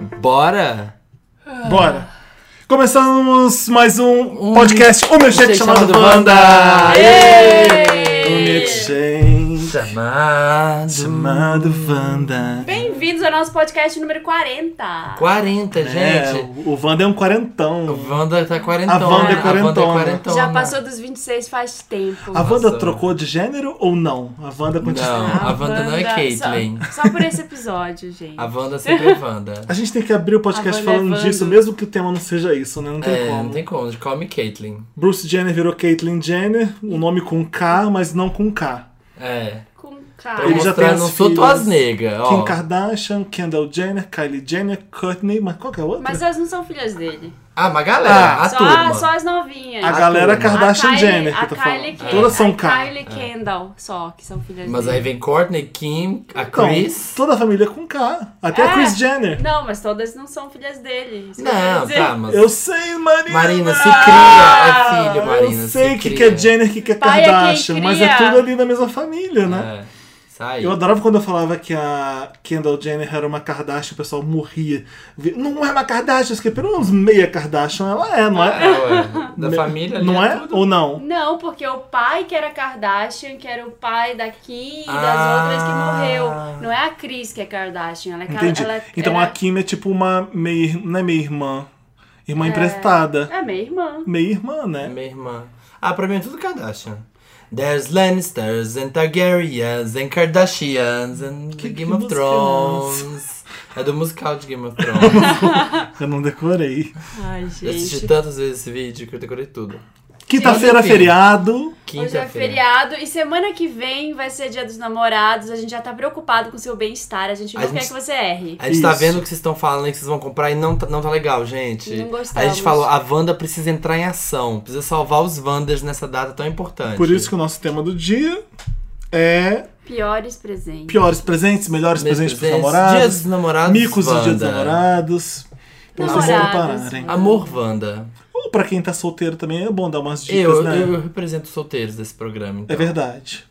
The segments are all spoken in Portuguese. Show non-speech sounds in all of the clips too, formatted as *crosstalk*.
Bora? Bora. Começamos mais um podcast, o milkshake chamado Wanda. O milkshake Chamado. chamado Wanda. Bem-vindos ao nosso podcast número 40. 40, É, gente. o o Wanda é um O quarentão. Wanda tá quarentona. A Wanda é A Wanda quarentona. quarentona. Já passou dos 26 faz tempo. A Wanda Nossa. trocou de gênero ou não? A Wanda continua. Não. a Wanda não é Wanda- Caitlyn. Só, só por esse episódio, gente. A Wanda sempre é Wanda. A gente tem que abrir o podcast A Wanda é falando Wanda. disso, mesmo que o tema não seja isso, né? *laughs* Não tem É, como. não tem como. Come Caitlyn. Bruce Jenner virou Caitlyn Jenner, um nome com K, mas não com K. É. Com Pra cara. Ele já mostrar, tem os não sou filhos. tuas negas. ó. Kim Kardashian, Kendall Jenner, Kylie Jenner, Courtney, mas qual que é a outra? Mas elas não são filhas dele. Ah, mas galera, Ah, a só, turma. só as novinhas. A galera turma. Kardashian Kylie- Jenner que a eu tô falando. Kylie Ken- Todas são a K. Kylie Kendall, só que são filhas É. Mas aí dele. vem Courtney, Kim, a Então, Chris. toda a família é com K. Até a É. Chris Jenner. Não, mas todas não são filhas dele. Isso que eu quero Não, dizer. tá, mas. é Eu sei, Marina. Marina se cria, é filho, Marina. Eu sei se que, cria. que é Jenner, que, que é Pai é quem Kardashian, mas é cria. tudo ali da mesma família, né? É, sai. Eu adorava quando eu falava que a Kendall Jenner era uma Kardashian, o pessoal morria. Vi- Não é uma Kardashian, isso aqui é pelo menos meia Kardashian, ela é, não Ah, é? ué, da Me- família ali Não é? tudo. Ou não? Não, porque é o pai que era Kardashian, que era o pai da Kim e das Ah. outras que morreu. Não é a Kris que é Kardashian, ela é Kar- Entendi. Ela, Então ela- a Kim é tipo uma meia, não é meia irmã, irmã emprestada. É minha irmã. Meia irmã, né? É Minha irmã. Ah, pra mim é tudo Kardashian. There's Lannisters and Targaryens and Kardashians and Que- Game que of música é Thrones. É do musical de *laughs* Game of Thrones. É. Eu não decorei. Ai, Eu assisti gente. tantas vezes esse vídeo que eu decorei tudo. Quinta-feira, enfim. feriado. Hoje é Quinta-feira. feriado e semana que vem vai ser dia dos namorados. A gente já tá preocupado com o seu bem-estar. A gente A não quer gente- que você erre. A gente tá Isso. vendo o que vocês estão falando e que vocês vão comprar e não tá, não tá legal, gente. Não gostamos. a gente falou, a Wanda precisa entrar em ação, precisa salvar os Wanders nessa data tão importante. Por isso que o nosso tema do dia é Piores presentes. piores presentes, melhores Meus presentes pros presentes, Dia namorados, dos namorados. micos do dia dos Wanda. namorados. Pra vocês Namorados. compararem. Amor, Wanda. Ou pra quem tá solteiro também é bom dar umas dicas, Eu, né? eu represento os solteiros desse programa, então. É verdade.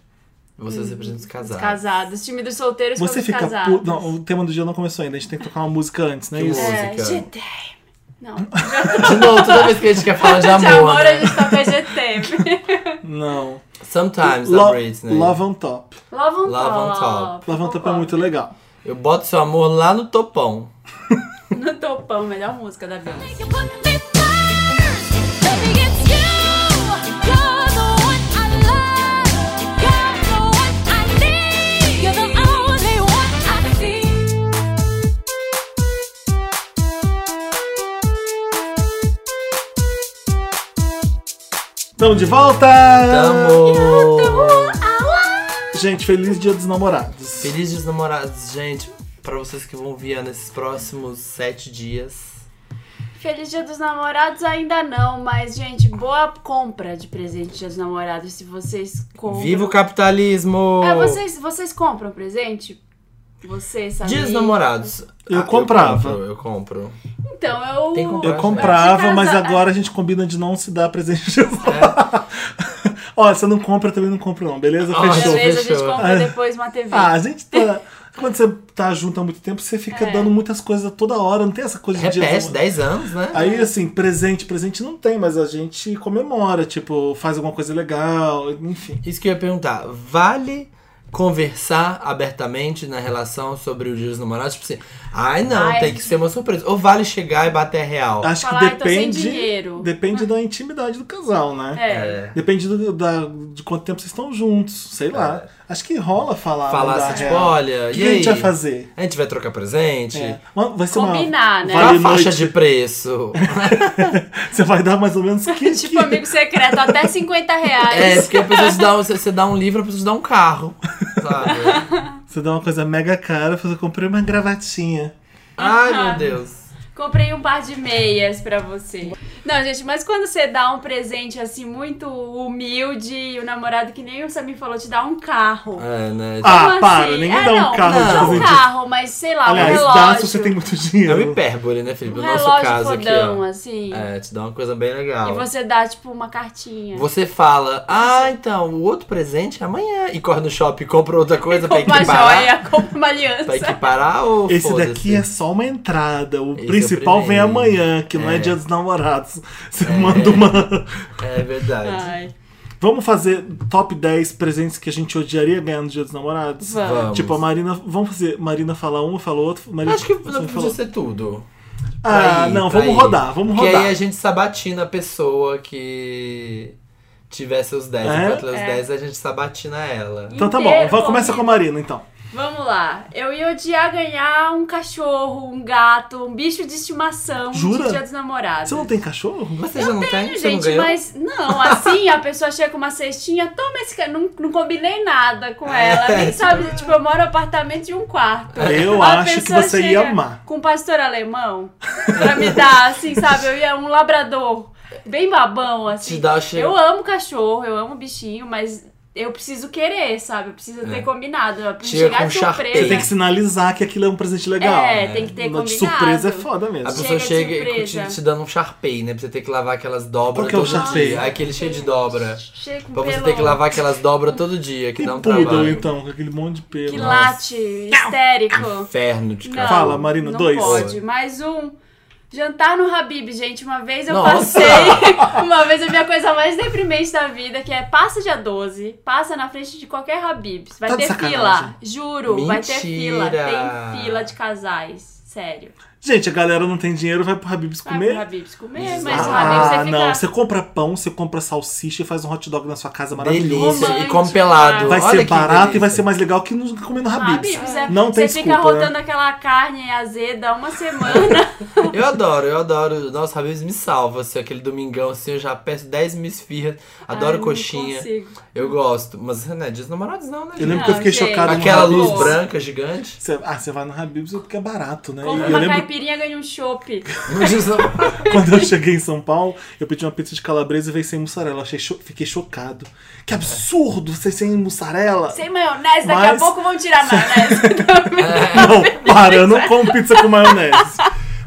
Vocês representam os casados. Casados. Time dos solteiros Você contra os fica casados. puto. Não, o tema do dia não começou ainda. A gente tem que tocar uma música antes, não é Que isso? música? É, GT. Não. De novo, toda vez que a gente quer falar de *laughs* De amor. amor a né? gente tá com a GT. Não. Sometimes, né? a Lo Britney. Love on Top. *laughs* Love on Love on top. top. Love on Top é Concordo. muito legal. Eu boto seu amor lá no topão. *laughs* No topão, melhor música da Beyoncé. Make it put me first. Baby, it's you. You're the one I love. You're the one I need. You're the only one I see. Tamo de volta! *laughs* Tamo! Gente, feliz dia dos namorados. Felizes namorados, gente. Pra vocês que vão vir nesses próximos sete dias. Feliz Dia dos Namorados ainda não, mas, gente, boa compra de presente de Dia dos Namorados se vocês compram. Viva o capitalismo! É, vocês, vocês compram presente? Vocês, sabe? Dias dos namorados. Eu Ah, comprava. Eu compro, eu compro. Então, eu... Tem que comprar. Eu comprava, Antes de mas casar- agora a gente combina de não se dar presente. *laughs* *laughs* É, Olha, você não compra, eu também não compro, não, beleza? Ah, Fechou. Beleza, a gente fechou. compra depois uma TV. Ah, a gente tá. Quando você tá junto há muito tempo, você fica É. dando muitas coisas toda hora, não tem essa coisa de dia dos repete, namorados. 10 anos, né? Aí, assim, presente, presente não tem, mas a gente comemora, tipo, faz alguma coisa legal, enfim. Isso que eu ia perguntar. Vale conversar abertamente na relação sobre o Dia dos Namorados? Tipo assim, ai não, Ai, tem que ser uma surpresa. Ou vale chegar e bater a real? Acho Falar, que "Ai, tô sem depende. dinheiro." Ah. Depende da intimidade do casal, né? é. *laughs* Depende do- da, de quanto tempo vocês estão juntos, sei lá. Acho que rola falar. É. né, Falar da assim, tipo, real. olha, O que e a aí? gente vai fazer? A gente vai trocar presente? É. Mas Vai ser Combinar, uma né? Qual vale a faixa noite. de preço? *laughs* Você vai dar mais ou *laughs* menos que. que- Tipo, amigo secreto, até 50 reais. é, porque a pessoa te dá um, você- você dá um livro, a pessoa te dá um carro. Sabe? Você dá uma coisa mega cara, você comprei uma gravatinha. Ai, meu Deus. Comprei um par de meias pra você. Não, gente, mas quando você dá um presente assim muito humilde e o namorado que nem o Samir falou te dá um carro. É, né? Ah, Como para, assim? ninguém É, dá um não, carro Não, de um presente. carro, mas sei lá, um Aliás, relógio. dá se você tem muito É dinheiro. uma hipérbole, né, Felipe? um No nosso relógio caso fodão, aqui, assim. ó. É, te dá uma coisa bem legal. E você dá, tipo, uma cartinha. Você fala, ah, então, o outro presente é amanhã. E corre no shopping e compra outra coisa pra *laughs* compra uma equiparar. joia, compra uma aliança. Pra equiparar ou Esse foda-se? daqui é só uma entrada. O Esse é o principal vem primeiro. amanhã, que não é É. dia dos namorados. Você manda uma. É verdade. Ai, Vamos fazer top 10 presentes que a gente odiaria ganhar no dia dos namorados? Vamos. Vamos. Tipo, a Marina. Vamos fazer. Marina fala um, fala outro. Marina, Acho que você não fala- podia ser tudo. Ah, Pra ir, não, pra vamos ir. rodar, vamos Porque rodar. aí a gente sabatina a pessoa que tiver seus 10. É? Enquanto ela é os É. 10, a gente sabatina ela. Então tá bom, Inteiro Tá vai- começa com a Marina então. Vamos lá. Eu ia odiar ganhar um cachorro, um gato, um bicho de estimação Jura? de dia dos namorados. Você não tem cachorro? Mas você já não tem? Você não Gente, ganhou? mas não, assim a pessoa chega com uma cestinha, toma esse ca- não, não combinei nada com É. ela, nem *laughs* sabe, tipo, eu moro no apartamento de um quarto. Eu A acho que pessoa você chega ia amar. Com um pastor alemão, pra me dar, assim, sabe, eu ia um labrador, bem babão, assim. Te dá o cheiro. Eu amo cachorro, eu amo bichinho, mas eu preciso querer, sabe, eu preciso ter combinado, eu preciso É. Chega chegar com um de charpei. surpresa. Você tem que sinalizar que aquilo é um presente legal. É, tem que ter Uma De combinado. surpresa é foda A mesmo. pessoa Chega de chega e surpresa. te, te dando um Sharpay, né? Pra você ter que lavar aquelas dobras Qual que é o todo Sharpay? dia. Aquele cheio de dobra. Chega com Pra você ter pelão. que lavar aquelas dobras todo dia, que Que dá um poodle, trabalho. então, com aquele monte de pelo. Que late, histérico. Inferno de Não, cara. Fala, Marina, não dois. Pode, mais um. Jantar no Habib, gente. Uma vez eu Nossa! passei. *laughs* Uma vez eu vi a coisa mais deprimente da vida, que é passa dia 12, passa na frente de qualquer Habib. Vai Tá de ter sacanagem. fila. Juro, vai ter Mentira! fila. Tem fila de casais. Sério. Gente, a galera não tem dinheiro, vai pro Habib's Vai comer. pro Habib's comer, mas o Habib ah, você fica. não. Você compra pão, você compra salsicha e faz um hot dog na sua casa maravilhoso. Delícia. E Romântico. come pelado. Vai Olha ser que barato delícia. e vai ser mais legal que nunca comer no Habib's. Habib's, é- Não tem Você desculpa, fica rotando né? aquela carne azeda uma semana. Eu adoro, eu adoro. Nossa, Habibs me salva, assim, aquele domingão, assim, eu já peço 10 mil esfirras. *laughs* Adoro Ai, não coxinha. consigo. Eu gosto. Mas, né, dias namorados não, né? Eu lembro gente? que eu fiquei Não, gente. chocado no Aquela Habib's. luz Pô. branca *laughs* gigante. Você- ah, você vai no Habib's porque é barato, né? Compra E eu uma lembro caipirinha, ganha um chopp. No dias namorados. *laughs* quando eu cheguei em São Paulo, eu pedi uma pizza de calabresa e veio sem mussarela. Eu Achei cho- fiquei chocado. Que absurdo, vocês sem mussarela. Sem maionese, daqui Mas- a pouco vão tirar a maionese. *laughs* Não, para, eu não como pizza com maionese.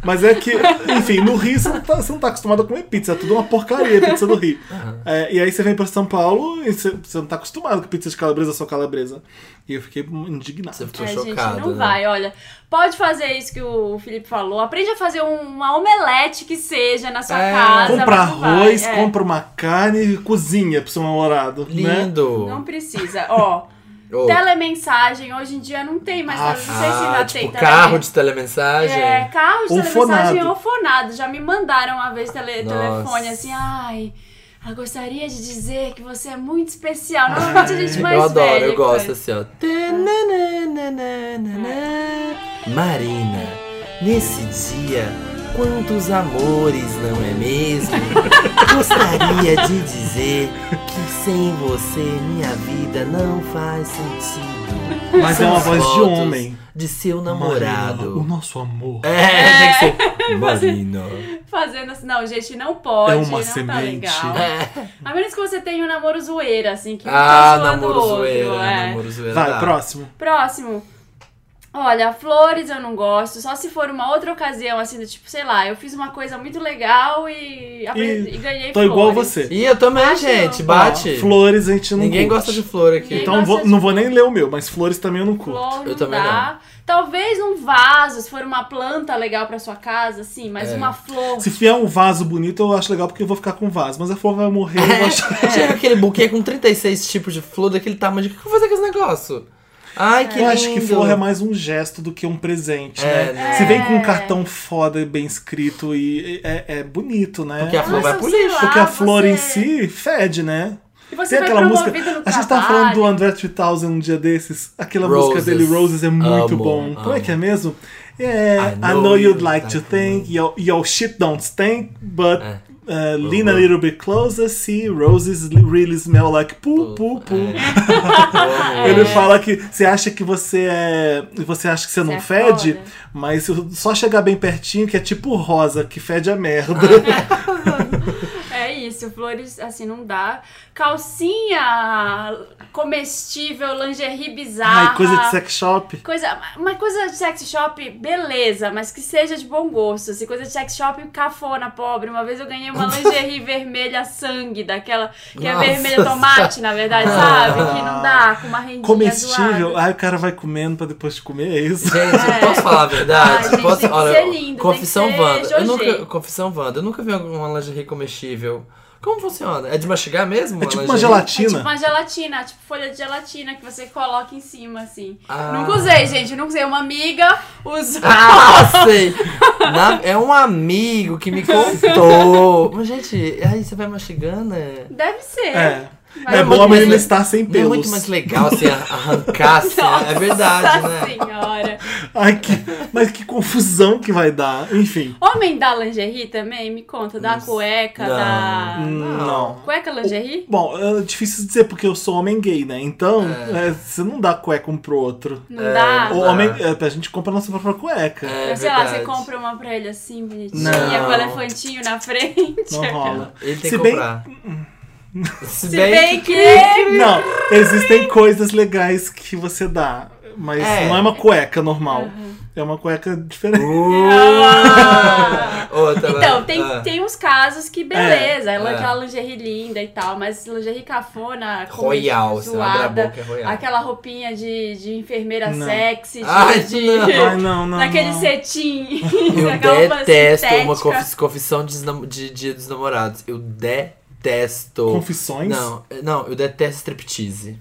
Mas é que, enfim, no Rio você não tá, você não tá acostumado a comer pizza, é tudo uma porcaria pizza do Rio. É, e aí você vem pra São Paulo e você, você não tá acostumado com pizza de calabresa só calabresa. E eu fiquei indignado. Você ficou Ai, gente, chocado. não né? vai, olha. Pode fazer isso que o Felipe falou. Aprende a fazer um- uma omelete que seja na sua É. casa. mas Compra não vai, arroz, é. compra uma carne e cozinha pro seu namorado. Né? Lindo. Não *laughs* precisa, ó. Ou- Telemensagem, hoje em dia não tem mais, Ah, não sei se Ah, ainda tipo, tem. carro de telemensagem. telemensagem. É, carro de Ou telemensagem fonado. ou fonado. Já me mandaram uma vez tele, Nossa. telefone assim, ai... Eu gostaria de dizer que você é muito especial. Normalmente a gente mais eu adoro, velha. eu que gosto faz. assim, ó. Tananana. Marina, nesse dia, quantos amores, não é mesmo? Gostaria de dizer que sem você minha vida não faz sentido. Mas é uma voz de Fotos homem. De seu Marina, o namorado. nosso amor. É, tem que ser. Marina. Fazendo assim, não, gente, não pode, É uma não tá semente. legal. É. A menos que você tenha um namoro zoeira, assim, que um Ah, tá zoando namoro o outro, zoeira, é. namoro zoeira. Vai, dá. próximo. Próximo. Olha, flores eu não gosto, só se for uma outra ocasião, assim, do tipo, sei lá, eu fiz uma coisa muito legal e, aprendi- e ganhei Tô flores. igual você. E eu também, gente, bate. Ó, flores a gente não Ninguém curte. gosta de flor aqui. Ninguém *laughs* Então vou- gosta de não vou nem ler o meu, mas flores também eu não curto. Flor não Eu também dá. Talvez um vaso, se for uma planta legal pra sua casa, assim, mas É. uma flor. Se fizer um vaso bonito, eu acho legal porque eu vou ficar com o vaso. Mas a flor vai morrer, É. eu vou achar. É. Chega aquele buquê com 36 tipos de flor daquele tamanho. O que eu vou fazer com esse negócio? Ai, *laughs* que Eu lindo. acho que flor é mais um gesto do que um presente, É, né? né? Se vem com um cartão foda e bem escrito e é, é bonito, né? Porque a flor Mas vai eu pro sei lixo. lá. Porque a flor em você- si fede, né? E você Tem foi aquela música. promovido no A gente tava trabalho. falando do André 3000 um dia desses. Aquela Roses. música dele, Roses, é muito Amo, bom. Como é amo. que é mesmo? Yeah, I I know, know you'd you like to like think, your, your shit don't stink, but É. eh, lean a little bit closer, see roses really smell like poo, poo, poo. *laughs* é. Ele fala que você acha que você é. Você acha que você não é fede, foda. mas se eu só chegar bem pertinho, que é tipo rosa, que fede a merda. *laughs* É isso, flores assim não dá. Calcinha comestível, lingerie bizarra. Ai, coisa de sex *laughs* shop. Coisa, uma coisa de sex shop, beleza, mas que seja de bom gosto. Assim, coisa de sex shop, cafona, pobre. Uma vez eu *laughs* ganhei uma lingerie vermelha sangue, daquela que Nossa é vermelha tomate, na verdade, sabe? Que não dá, com uma rendinha Comestível. zoada. Ai, o cara vai comendo pra depois de comer, é isso? Gente, eu posso falar a Ai, verdade? gente, posso, tem que olha, ser lindo, confissão tem que ser Wanda. Eu Jorge. nunca, confissão Wanda, eu nunca vi uma lingerie comestível. Como funciona? É de mastigar mesmo? É tipo uma É tipo gelatina. uma gelatina, tipo folha de gelatina que você coloca em cima, assim. Ah. Nunca usei, gente, nunca usei. Uma amiga usou. *laughs* Ah, sei! Na- é um amigo que me contou. Mas, gente, aí você vai mastigando, é... Deve ser. É. Mas é muito bom a menina mais- estar sem Não é pelos. muito mais legal, assim, a- arrancar, assim, é verdade, Nossa né? senhora. Ai, que, mas que confusão que vai dar. Enfim. Homem da lingerie também? Me conta, da cueca, Ah, não. da... Hum, Não. Cueca lingerie? Bom, é difícil dizer porque eu sou homem gay, né? Então, É. é, você não dá cueca um pro outro. Não dá? O dá. homem, é, a gente compra a nossa própria cueca. É Mas sei lá, você verdade. compra uma pra ele assim, bonitinha, Não. com o elefantinho na frente. Não rola. Ele tem Se que bem- *laughs* comprar. Se Se bem que... Não, existem coisas legais que você dá, mas É. Uhum. não é uma cueca normal. É uma cueca *laughs* diferente. Uh! Outra, Então, tem, ah. tem uns casos que beleza, ela É. aquela lingerie linda e tal, mas lingerie cafona, com Royal, você abre a zoada, boca, é royal. aquela roupinha de, de enfermeira Não. sexy, de, Ai, de- não. Ai, não, *laughs* não. daquele não. cetim, *laughs* Eu daquela roupa detesto uma sintética. confi- confissão de, desnam- de dia dos namorados. Eu detesto. Confissões? Não, não, eu detesto striptease.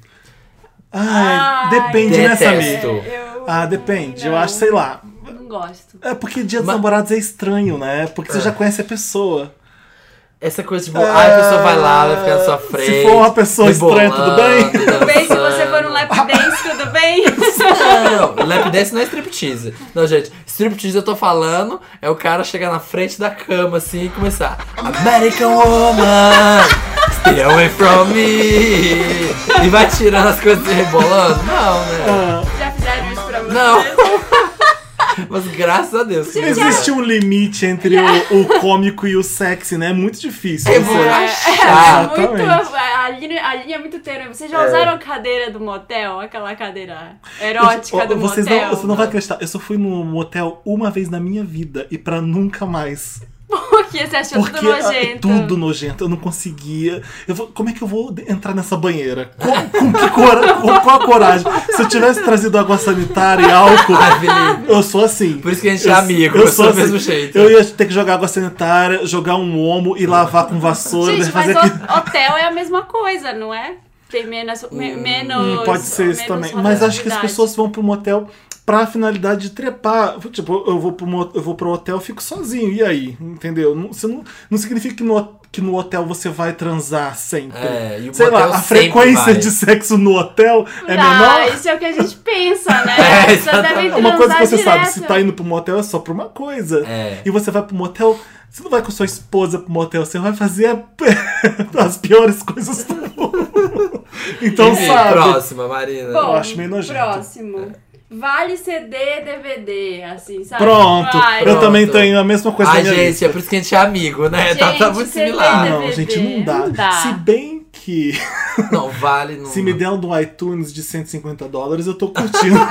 Ai, Ai, depende, né, detesto. Samir? Eu Ah, depende. Eu Não. acho, sei lá. não gosto. É porque dia dos Mas- namorados é estranho, né? Porque você já conhece a pessoa. Essa coisa tipo, ai, a pessoa vai lá, vai ficar na sua Ah, Se frente. for uma pessoa estranha, *laughs* tudo bem? Tudo bem, se você for um lap dance, tudo bem? *laughs* Não, não, lap dance não é striptease. Não, gente, striptease eu tô falando é o cara chegar na frente da cama assim e começar American Woman, stay away from me. E vai tirando as coisas e rebolando. Não, né? Já fizeram isso pra você? Não. *laughs* Mas graças a Deus. que não. Existe um limite entre o, o cômico e o sexy, né? É muito difícil. Eu você- vou É achar. Exatamente. É. muito, a linha, a linha é muito tênue. Vocês já usaram a cadeira do motel? Aquela cadeira erótica Eu- do vocês motel? né? Não, você *laughs* não vai acreditar. Eu só fui num motel uma vez na minha vida e pra nunca mais. Porque você achou Porque tudo ah, nojento. tudo nojento, eu não conseguia. Eu vou- como é que eu vou de- entrar nessa banheira? Com, com que cora, com, qual a coragem? Se eu tivesse trazido água sanitária e álcool, Felipe. eu sou assim. Por isso que a gente Eu- assim. é amigo, eu sou do mesmo jeito. Eu ia ter que jogar água sanitária, jogar um homo e lavar com vassoura, né? Gente, fazer mas aqui. Hum, o- hotel é a mesma coisa, não é? Tem menos. me- menos Pode ser isso menos também. Mas acho que as rotatividade. pessoas vão pro motel pra finalidade de trepar. Tipo, eu vou pro, mo- eu vou pro hotel, fico sozinho. E aí? Entendeu? Não, você não, não significa que no, que no hotel você vai transar sempre. É, e o Sei lá, motel a sempre frequência vai. de sexo no hotel é Ah, menor? isso é o que a gente pensa, né? É, As pessoas *laughs* devem É uma coisa que transar você sabe, direto. se tá indo pro motel é só pra uma coisa. É. E você vai pro motel, você não vai com sua esposa pro motel, você vai fazer a- *laughs* as piores coisas do mundo. *laughs* Então Enfim, sabe. próxima, Marina. Bom, acho meio nojento. Próximo. Vale CD, DVD, assim, sabe? Pronto. Vai. Eu também Pronto. tenho a mesma coisa Ai, na minha gente, lista. é por isso que a gente é amigo, né? tá, tá Gente, muito você vê similar. também. Não, gente, não dá. Não dá. Se bem que Não, vale, não. se me der um do iTunes de 150 dólares, eu tô *laughs* curtindo A-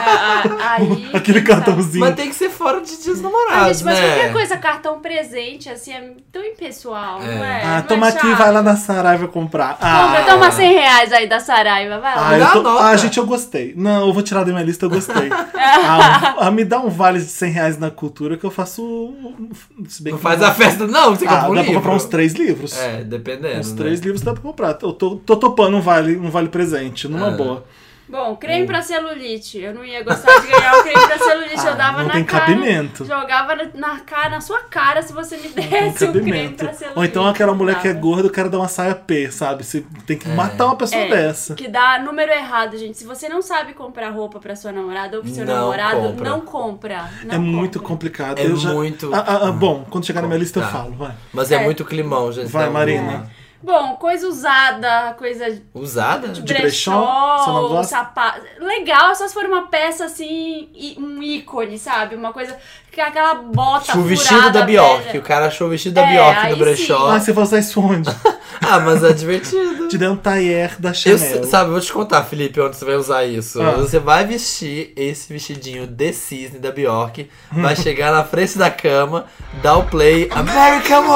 a- aí- *laughs* aquele cartãozinho. Mas tem que ser fora de dias Ah, namorados, gente, mas né? qualquer coisa, cartão presente, assim, é tão impessoal, É. não é? Ah, Não toma é aqui chato? vai lá na Saraiva comprar. Ah, Compra, toma 100 reais aí da Saraiva, vai lá. Ah, eu Dá tô- a nota. ah, gente, eu gostei. Não, eu vou tirar da minha lista, eu *laughs* gostei. ah, um- ah, me dá um vale de 100 reais na cultura que eu faço. um- um- Se bem Não que faz a festa, não. Você Ah, dá compra um pra livro. comprar uns três livros. É, dependendo. Uns né? três livros dá pra comprar. Eu tô, tô topando um vale, um vale presente, numa Ah. boa. Bom, creme pra celulite. Eu não ia gostar de ganhar o creme pra celulite. Eu dava Ah, não na tem cara. cabimento. Jogava na- na cara, na sua cara, É, se você me desse o creme Cabimento. pra tá. celulite. Ou então aquela mulher que é Dava. gorda, o cara dá uma saia P, sabe? Você tem que matar uma pessoa É, dessa. Que dá número errado, gente. Se você não sabe comprar roupa pra sua namorada ou pro seu Não namorado, compra. não compra. Não é muito compra. complicado. É eu já- muito- Ah, ah, ah, bom, quando chegar na minha lista eu Tá. falo, vai. Mas é, É. muito climão, gente. Vai, Então, Marina. Bom, coisa usada, coisa de Usada? brechó, você não brechó, gosta? sapato. Legal, só se for uma peça assim, e um ícone, sabe? Uma coisa. que é Aquela bota. Achou Tipo, o vestido furada, da Bjork. velha. O cara achou o vestido da É, Bjork aí no brechó. Ah, você vai usar isso *laughs* onde? Ah, mas é *laughs* divertido. Te der um taier da Eu, Chanel. s- sabe, eu vou te contar, Felipe, onde você vai usar isso. Ah. Você vai vestir esse vestidinho de cisne da Bjork, Hum. vai chegar na frente da cama, dar o play American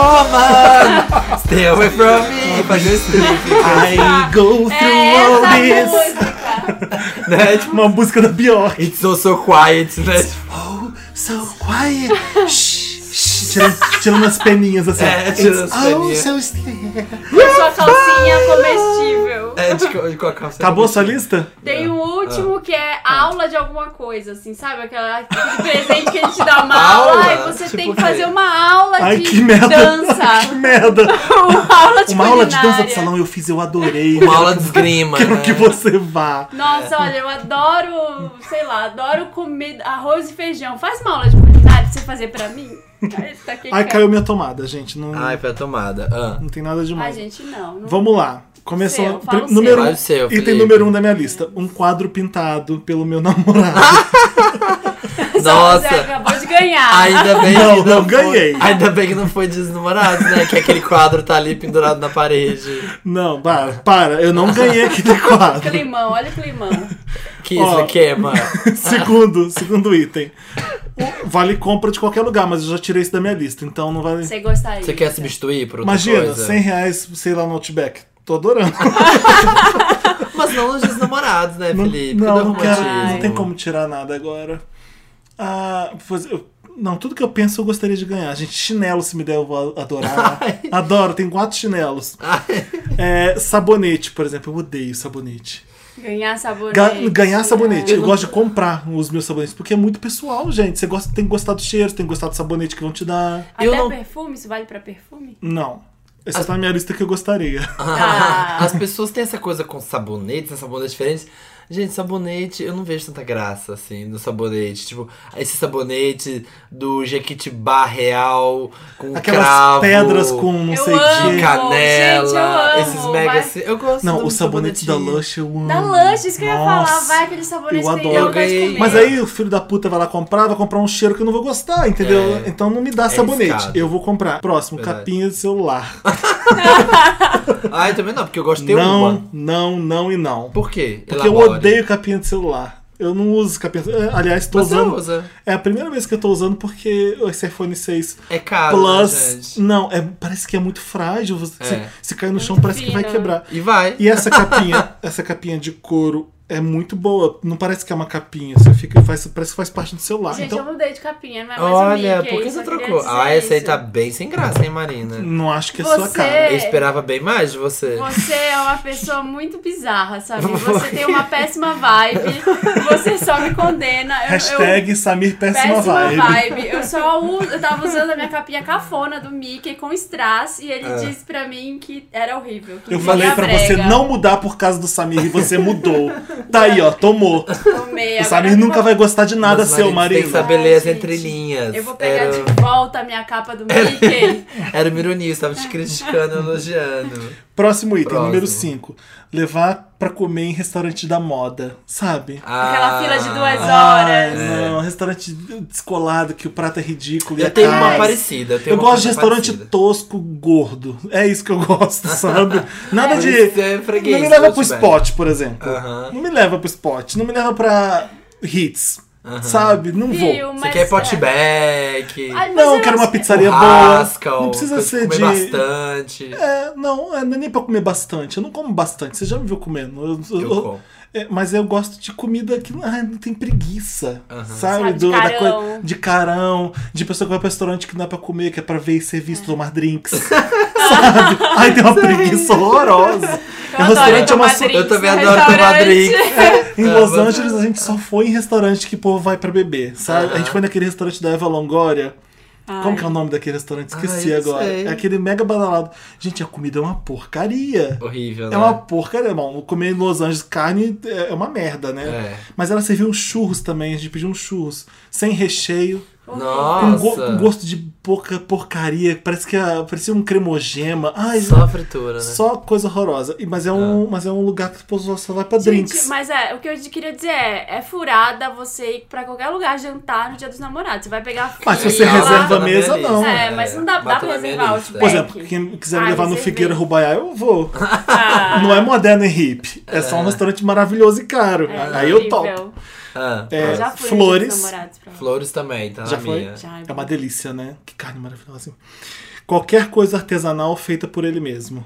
Woman! Stay away from me! Fazer esse I go through É all essa this. música. né? Tipo, Uma música da Bjork. It's so so quiet, né? *laughs* Tipo, So quiet. Shh, shh. tirando, tirando as peninhas assim. É, tirando It's as all peninhas. so still. Sua calcinha comestível. É, de, co- de com a calça. Acabou a sua lista? Tem o Ah. último que é aula de alguma coisa, assim, sabe? Aquela, aquele presente que a gente *laughs* dá uma aula, Aula? e você Tipo tem o que quê? fazer uma aula Ai, de que merda. Que *laughs* dança. *laughs* merda. uma aula de Uma aula de dança de Tipo, culinária. salão eu fiz, eu adorei. Uma aula de esgrima, *laughs* Quero né? que você vá. Nossa, olha, eu adoro, sei lá, adoro comer arroz e feijão. Faz uma aula de culinária pra você fazer pra *laughs* mim? Ai, tá aqui, Ai, cara. caiu minha tomada, gente. Não, Ai, foi a tomada. *laughs* Ah. não tem nada Ai, demais. gente, não. não... Vamos lá. Começou. Seu, fala o número seu. Vai um, o seu, item Felipe. número um da minha lista. Um quadro pintado pelo meu namorado. Você Nossa! acabou de ganhar. Ainda bem Não, que não foi- ganhei. Ainda bem que não foi desnumorado, né? Que aquele quadro tá ali pendurado na parede. não, para, para. Eu não ganhei aquele quadro. Climão, olha o climão. Que isso, Ó. queima. segundo, segundo item. O- Vale compra de qualquer lugar, mas eu já tirei isso da minha lista, então não vale. Você gostaria. Você quer substituir por outra Imagina, coisa? 100 reais, sei lá, no Outback. Tô adorando. Mas não nos desnamorados, né, Não, Felipe? *laughs* não, Não, não quero- romantismo. não tem como tirar nada agora. Ah, pois eu- não, tudo que eu penso eu gostaria de ganhar. Gente, chinelo se me der eu vou *laughs* a- adorar. Adoro, tem quatro chinelos. É, sabonete, por exemplo, eu odeio sabonete. Ganhar sabonete. Ga- ganhar sabonete, eu não- gosto de comprar os meus sabonetes, porque é muito pessoal, gente. Você gosta, tem que gostar do cheiro, tem que gostar do sabonete que vão te dar. Até Eu não- perfume? Isso vale *laughs* pra perfume? Não. Essa tá na minha lista que eu gostaria. Ah. As pessoas têm essa coisa com sabonetes, né, sabonetes diferentes. Gente, sabonete, eu não vejo tanta graça, assim, no sabonete. Tipo, esse sabonete do Jequitibá real, com *laughs* Aquelas cravo. pedras com não Eu sei amo. o De quê. canela, Gente, eu amo, esses mega... vai. assim, eu gosto Não, do o sabonete da sabonetinho. Lush eu amo. Da lanche, isso que eu ia falar. Nossa. Vai aquele sabonete eu que é. tem adoro. vontade de Eu comer. ganhei. Mas aí o filho da puta vai lá comprar, vai comprar um cheiro que eu não vou gostar, entendeu? É. Então não me dá sabonete. arriscado. Eu vou comprar. Próximo, Verdade. capinha de celular. Ai, também não, porque eu gosto de ter não, uma. não, não e não. Por quê? Porque eu Elabore. odeio capinha de celular. Eu não uso capinha. é, Aliás, tô Você usando. usa. É a primeira vez que eu tô usando porque esse iPhone 6 É caro, né, Plus. gente? não, é, parece que é muito frágil. Você- Se, É. se cair no chão, Muito parece que vai fino. quebrar. E vai. E essa capinha, *laughs* essa capinha de couro é muito boa. Não parece que é uma capinha. Você fica, faz, parece que faz parte do celular. Gente, então, eu mudei de capinha, não é mais Olha, o Mickey. por que só você queria trocou? dizer Ah, essa aí isso. tá bem sem graça, hein, Marina? Não acho que é Você- sua cara. Eu esperava bem mais de você. Você é uma pessoa muito bizarra, sabe? Você tem uma péssima vibe, você só me condena. Eu- Eu, Hashtag Samir péssima, péssima vibe. vibe. Eu só uso, eu tava usando a minha capinha cafona do Mickey com strass e ele É. disse pra mim que era horrível. que Eu me falei pra você abrega. não mudar por causa do Samir e você mudou. Tá aí, ó, tomou. *laughs* Tomei, O agora Samir eu nunca vou- vai gostar de nada, Mas, seu Marina, Tem que marido. saber ler Ai, as gente, entrelinhas. Eu vou pegar era, de volta a minha capa do Mickey. *laughs* era uma ironia, você tava te criticando, elogiando. Próximo item, Próximo. número 5. Levar pra comer em restaurante da moda, sabe? Aquela fila de duas Ah, Ai, horas. não, restaurante descolado que o prato é ridículo. e é Eu tenho caro. uma parecida. Eu, tenho Eu uma gosto de coisa restaurante parecida. tosco, gordo. É isso que eu *laughs* gosto, sabe? Nada Por de. isso que é freguês, não me leva tudo pro bem. spot, por exemplo. Aham. Não me leva pro spot. Não me leva pra hits. Sabe? Não vou. Viu, Você mas quer é. potback, Ai, mas Não, eu eu quero uma acho que- pizzaria boa. churrasco, Não precisa coisa ser comer de. bastante. É, não, é nem pra comer bastante. Eu não como bastante. Você já me viu comendo. Eu Eu- eu- como. é, mas eu gosto de comida que ah, não tem preguiça. Sabe? Sabe, de Do- da carão. coisa- de carão. De pessoa que vai pra restaurante que não é pra comer, *laughs* que é pra ver e ser visto, tomar drinks. sabe? Ai, tem uma preguiça horrorosa. Eu adoro restaurante é uma tomar su- eu drinks também no adoro tomar restaurante. *laughs* drinks. Em Ah, Los vou- Angeles a gente só foi em restaurante que o povo vai pra beber, sabe? A gente foi naquele restaurante da Eva Longoria. Ah. Como que é o nome daquele restaurante? Esqueci Ah, eu agora. sei. É aquele mega badalado. Gente, a comida é uma porcaria. Horrível, né? É uma porcaria, bom, comer em Los Angeles carne é é uma merda, né? É. Mas ela serviu uns churros também, a gente pediu uns churros sem recheio, com, go- Nossa. com gosto de pouca porcaria, parece que a- parecia um cremogema. Ai, Só fritura, né? Ah. só coisa horrorosa. E- Mas é um, mas é um lugar que o pessoal só vai pra Gente, drinks. mas é, o que eu queria dizer é, é furada você ir pra qualquer lugar jantar no dia dos namorados. Você vai pegar Mas se fila você lá. reserva a mesa, não. É, mas não dá, dá Bota pra na minha reservar o lista, tipo. Por é. exemplo, quem quiser me Ah, levar no reservei. Figueira Rubaiá, *laughs* eu vou. *laughs* Ah, Não é moderno e hippie. É só um restaurante maravilhoso e caro. é Aí eu horrível. topo. Ah, É, Já fui no Dia dos flores. namorados, *laughs* pra lá. Flores também, tá? Já na foi? minha. Já, É uma delícia, né? Que carne maravilhosa. Qualquer coisa artesanal feita por ele mesmo.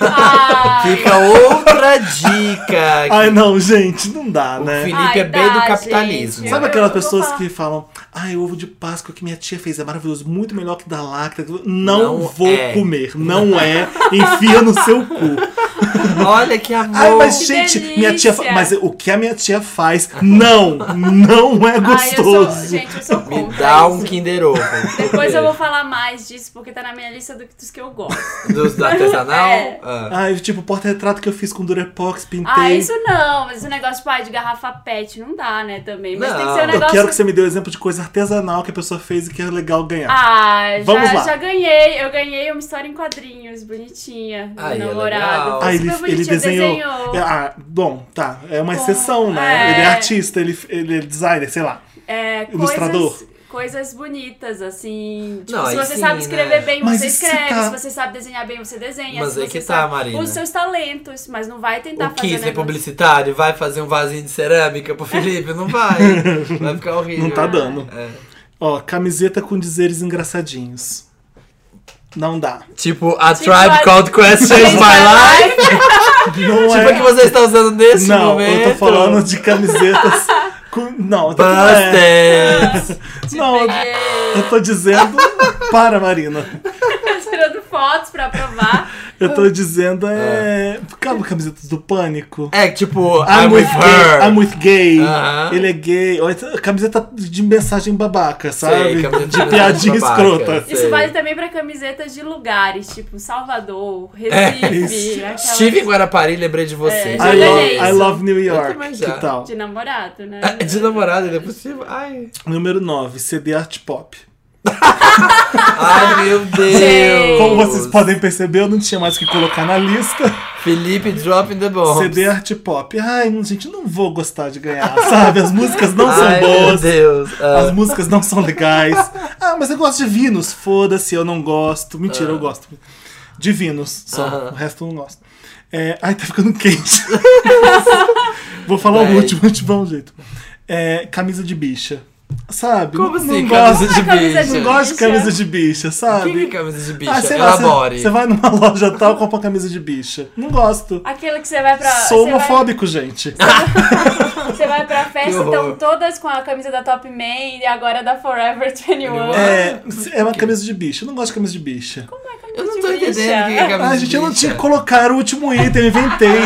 Ah, Fica outra dica. *laughs* Ai, não, gente, não dá, o né? Felipe é Ai, bem dá, do capitalismo. gente. Sabe Eu- aquelas eu vou pessoas falar. que falam, ai, ovo de Páscoa que minha tia fez é maravilhoso, muito melhor que da Lacta. Não, Não vou é. comer, não é. Enfia no seu *laughs* cu. Olha que amor. Ai, mas que gente, minha tia, fa- mas delícia. o que a minha tia faz, não, não é ai, eu sou- gostoso. gente, eu sou contra Me é dá um isso. Kinder Ovo. Depois eu vou falar mais disso, porque tá na minha lista do- dos que eu gosto. Dos *laughs* do artesanal? É. Ah. Ai, tipo, porta-retrato que eu fiz com Durepox, pintei. Ah, isso não, mas esse negócio tipo, ah, de garrafa pet não dá, né, também. Mas tem que ser um Não. Eu Eu negócio... quero que você me dê um exemplo de coisa artesanal que a pessoa fez e que é legal ganhar. Ah, Vamos já, lá. já ganhei. Eu ganhei uma história em quadrinhos, bonitinha, do Aí, é legal. namorado. Ah, ele, Super bonitinho, ele desenhou. desenhou. É, ah, bom, tá. É uma Bom, exceção, né? é. Ele é artista, ele, ele é designer, sei lá. É, Ilustrador. Coisas... Coisas bonitas, assim. Tipo, Não, se aí você sim, sabe escrever né? bem, Mas você e se escreve. tá- Se você sabe desenhar bem, você desenha. Mas se aí você que tá, sabe... Marina. Os seus talentos, mas não vai O tentar É fazer um Kisley negócio- publicitário vai fazer um vasinho de cerâmica pro Felipe? Não vai. Vai *laughs* ficar horrível. Não tá dando. É. Ó, camiseta com dizeres engraçadinhos. Não dá. Tipo, a Tipo, Tribe a- Called Quest Changed My Life. Não Tipo, a é. que você está usando nesse não, momento. eu tô falando de camisetas com. Não, tá- é. Buster. não, Peguei, eu tô dizendo. Para, Marina. *laughs* tirando fotos pra provar. Eu Hum. tô dizendo é. Calma, camisetas do pânico. É, tipo, I'm, I'm, with her. gay. I'm with gay. Aham. Ele é gay. Ou então, Camiseta de mensagem babaca, sabe? camiseta de de piadinha mensagem babaca. escrota. Isso Sei. vale também pra camisetas de lugares, tipo Salvador, Recife, isso. aquelas É, Estive em Guarapari, lembrei de você. É, Já I olhei love, isso. I love New também York. já. Que tal? de namorado, né? *laughs* De namorada, ele é possível? Ai, Número 9, CD Art Pop. Ai meu Deus. Como vocês podem perceber, eu não tinha mais o que colocar na lista. Felipe, drop in the bomb. CD Art Pop. Ai, não, gente, não vou gostar de ganhar, sabe? As músicas não um são Ai, meu boas. Deus. Ah, As músicas não são legais. *laughs* Ah, mas eu gosto de Vinus. Foda-se, eu não gosto. Mentira, eu gosto. De Vinus, só. Ah. O resto eu não gosto. É, Ai, tá ficando quente. *laughs* Vou falar Vai. o último de bom jeito. É, camisa de bicha. Sabe? como não, assim, não camisa gosto. de camisa bicho? de Não gosto de bicha? camisa de O bicha, que é sabe? camisa de bicho? Ah, sei lá, Elabore. você, você vai numa loja tal e compra uma camisa de bicha. Não gosto. Aquilo que você vai pra. Sou você vai- homofóbico, *laughs* gente. Você vai pra festa, Que horror. então todas com a camisa da Top Man e agora da Forever *laughs* 21. É, é uma camisa de bicha. Eu não gosto de camisa de bicha. Eu não de tô bicha. entendendo o que é camisa Ah, de gente, eu não bicha. tinha que colocar o último item, eu inventei.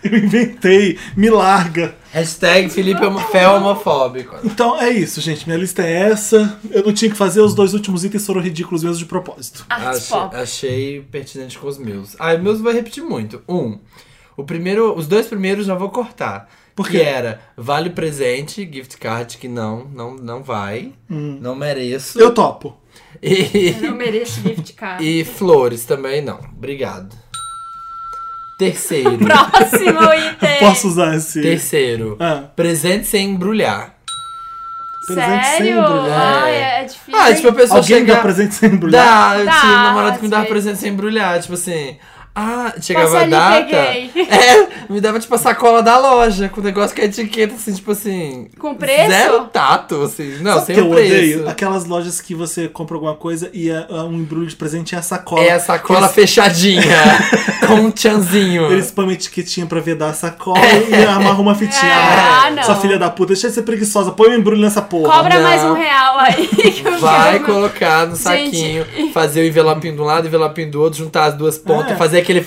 *laughs* eu inventei, me larga. Hashtag Felipe é homo- fé homofóbico. *laughs* Então é isso, gente. Minha lista é essa. Eu não tinha que fazer, os dois últimos itens foram ridículos mesmo de propósito. Art Achei, pop. achei pertinente com os meus. Ah, meus vai repetir muito. Um, o primeiro, os dois primeiros já vou cortar. Por Porque quê? era vale o presente, gift card que não, não, não vai, não mereço. Hum. Eu topo. E, Eu não mereço gift card. e flores também não. Obrigado. Terceiro, *laughs* *laughs* Próximo item. Posso usar esse. É. terceiro, Ah, presente sem embrulhar. presente sem Sério? embrulhar. Ai, é, é difícil. né? Ah, tipo a pessoa Alguém chegar. dá presente sem embrulhar? Dá, eu Dá, tinha um namorado que me às dava vezes. presente sem embrulhar, tipo assim. Ah, chegava Passei a ali, data. peguei. É, me dava tipo a sacola da loja, com o negócio com a etiqueta, assim, tipo assim. Com preço? Zero tato, assim. Não, Sabe o sem que o eu preço. odeio? Aquelas lojas que você compra alguma coisa e é- é um embrulho de presente é a sacola. É a sacola Eles- fechadinha, *laughs* com um tchanzinho. Eles põem uma etiquetinha pra vedar a sacola É. e amarram *laughs* uma fitinha. É, Ah, ah, não. Sua filha da puta, deixa de ser preguiçosa, põe um embrulho nessa porra. Cobra Não. mais um real aí *laughs* que eu Vai quero. colocar no Gente, saquinho, fazer o envelopinho de um lado, envelopinho do outro, juntar as duas pontas, É. fazer aquele Sabe por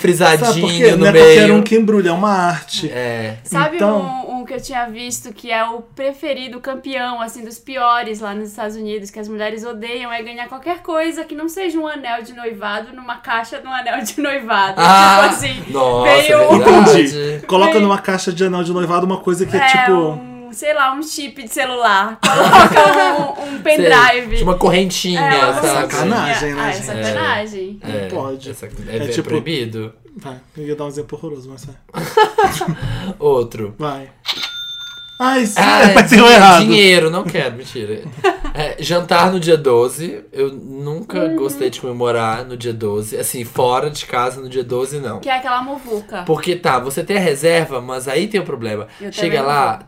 frisadinho quê? no Não é qualquer meio. um que embrulha, é uma arte. É. Sabe Então- um, um que eu tinha visto que é o preferido campeão, assim, dos piores lá nos Estados Unidos, que as mulheres odeiam, é ganhar qualquer coisa que não seja um anel de noivado numa caixa de um anel de noivado. Ah, tipo assim, nossa, é veio um- verdade. Entendi. Coloca numa caixa de anel de noivado uma coisa que é, é tipo. um, sei lá, um chip de celular. Coloca um, um Sei, pendrive. de uma correntinha, É, uma sabe? sacanagem. né, Ah, é gente? sacanagem. É, Não pode. É, sac- é, É é tipo- proibido. Vai, eu ia dar um exemplo horroroso, mas vai. Outro. Vai. Ai, sim, Ah, *laughs* mas deu errado. Dinheiro, não quero, mentira. É, jantar no dia 12. Eu nunca gostei de comemorar no dia 12. Assim, fora de casa no dia 12, não. Que é aquela muvuca. Porque tá, você tem a reserva, mas aí tem o problema. Eu Chega também lá.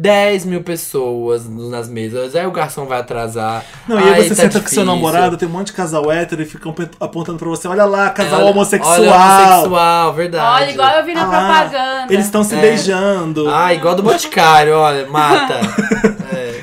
10 mil pessoas no- nas mesas, aí o garçom vai atrasar. Não, e aí você tá senta com seu difícil. namorado, tem um monte de casal hétero e ficam pe- apontando pra você, olha lá, casal Olha- homossexual. Olha, homossexual, verdade. Olha, igual eu vi na Ah, tá propaganda. Eles estão se É. beijando. Ah, igual do Boticário, olha, *laughs* mata. É.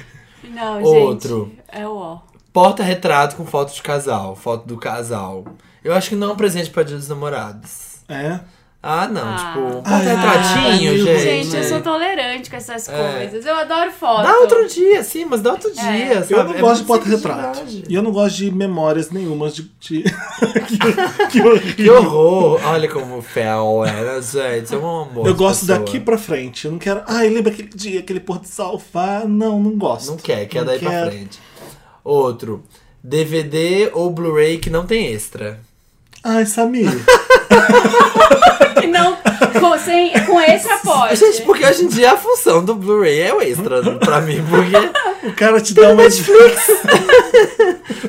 Não, Outro. gente. É o ó. Porta-retrato com foto de casal, foto do casal. Eu acho que não é um presente pra Dia dos Namorados. É. Ah, não, Ah. tipo, Ai, porta-retratinho, ai, gente. Gente, eu né? sou tolerante com essas É. coisas. Eu adoro foto. Dá outro dia, sim, mas dá outro dia, sabe? Eu não É gosto de muito porta-retrato. simplicidade. E eu não gosto de memórias nenhumas de. de- *laughs* que, que horrível. Que horror! Olha como fel é, né, gente? É um amor. Eu de gosto pessoa. daqui pra frente. Eu não quero. Ai, lembra aquele dia, aquele pôr do sol? Vá, Não, não gosto. Não quer, quer Não daí pra quero. frente. Outro. DVD ou Blu-ray que não tem extra. Ai, Samir. Que não, com, sem, *laughs* com esse apoio. Gente, porque hoje em dia a função do Blu-ray é o extra pra mim, porque. o cara te dá uma.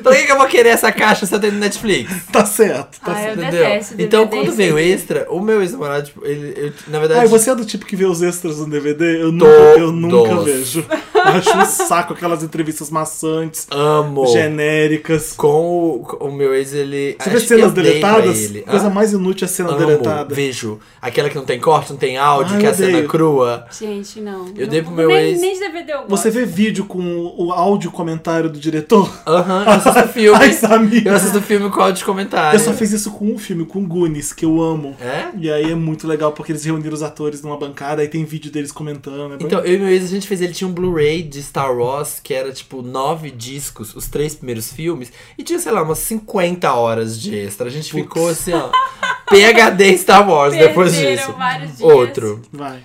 Pra que que eu vou querer essa caixa se eu tenho no Netflix? *laughs* tá certo, tá Ah, certo. eu Entendeu? detesto DVD. então, quando veio o sim. extra, o meu ex-namorado, tipo, ele, eu, na verdade. Ai, você é do tipo que vê os extras no DVD? Eu nunca, Todos. eu nunca vejo. Eu acho um saco aquelas entrevistas maçantes, amo. genéricas. Com o, com o meu ex, ele. Você acho vê que cenas eu dei pra deletadas? Ele. Coisa Ah, mais inútil é cena amo, deletada. Vejo. Aquela que não tem corte, não tem áudio, Ai, que é eu a cena odeio. crua. Gente, não. Eu Não- dei pro meu nem, ex. Nem de DVD eu gosto. Você vê vídeo com o áudio comentário do diretor? Aham, eu assisto filme. *laughs* Ai, Samir. eu assisto filme com áudio de comentário. Eu só fiz isso com um filme, com Goonies, que eu amo. É? E aí é muito legal porque eles reuniram os atores numa bancada e tem vídeo deles comentando. é bem- Então, eu e meu ex, a gente fez, ele tinha um Blu-ray de Star Wars, que era tipo nove discos, os três primeiros filmes, e tinha, sei lá, umas 50 horas de extra. A gente Putz. ficou assim, ó, PHD em Star Wars depois Perderam disso. vários dias. Outro. Vai.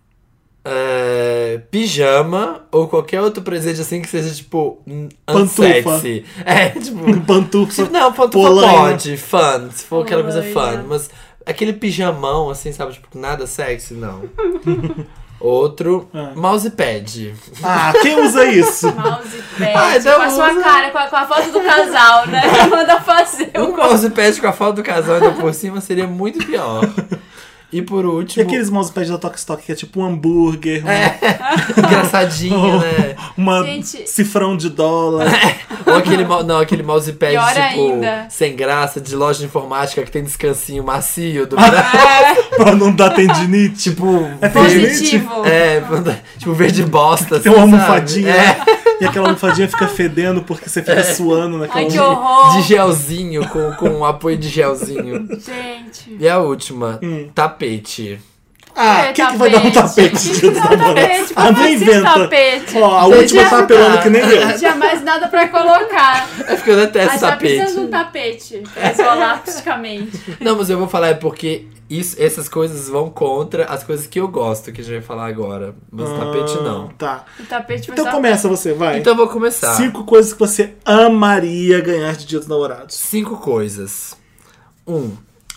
*laughs* é, pijama ou qualquer outro presente assim que seja, tipo, um Pantufa. unsexy. É, tipo. Pantufa. tipo não, pantufa Polaina. pode, fun, se for aquela coisa Polaina. fun, mas aquele pijamão assim, sabe, tipo, nada sexy, não. *laughs* Outro, Ah. mousepad. Ah, quem usa isso? *laughs* *laughs* Mouse Ah, pad, então com a usa. sua cara, com a, com a foto do *laughs* casal, né? Manda fazer Um o mousepad com a foto do casal ainda por cima seria muito pior. E por E último, aqueles mousepads da Tokstok que é tipo um hambúrguer, um- É. *laughs* Oh. engraçadinho, né? uma Gente. cifrão de *laughs* dólar. É. Ou aquele, mou- não, aquele mousepad, Pior tipo, ainda. sem graça, de loja de informática que tem descansinho macio do Ah. braço. pra não dar tendinite. Tipo, É verde, positivo. é, manda- tipo verde bosta. Assim, Tem uma sabe? almofadinha. É, E aquela almofadinha fica fedendo porque você fica suando naquela. É. Ai, que de, horror. de gelzinho, com, com um apoio de gelzinho. Gente. *laughs* E a última, tapete. Ah, É, quem que vai dar um tapete. tapete de Dia dos Namorados? Tapete, Ah, não como assim inventa. tapete? Ó, a Gente, última tá já- apelando que nem eu. Não tinha mais nada pra colocar. É porque eu detesto Mas já tapete. precisa de um tapete pra isolar acusticamente. Não, mas eu vou falar é porque isso- essas coisas vão contra as coisas que eu gosto, que a gente vai falar agora. Mas o tapete não. Ah, Tá. O tapete foi Então só- começa você, vai. Então eu vou começar. Cinco coisas que você amaria ganhar de Dia dos Namorados. Cinco coisas. Um,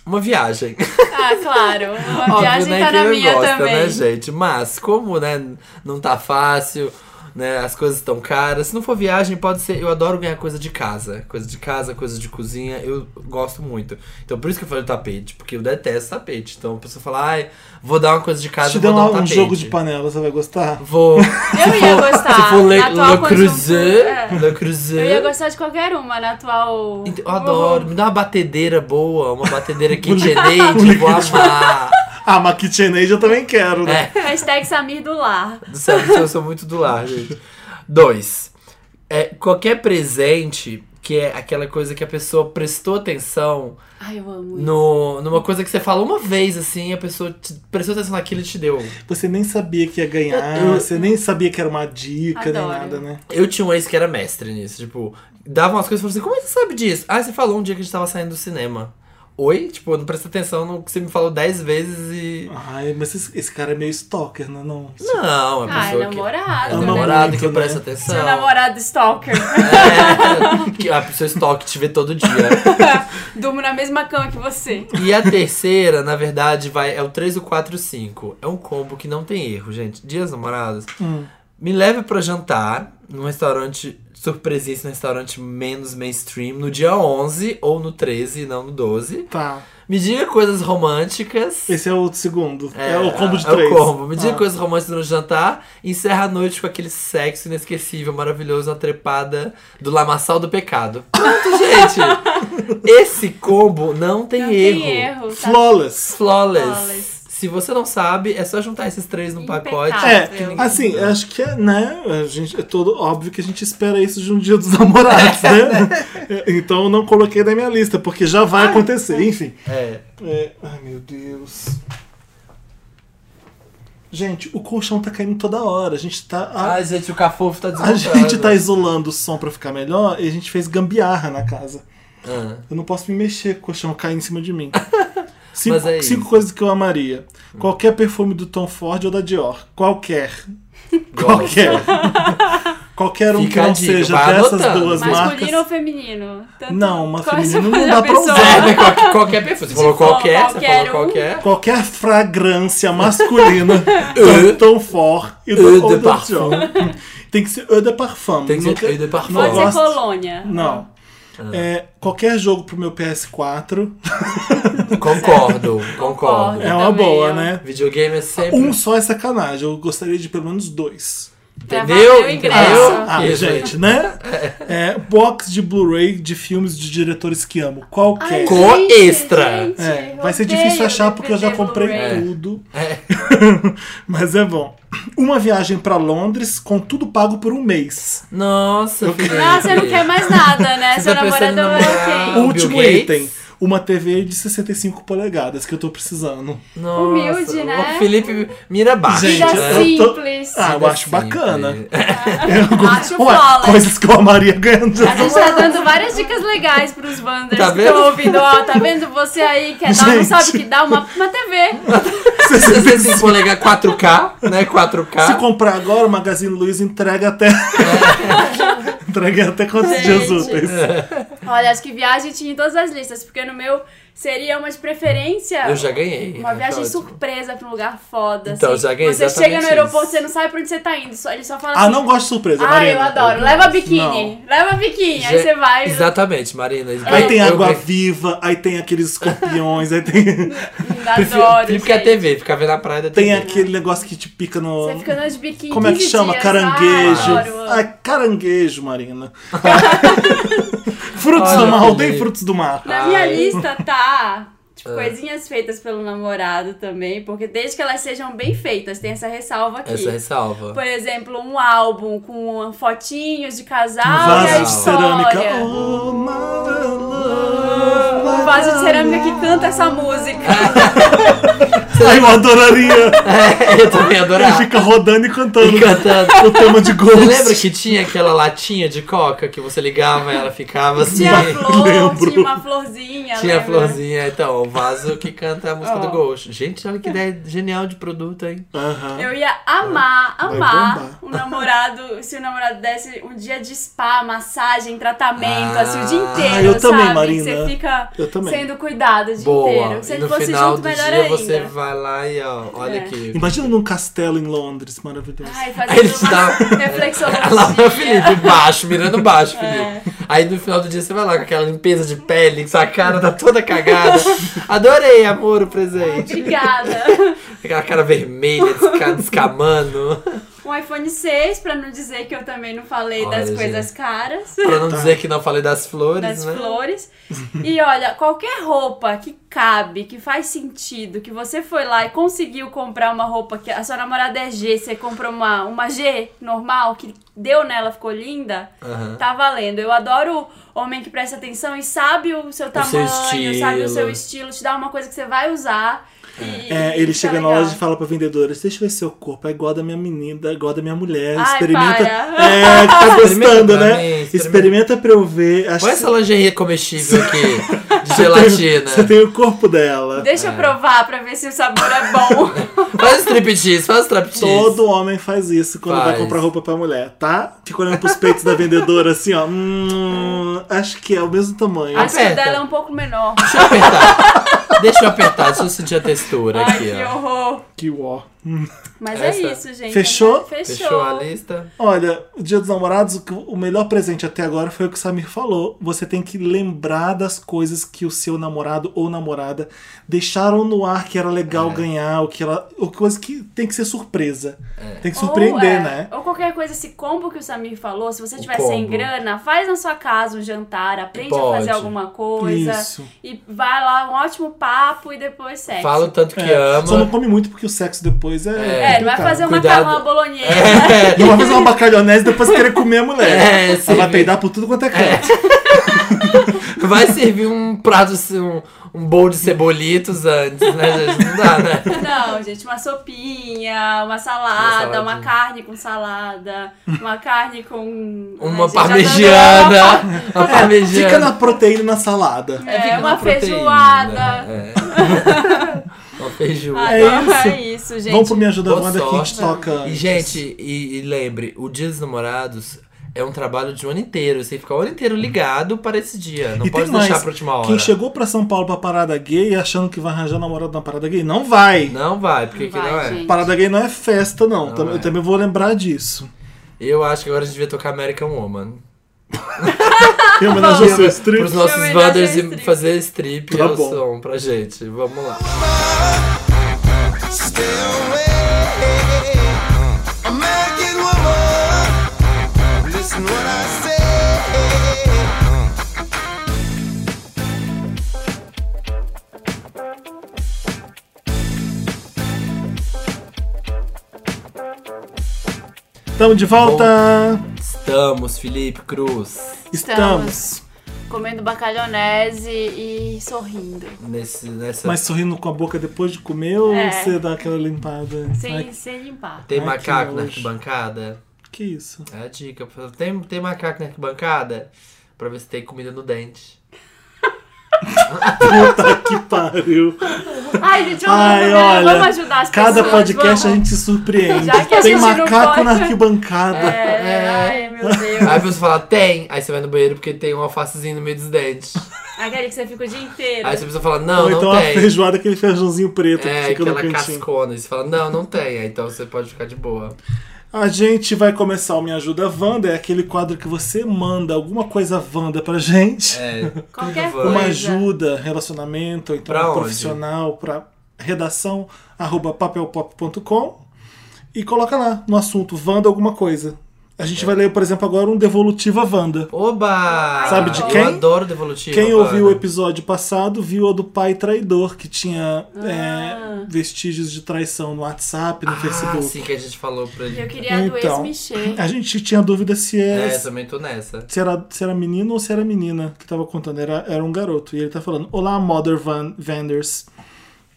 uma viagem. Ah, claro. Uma Óbvio, viagem né? tá quem na não minha gosta, também. né, gente? Mas, como, né, não tá fácil, né? As coisas estão caras. Se não for viagem, pode ser. Eu adoro ganhar coisa de casa. Coisa de casa, coisa de cozinha. Eu gosto muito. Então por isso que eu falei o tapete, porque eu detesto tapete. Então a pessoa fala, ai, vou dar uma coisa de casa, Te eu vou dão dar um um tapete. jogo de panela, você vai gostar? Vou. *laughs* Eu ia gostar. Se for Le, na atual Le conjuntura, Creuset. é. Le Creuset. Eu ia gostar de qualquer uma na atual. Ent- Eu adoro. Me dá uma batedeira boa, uma *laughs* batedeira O KitchenAid, liquidificador. vou *laughs* amar. Ah, mas KitchenAid eu também quero, né? É, Hashtag Samir do Lar. sabe que eu sou muito do lar, gente. Dois. É, qualquer presente que é aquela coisa que a pessoa prestou atenção Ai, eu amo isso. no, numa coisa que você fala uma vez assim, a pessoa te- prestou atenção naquilo e te deu. um. Você nem sabia que ia ganhar, você nem sabia que era uma dica, Adoro. nem nada, né? Eu tinha um ex que era mestre nisso, tipo, dava umas coisas e falava assim, como é que você sabe disso? Ah, você falou um dia que a gente tava saindo do cinema. Oi? Tipo, eu não prestei atenção no que você me falou dez vezes e. Ai, mas esse, esse cara é meio stalker, né? Não. Não, é pessoa Ai, que. Ah, namorado. É um Ama né? namorado que muito, né? presta atenção. Seu namorado stalker. É, *laughs* que a pessoa estoque te vê todo dia. Durmo na mesma cama que você. E a terceira, na verdade, vai é o 3, o 4 e o 5. É um combo que não tem erro, gente. Dias namorados. Hum. Me leve pra jantar num restaurante, surpresinha, num restaurante menos mainstream, no dia 11 ou no 13, não no 12. Tá. Me diga coisas românticas. Esse é o segundo. É, o combo de é o três. combo. Me diga Ah. coisas românticas no jantar. Encerra a noite com aquele sexo inesquecível, maravilhoso, na trepada do lamaçal do pecado. Pronto, *laughs* gente! Esse combo não tem Não erro. tem erro. tá? Flawless. Flawless. Flawless. Se você não sabe, é só juntar esses três num pacote. Impecável. É, Flawless. assim, acho que é, né? A gente, é todo óbvio que a gente espera isso de um dia dos *laughs* namorados, né? então eu não coloquei na minha lista, porque já vai acontecer, enfim. É. É, ai, meu Deus. Gente, o colchão tá caindo toda hora. A gente tá. A, Ai, gente, o cafofo tá a desmontado. gente tá isolando o som pra ficar melhor e a gente fez gambiarra na casa. Ah. Eu não posso me mexer com o colchão cair em cima *laughs* de mim. Cinco, Mas é isso. Hum. cinco coisas que eu amaria. Qualquer perfume do Tom Ford ou da Dior. Qualquer. Gosto. *laughs* Qualquer. Qualquer um Fica que a não dica, seja vai dessas anotando. duas Masculino ou marcas. feminino? Tanto Não, mas qual é a feminino sua não dá pra pessoa. usar. É, qualquer, qualquer perfil. Você falou for qualquer, você qualquer falou um. qualquer. Qualquer *laughs* fragrância masculina Eu- do Tom Ford e do, Eu ou de do parfum. Dior. Tem que ser Eau de Parfum. Tem que Nunca- ser Eau de Parfum. Ah. não Pode ser gosto. colônia. Não. É, qualquer jogo pro meu PS4 Concordo, concordo. é uma também, boa, eu- né? Videogame é sempre. Um só é sacanagem. Eu gostaria de pelo menos dois. Pra Entendeu? valer o ingresso. Entendeu? Ah, ah, Isso. gente, né? É, box de Blu-ray de filmes de diretores que amo. Qualquer. Ai, Co- Cor extra. gente, É, vai ser odeio difícil achar porque eu já DVD comprei Blu-ray. Blu-ray. tudo. É. *laughs* Mas é bom. Uma viagem pra Londres com tudo pago por um mês. Nossa, Felipe. Nossa, Ah, você não quer mais nada, né? Você Seu tá pensando namorado no é namorado. ok. Bill Último Gates. item. Uma TV de 65 polegadas que eu tô precisando. Nossa, Humilde, né? O Felipe mira baixo. Gente, Vida eu né? tô- simples. Ah, eu Vida acho bacana. simples. Eu gosto- Acho Ué, flawless. coisas que eu amaria ganhando. de A gente tá dando várias dicas legais pros Wanders é. Tá que vendo? estão ouvindo. Ó, tá vendo? Você aí quer dar, não Gente. sabe o que dá uma, uma TV. 65 polegar 4K, né? 4K. Se comprar agora, o Magazine Luiza entrega até. *laughs* entrega até quantos Gente. dias úteis. É. Olha, acho que viagem tinha em todas as listas, porque no meu seria uma de preferência. Eu já ganhei. Uma viagem Então, surpresa pra um lugar foda. Então, assim. já ganhei Você exatamente chega no aeroporto, isso. você não sabe pra onde você tá indo. Só, ele só fala Ah, assim. não gosto de surpresa, Ah, Marina. eu adoro. Leva biquíni. Leva biquíni. Aí Já- você vai. né? Exatamente, Marina. Aí tem Eu água ganhei. viva, aí tem aqueles escorpiões, aí tem, *laughs* Adoro. Felipe quer gente. TV, é fica vendo a praia da TV. tem aquele negócio que te pica no. Você fica andando de biquíni. Como é que 15 chama? dias. Caranguejo. Ah, adoro. Ah, caranguejo, *laughs* Marina. frutos Olha, do mar, odeio Felipe. frutos do mar. Na minha Ai. lista tá. Ah. tipo, Coisinhas feitas pelo namorado também, porque desde que elas sejam bem feitas, tem essa ressalva aqui. Essa é ressalva. Por exemplo, um álbum com fotinhos de casal e a Um Vaso de história. cerâmica. Oh, my love, Um vaso de cerâmica que canta essa música. Ai, eu adoraria. É, *laughs* eu também Ele adorava. fica rodando e cantando. E cantando. O tema de Ghost. Você lembra que tinha aquela latinha de coca que você ligava e ela ficava assim? *laughs* Tinha a flor, lembro. tinha uma florzinha. Tinha a lembra? Oh. florzinha, então, o vaso que canta a música do Ó. Ghost. Gente, olha que ideia genial de produto, hein? Aham. Eu ia amar, É. Vai amar bombar. um namorado, se o namorado desse um dia de spa, massagem, tratamento, Ah, assim, o dia inteiro, ah, eu também, sabe? Que Marina. Você fica Eu também. sendo cuidado o dia Boa. inteiro. Se e ele no fosse final junto, do melhor dia ainda. você vai vai lá e ó, olha É. aqui. Imagina num castelo em Londres, *laughs* maravilhoso. Ai, Aí fazendo ele te dá. uma assim, Olha *laughs* lá pra reflexologia. Felipe, baixo, mirando baixo, *laughs* É. Felipe. Aí no final do dia você vai lá com aquela limpeza de pele, que sua cara tá toda *laughs* cagada. Adorei, amor, o presente. *laughs* Obrigada. Aquela cara vermelha, *laughs* desca- descamando. Um iPhone 6, pra não dizer que eu também não falei Olha, das gente. coisas caras. Pra Tá. não dizer que não falei das flores, das né? flores. E olha, qualquer roupa que cabe, que faz sentido, que você foi lá e conseguiu comprar uma roupa que a sua namorada é G, você comprou uma, uma G normal, que deu nela, ficou linda, Aham. tá valendo. Eu adoro homem que presta atenção e sabe o seu tamanho, estilo. sabe o seu estilo, te dá uma coisa que você vai usar. e- É, e ele fica chega na legal. loja e fala pra vendedora: Deixa eu ver seu corpo, é igual a da minha menina, igual a da minha mulher. Ai, experimenta. para. É, tá Experimenta pra gostando, né? mim, experimenta. experimenta. pra eu ver. Acho Olha que essa lingerie comestível *laughs* aqui, de você tem- Você gelatina. tem o corpo dela. Deixa eu provar pra ver se o sabor é bom. Faz striptease, faz striptease. Todo homem faz isso quando vai Faz. comprar roupa pra mulher, tá? Fica olhando pros peitos da vendedora assim, ó. Hum, acho que é o mesmo tamanho. Acho que o Aperta. dela é um pouco menor. Deixa eu apertar. Deixa eu apertar, deixa eu sentir a textura Ai, aqui, que ó. horror. Que ó. Mas Essa- é isso, gente. Fechou? Fechou. Fechou a lista? Olha, o Dia dos Namorados, o que- o melhor presente até agora foi o que o Samir falou. Você tem que lembrar das coisas que o seu namorado ou namorada deixaram no ar que era legal ganhar, ou que ela. Ou coisa que tem que ser surpresa. Tem que surpreender, ou, é, né? Ou qualquer coisa, esse combo que o Samir falou, se você O tiver sem combo. grana, faz na sua casa um jantar, aprende a Pode. fazer alguma coisa. Isso. E vai lá, um ótimo papo e depois sexo. Fala o tanto que É, ama. Só não come muito porque o sexo depois é. É, não vai complicado. fazer um Cuidado. macarrão à bolonhesa. É. Não vai fazer uma bacalhonese e depois querer comer a mulher. É, sim. Ela vai peidar por tudo quanto é canto. Vai servir um prato, um, um bowl de cebolitos antes, né, gente? Não dá, né? *laughs* Não, gente, uma sopinha, uma salada, Uma uma, saladinha. carne com salada, uma carne com. Uma Ai, gente, já tá dando parmegiana. *laughs* Uma parmegiana. Fica na proteína e na salada. É, Fica na uma proteína. feijoada. É. *laughs* uma feijoada. Ah, É então isso. é isso, gente. Vamos pro Me Ajuda Boa Wanda que a gente sorte. toca. E, antes. gente, e, e lembre, o Dia dos Namorados é um trabalho de um ano inteiro. Você tem que ficar o ano inteiro ligado para esse dia. Não E pode tem deixar mais, pra última hora. Quem chegou pra São Paulo pra parada gay achando que vai arranjar namorado na parada gay, não vai. Não vai, porque que Vai, não é. gente. Parada gay não é festa, não. Tam- é. Eu também vou *laughs* lembrar disso. Eu acho que agora a gente devia tocar American Woman. Em homenagem ao seu Para strip. os nossos Homenagem ao Wanders e strip. fazer strip Tá ao bom. som pra gente. Vamos lá. Stay away, American woman. Listen what I say. Tamo de volta. Estamos, Felipe Cruz, Estamos. Comendo bacalhonese e sorrindo. nesse, nessa. Mas sorrindo com a boca depois de comer ou É. você dá aquela limpada? Sem, Ai, sem limpar. Tem Ai, macaco é que na nojo. arquibancada? que isso? É a dica. pra- Tem, tem macaco na arquibancada? Pra ver se tem comida no dente. Puta que pariu. Ai, gente, vamos, Ai, vamos, olha. vamos ajudar as Cada pessoas. podcast a vamos. gente se surpreende. *laughs* Já que a Tem gente não macaco pode- *laughs* na arquibancada. É, É. ai, meu Aí a Deus. pessoa fala, tem. Aí você vai no banheiro porque tem um alfacezinho no meio dos dentes. Aquele que você fica o dia inteiro. Aí você pessoa fala, não, Ou então não a tem. feijoada, aquele feijãozinho preto É, que fica no aquela cantinho. cascona. E você fala, não, não tem. Aí então você pode ficar de boa. A gente vai começar o Me Ajuda Wanda, é aquele quadro que você manda alguma coisa Wanda pra gente. É, Qualquer tudo uma vai. coisa. ajuda, relacionamento, ou então Pra onde? profissional, pra redação, arroba papelpop.com e coloca lá no assunto Wanda alguma coisa. A É. gente vai ler, por exemplo, agora um Devolutiva Wanda. Oba! Sabe de Eu quem? adoro devolutivo. Quem ouviu o Wanda. episódio passado viu a do pai traidor, que tinha é, vestígios de traição no WhatsApp, no ah, Facebook. sim, que a gente falou pra ele. Eu queria a do Então. *laughs* ex-mexer. A gente tinha dúvida se é, É, também tô nessa. se era, se era menino ou se era menina que tava contando. Era, era um garoto. E ele tá falando: Olá, Mother Van Vanders.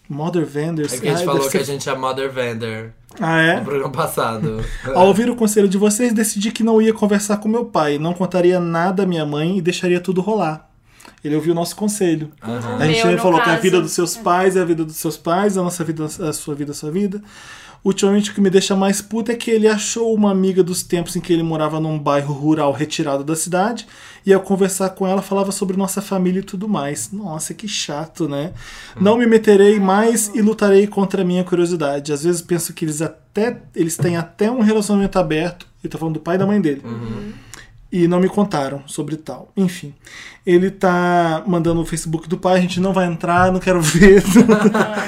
Mother Vanders? É que a gente Ai, falou deve que a ser- gente é Mother Vander Ah, no é? Um programa *laughs* passado. Ao ouvir o conselho de vocês, decidi que não ia conversar com meu pai, não contaria nada à minha mãe e deixaria tudo rolar. Ele ouviu o nosso conselho. Aham. A gente Meu, no falou que a caso. vida dos seus pais é a vida dos seus pais, a nossa vida, a sua vida, a sua vida. Ultimamente o que me deixa mais puto é que ele achou uma amiga dos tempos em que ele morava num bairro rural retirado da cidade e ao conversar com ela falava sobre nossa família e tudo mais. Nossa, que chato, né? Não me meterei mais e lutarei contra a minha curiosidade. Às vezes penso que eles até eles têm até um relacionamento aberto. Eu tô falando do pai e da mãe dele e não me contaram sobre tal. Enfim, ele tá mandando o Facebook do pai, a gente não vai entrar, não quero ver. *laughs*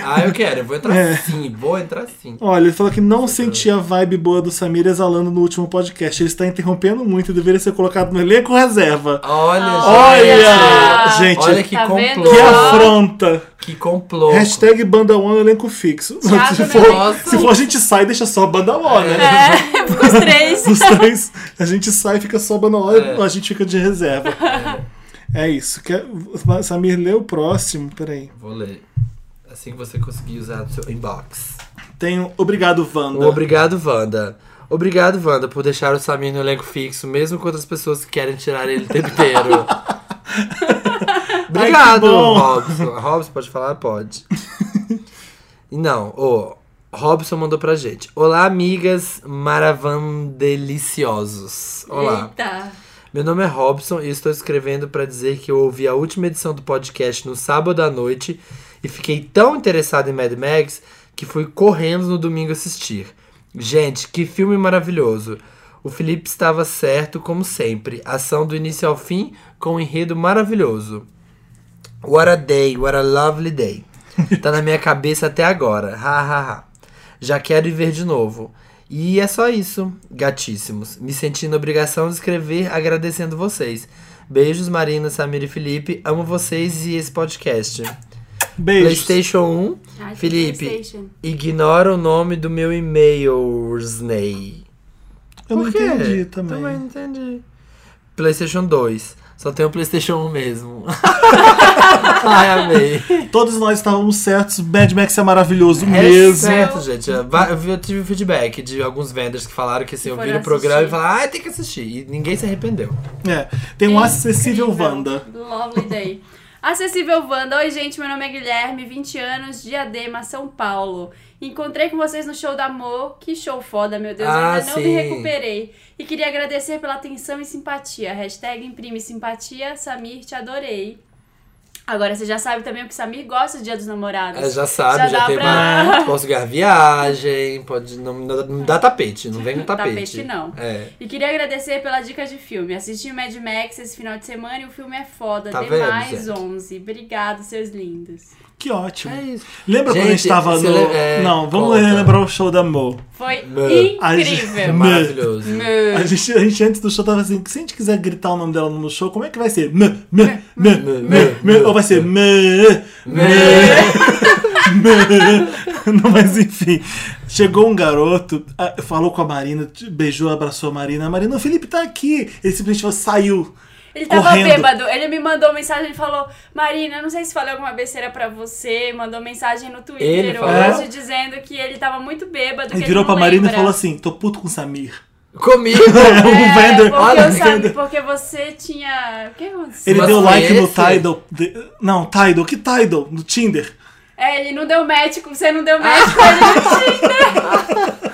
Ah, eu quero, eu vou entrar É. sim, vou entrar sim. Olha, ele falou que não sentia a vibe boa do Samir exalando no último podcast. Ele está interrompendo muito e deveria ser colocado no elenco reserva. Ah, Olha, Olha! Gente, Olha que Tá vendo? complô. que Ó. afronta! Que complô. Hashtag Banda One elenco fixo. *laughs* Thiago se, no for, elenco se for, a gente sai e deixa só Banda One, né? É, *laughs* pros três. *laughs* Os três, a gente sai, fica só banaló, É. a gente fica de reserva. É, isso. Quer, Samir, lê o próximo. Peraí. Vou ler. Assim que você conseguir usar no seu inbox. Tenho Obrigado, Um Wanda. obrigado, Wanda. Obrigado, Wanda, por deixar o Samir no elenco fixo, mesmo com outras pessoas que querem tirar ele o tempo *laughs* inteiro. Ai, que obrigado, bom. Robson. Robson, pode falar? Pode. E Não, o Robson mandou pra gente. Olá, amigas maravandeliciosos. Olá. Eita. Meu nome é Robson e estou escrevendo para dizer que eu ouvi a última edição do podcast no sábado à noite e fiquei tão interessado em Mad Max que fui correndo no domingo assistir. Gente, que filme maravilhoso! O Felipe estava certo, como sempre. Ação do início ao fim com um enredo maravilhoso. What a day, what a lovely day. Tá na minha cabeça até agora. Ha, ha, ha. Já quero ir ver de novo. E é só isso, gatíssimos. Me senti na obrigação de escrever agradecendo vocês. Beijos, Marina, Samir e Felipe. Amo vocês e esse podcast. Beijo. PlayStation 1. Ai, que Felipe, PlayStation. ignora o nome do meu e-mail, Sney. Eu não Por quê? entendi também. Também não entendi. PlayStation 2. Só tem o PlayStation 1 mesmo. *laughs* Ai, amei. Todos nós estávamos certos. Mad Max é maravilhoso É mesmo. certo, gente. Eu va- eu vi- eu tive feedback de alguns vendors que falaram que assim, Que ouviram o foram programa e assistir. falaram, ah, tem que assistir. E ninguém se arrependeu. É. Tem um acessível Incrível. Wanda. Lovely day. Acessível Wanda. Oi, gente, meu nome é Guilherme, 20 anos, Diadema, São Paulo. Encontrei com vocês no show da Amor. Que show foda, meu Deus. eu Ah, ainda não me sim. recuperei. E queria agradecer pela atenção e simpatia. Hashtag imprime simpatia. Samir, te adorei. Agora você já sabe também o que Samir gosta do Dia dos Namorados. É, já sabe, já, Já dá tem pra- *laughs* uma. Posso ganhar viagem, pode. Não, não- não dá tapete, não vem com tapete. Tapete não. É. E queria agradecer pela dica de filme. Assisti Mad Max esse final de semana e o filme é foda. Tá vendo, Demais gente? 11. Obrigado, seus lindos. Que ótimo. É isso. Lembra quando a gente Gente, estava você no. le- é, não, vamos conta. lembrar o show da Mo. Foi Meu. A gente- É incrível. Meu. maravilhoso. A É. gente, a gente antes do show tava assim, se a gente quiser gritar o nome dela no show, como é que vai ser? Mã, mã, mã, mã, mã, mã, Ou vai ser mã, mã, mã. *laughs* Não, mas enfim. Chegou um garoto, a- falou com a Marina, te- beijou, abraçou a Marina. A Marina, o Felipe tá aqui. Ele simplesmente falou, saiu. Ele tava correndo. bêbado. Ele me mandou mensagem e falou: Marina, não sei se falei alguma besteira pra você. Mandou mensagem no Twitter Ele falou? hoje dizendo que ele tava muito bêbado. É? Ele que virou ele não pra Marina e um lembra. falou assim: tô puto com o Samir. *laughs* Comigo! É, um vendor. Porque, Olha, eu sabe, vendor. porque você tinha. O que aconteceu? Ele Mas deu foi like no esse? Tidal. de- não, Tidal. Que Tidal? No Tinder. É, ele não deu match com você, não deu match com ele.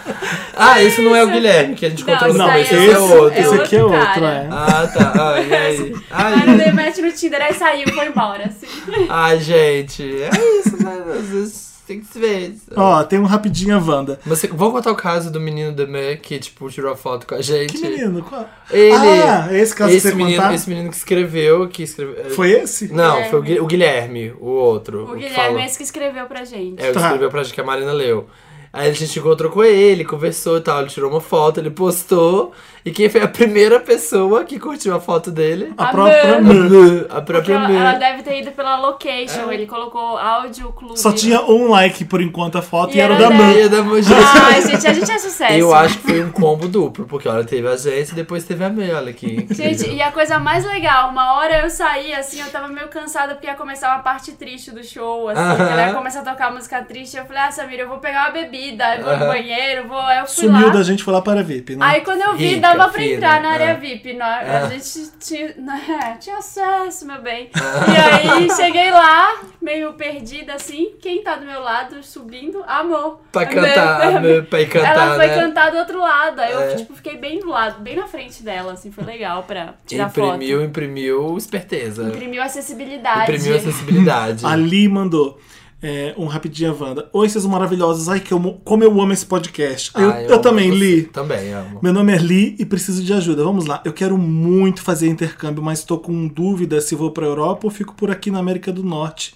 Ah, esse não é o Guilherme que a gente Não, encontrou no isso Não, aí começo, esse, esse é outro. esse aqui é outro outro, cara. é. Ah, tá. Ah, e aí? *laughs* Aí não Ai, deu match no Tinder, aí saiu, foi embora, assim. ai, gente. É isso, né? Às vezes tem que se ver. isso. Ó, tem um rapidinho a Wanda. Mas você- vamos contar o caso do menino da Mé que, tipo, tirou a foto com a gente. Que menino? Qual? Ele. Ah, é esse caso que esse, você menino, contar? esse menino que escreveu. Que escreveu Foi esse? Não, foi o Gui- o Guilherme, o outro. O que Guilherme falou. é esse que escreveu pra gente. É, o que Tá. escreveu pra gente que a Marina leu. Aí a gente encontrou com ele, conversou e tal. Ele tirou uma foto, ele postou. E quem foi a primeira pessoa que curtiu a foto dele? A A própria A, Amanda. Amanda. Lu, a Porque própria ela, ela Lu. deve ter ido pela location, ele colocou áudio clube. É. Só tinha um like por enquanto a foto e, E era o era da dela. Amanda. Ia dar muito- Ai, gente, a gente é sucesso. Eu acho que foi um combo duplo, porque olha, teve a gente e depois teve a Mel, olha aqui. Gente, e a coisa mais legal, uma hora eu saí, assim, eu tava meio cansada porque ia começar uma parte triste do show, assim, Aham. ela ia começar a tocar música triste. Eu falei, ah, Samira, eu vou pegar uma bebida. saída, eu vou no banheiro, vou. Aí eu fui Sumiu lá. da gente foi lá para a VIP, né? Aí quando eu vi, Rica, dava pra filha. entrar na área Ah. VIP. na- A gente tinha, *laughs* na- tinha acesso, meu bem. Ah. E aí cheguei lá, meio perdida assim. Quem tá do meu lado subindo, amor. Pra cantar, né? pra ir cantar, Ela foi né? cantar do outro lado. Aí eu É. tipo, fiquei bem do lado, bem na frente dela, assim. Foi legal pra tirar Imprimiu, foto. imprimiu esperteza. Imprimiu acessibilidade. Imprimiu acessibilidade. *laughs* Ali mandou é, um rapidinho, Wanda. Oi, seus maravilhosos. Ai, que eu, mo- como eu amo esse podcast. Ah, eu, eu amo também você. li. Também amo. Meu nome é Li e preciso de ajuda. Vamos lá. Eu quero muito fazer intercâmbio, mas estou com dúvida se vou para Europa ou fico por aqui na América do Norte.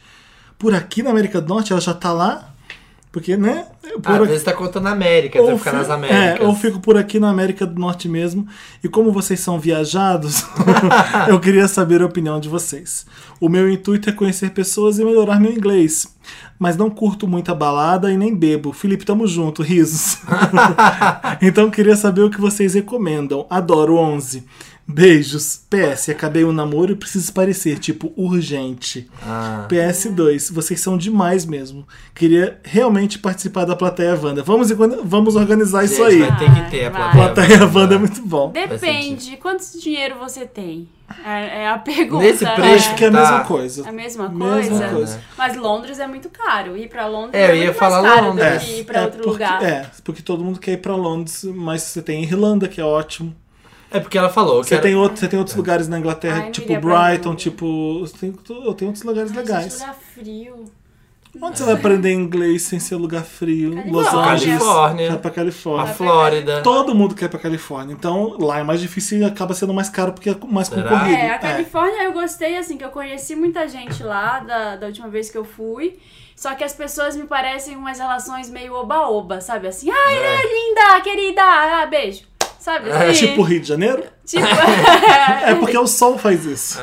Por aqui na América do Norte, ela já tá lá? Porque, né? Por Ah, às aqui- vezes tá contando América, deve ficar fi- nas Américas. um É, ou fico por aqui na América do Norte mesmo. E como vocês são viajados, *laughs* eu queria saber a opinião de vocês. O meu intuito é conhecer pessoas e melhorar meu inglês. Mas não curto muita balada e nem bebo. Felipe, tamo *laughs* junto, risos. então queria saber o que vocês recomendam. Adoro 11. Beijos. PS, acabei um namoro e preciso parecer, tipo, urgente. Ah. PS2, vocês são demais mesmo. Queria realmente participar da plateia Wanda. Vamos, enquanto- vamos organizar é isso Gente, aí. Vai ter que ter a Vai. plateia. Plateia Wanda é muito bom. Depende, quanto dinheiro você tem? É, é a *laughs* pergunta. Nesse né? preço Acho que é a Tá. mesma coisa. A mesma Mesma coisa? coisa. Mas Londres é muito caro. Ir pra Londres É, é, eu ia muito falar mais caro Londres. do que ir pra outro porque, lugar. é, porque todo mundo quer ir pra Londres, mas você tem Irlanda, que é ótimo. É porque ela falou que Você era- tem, outro, você tem É. outros lugares na Inglaterra, Ai, não tipo iria pra Brighton, Irlanda. tipo. você Tem, tem outros lugares Mas legais. esse lugar frio. Onde você vai aprender inglês sem ser lugar frio? Los Califórnia. Angeles. Califórnia. Vai pra Califórnia. a Flórida. Todo mundo quer ir pra Califórnia. Então lá é mais difícil e acaba sendo mais caro porque é mais Será? concorrido. É, a Califórnia eu gostei, assim, que eu conheci muita gente lá da, da última vez que eu fui. Só que as pessoas me parecem umas relações meio oba-oba, sabe? Assim, ai, É. né, linda, querida, ah, beijo. Sabe assim? É tipo Rio de Janeiro? *laughs* Tipo- É porque o sol faz isso.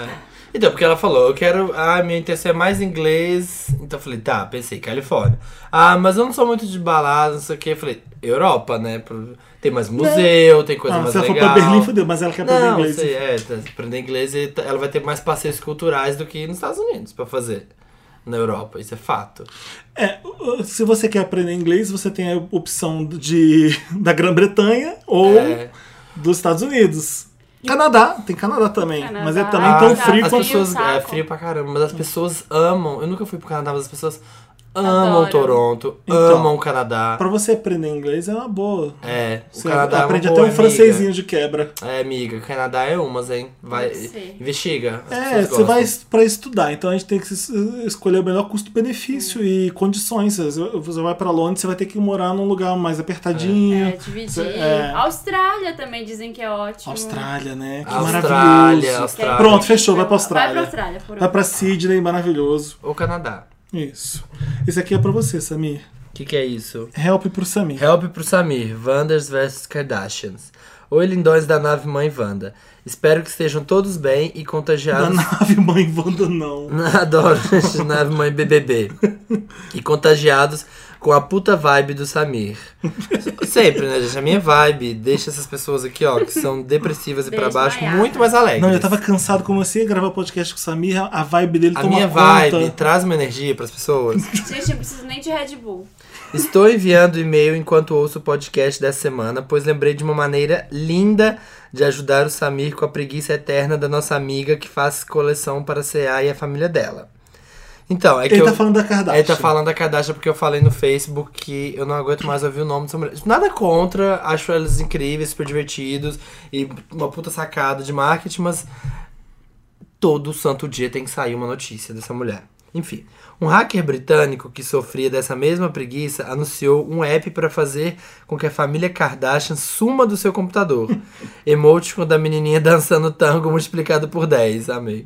Então, porque ela falou, eu quero. Ah, minha intenção é mais inglês. Então eu falei, tá, pensei, Califórnia. Ah, mas eu não sou muito de balada, não sei o que. Eu falei, Europa, né? Pro- Tem mais museu, tem coisa Ah, mais se ela for legal. pra Berlim, fodeu, mas ela quer aprender Não, inglês. sei, é, tá, aprender inglês e tá- ela vai ter mais passeios culturais do que nos Estados Unidos pra fazer. Na Europa, isso é fato. É, se você quer aprender inglês, você tem a opção de, *laughs* da Grã-Bretanha ou É. dos Estados Unidos. Canadá, tem Canadá também. Canadá, mas é também tão Estados frio Ah, as quanto. Unidos. pessoas. Frio, É saco. frio pra caramba, mas as pessoas amam. Eu nunca fui pro Canadá, mas as pessoas amam Adoram. Toronto, Então, amam o Canadá. Pra você aprender inglês é uma boa. É, o Você Canadá aprende é uma até boa, um amiga. francesinho de quebra. É, amiga, Canadá é umas, hein? Vai, Deve ser. investiga. as É, pessoas você gostam. vai pra estudar, então a gente tem que es- escolher o melhor custo-benefício e condições. Você vai pra Londres, você vai ter que morar num lugar mais apertadinho. É, dividir. É. Austrália também dizem que é ótimo. é Austrália, né? Que Austrália, maravilhoso. Austrália. Pronto, fechou, vai pra Vai pra Austrália. Austrália, por Vai pra Sydney, maravilhoso. O Canadá. Isso. Esse aqui é pra você, Samir. O que, que é isso? Help pro Samir. Help pro Samir, Wanders vs Kardashians. Oi, lindões da nave Mãe Wanda. Espero que estejam todos bem e *laughs* Da contagiados. nave, mãe Wanda, não. Adoro esse nave Mãe BBB. E contagiados com a puta vibe do Samir. Sempre, né, gente? A minha vibe deixa essas pessoas aqui, ó, que são depressivas e pra baixo, Desmaiadas. muito mais alegres. Não, eu tava cansado. Comecei a gravar podcast com o Samir, a vibe dele A toma minha conta. vibe tá, traz uma energia pras pessoas. Gente, não preciso nem de Red Bull. Estou enviando e-mail enquanto ouço o podcast dessa semana, pois lembrei de uma maneira linda de ajudar o Samir com a preguiça eterna da nossa amiga que faz coleção para a CA e a família dela. Então, é que Ele eu... tá falando da Kardashian. Ele tá falando da Kardashian porque eu falei no Facebook que eu não aguento mais ouvir o nome dessa mulher. Nada contra, acho eles incríveis, super divertidos e uma puta sacada de marketing, mas todo santo dia tem que sair uma notícia dessa mulher. Enfim, um hacker britânico que sofria dessa mesma preguiça anunciou um app para fazer com que a família Kardashian suma do seu computador. Emoticon da menininha dançando tango multiplicado por 10. Amei.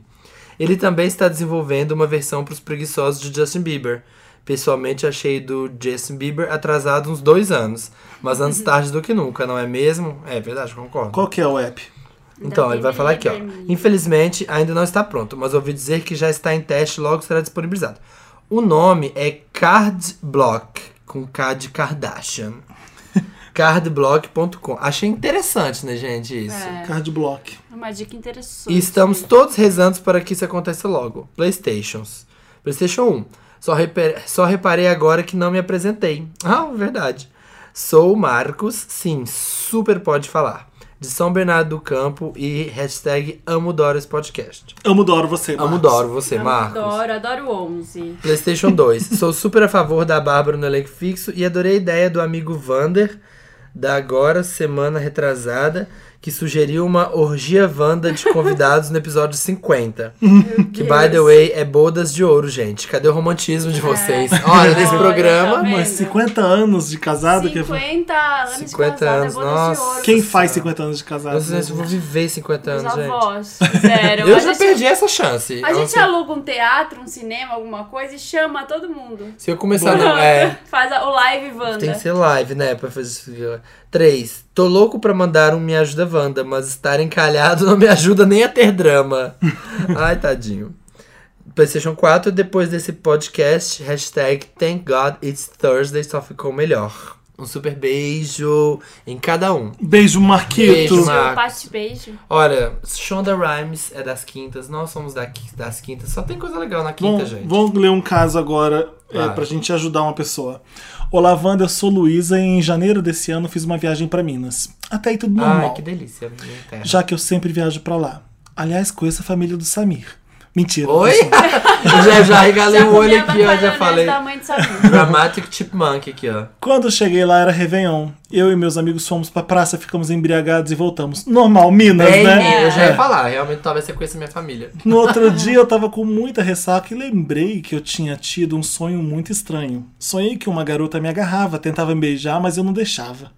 Ele também está desenvolvendo uma versão para os preguiçosos de Justin Bieber. Pessoalmente, achei do Justin Bieber atrasado uns dois anos. Mas antes tarde do que nunca, não é mesmo? É verdade, concordo. Qual que é o app? Então, Da ele vai falar aqui, ó. Bieber. Infelizmente, ainda não está pronto, mas ouvi dizer que já está em teste e logo será disponibilizado. O nome é Card Block, com K de Kardashian. Cardblock.com. Achei interessante, né, gente, isso. Card Block. É, Uma dica interessante. E estamos todos rezando para que isso aconteça logo. Playstations. Playstation 1. Só, repe- só reparei agora que não me apresentei. *laughs* Ah, verdade. Sou o Marcos, sim, super pode falar. De São Bernardo do Campo e hashtag Amo Doro esse podcast. Amo Doro você, Amo Marcos. Doro você, Marcos. Adoro, adoro o 11. PlayStation *laughs* 2. Sou super a favor da Bárbara no elenco fixo e adorei a ideia do amigo Vander, da agora semana retrasada, que sugeriu uma orgia Wanda de convidados no episódio *laughs* 50. que, by the way, é bodas de ouro, gente. Cadê o romantismo de vocês? Olha, nesse É. *laughs* Olha, tá programa. vendo? Mas 50 anos de casado? que- é 50 anos 50 de casado, anos, é bodas nossa. de ouro. Quem faz 50 anos de casado? Eu não sei se eu vou viver 50 Os anos, então, gente. *laughs* avós fizeram. Eu A já gente- perdi essa chance. A Eu não gente sei- aluga um teatro, um cinema, alguma coisa e chama todo mundo. Se eu começar, *laughs* não. É. Faz a- o live Wanda. Tem que ser live, né? Pra fazer isso. 3. Tô louco pra mandar um Me Ajuda Wanda, mas estar encalhado *laughs* não me ajuda nem a ter *laughs* drama. Ai, tadinho. PlayStation 4, depois desse podcast, hashtag Thank God It's Thursday só ficou melhor. Um super beijo em cada um. Beijo, Marquito. Beijo, Marcos. Beijo, Pati, beijo. Olha, Shonda Rhimes é das quintas, nós somos da qui- das quintas. Só tem coisa legal na quinta, Bom, gente. Vamos ler um caso agora é, Vai. pra gente ajudar uma pessoa. Olá, Wanda, eu sou Luísa e em janeiro desse ano fiz uma viagem pra Minas. Até aí tudo normal, Ai, que delícia. minha terra. já que eu sempre viajo pra lá. Aliás, conheço a família do Samir. Mentira. Oi? eu *laughs* já, já regalei o olho Minha aqui, ó, já banana falei. da mãe de *laughs* Sabino. Dramatic Chipmunk aqui, ó. Quando cheguei lá era Réveillon. Eu e meus amigos fomos pra praça, ficamos embriagados e voltamos. Normal, Minas, Bem, né? eu já É. ia falar, realmente talvez você conheça minha família. No outro dia eu tava com muita ressaca e lembrei que eu tinha tido um sonho muito estranho. Sonhei que uma garota me agarrava, tentava me beijar, mas eu não deixava.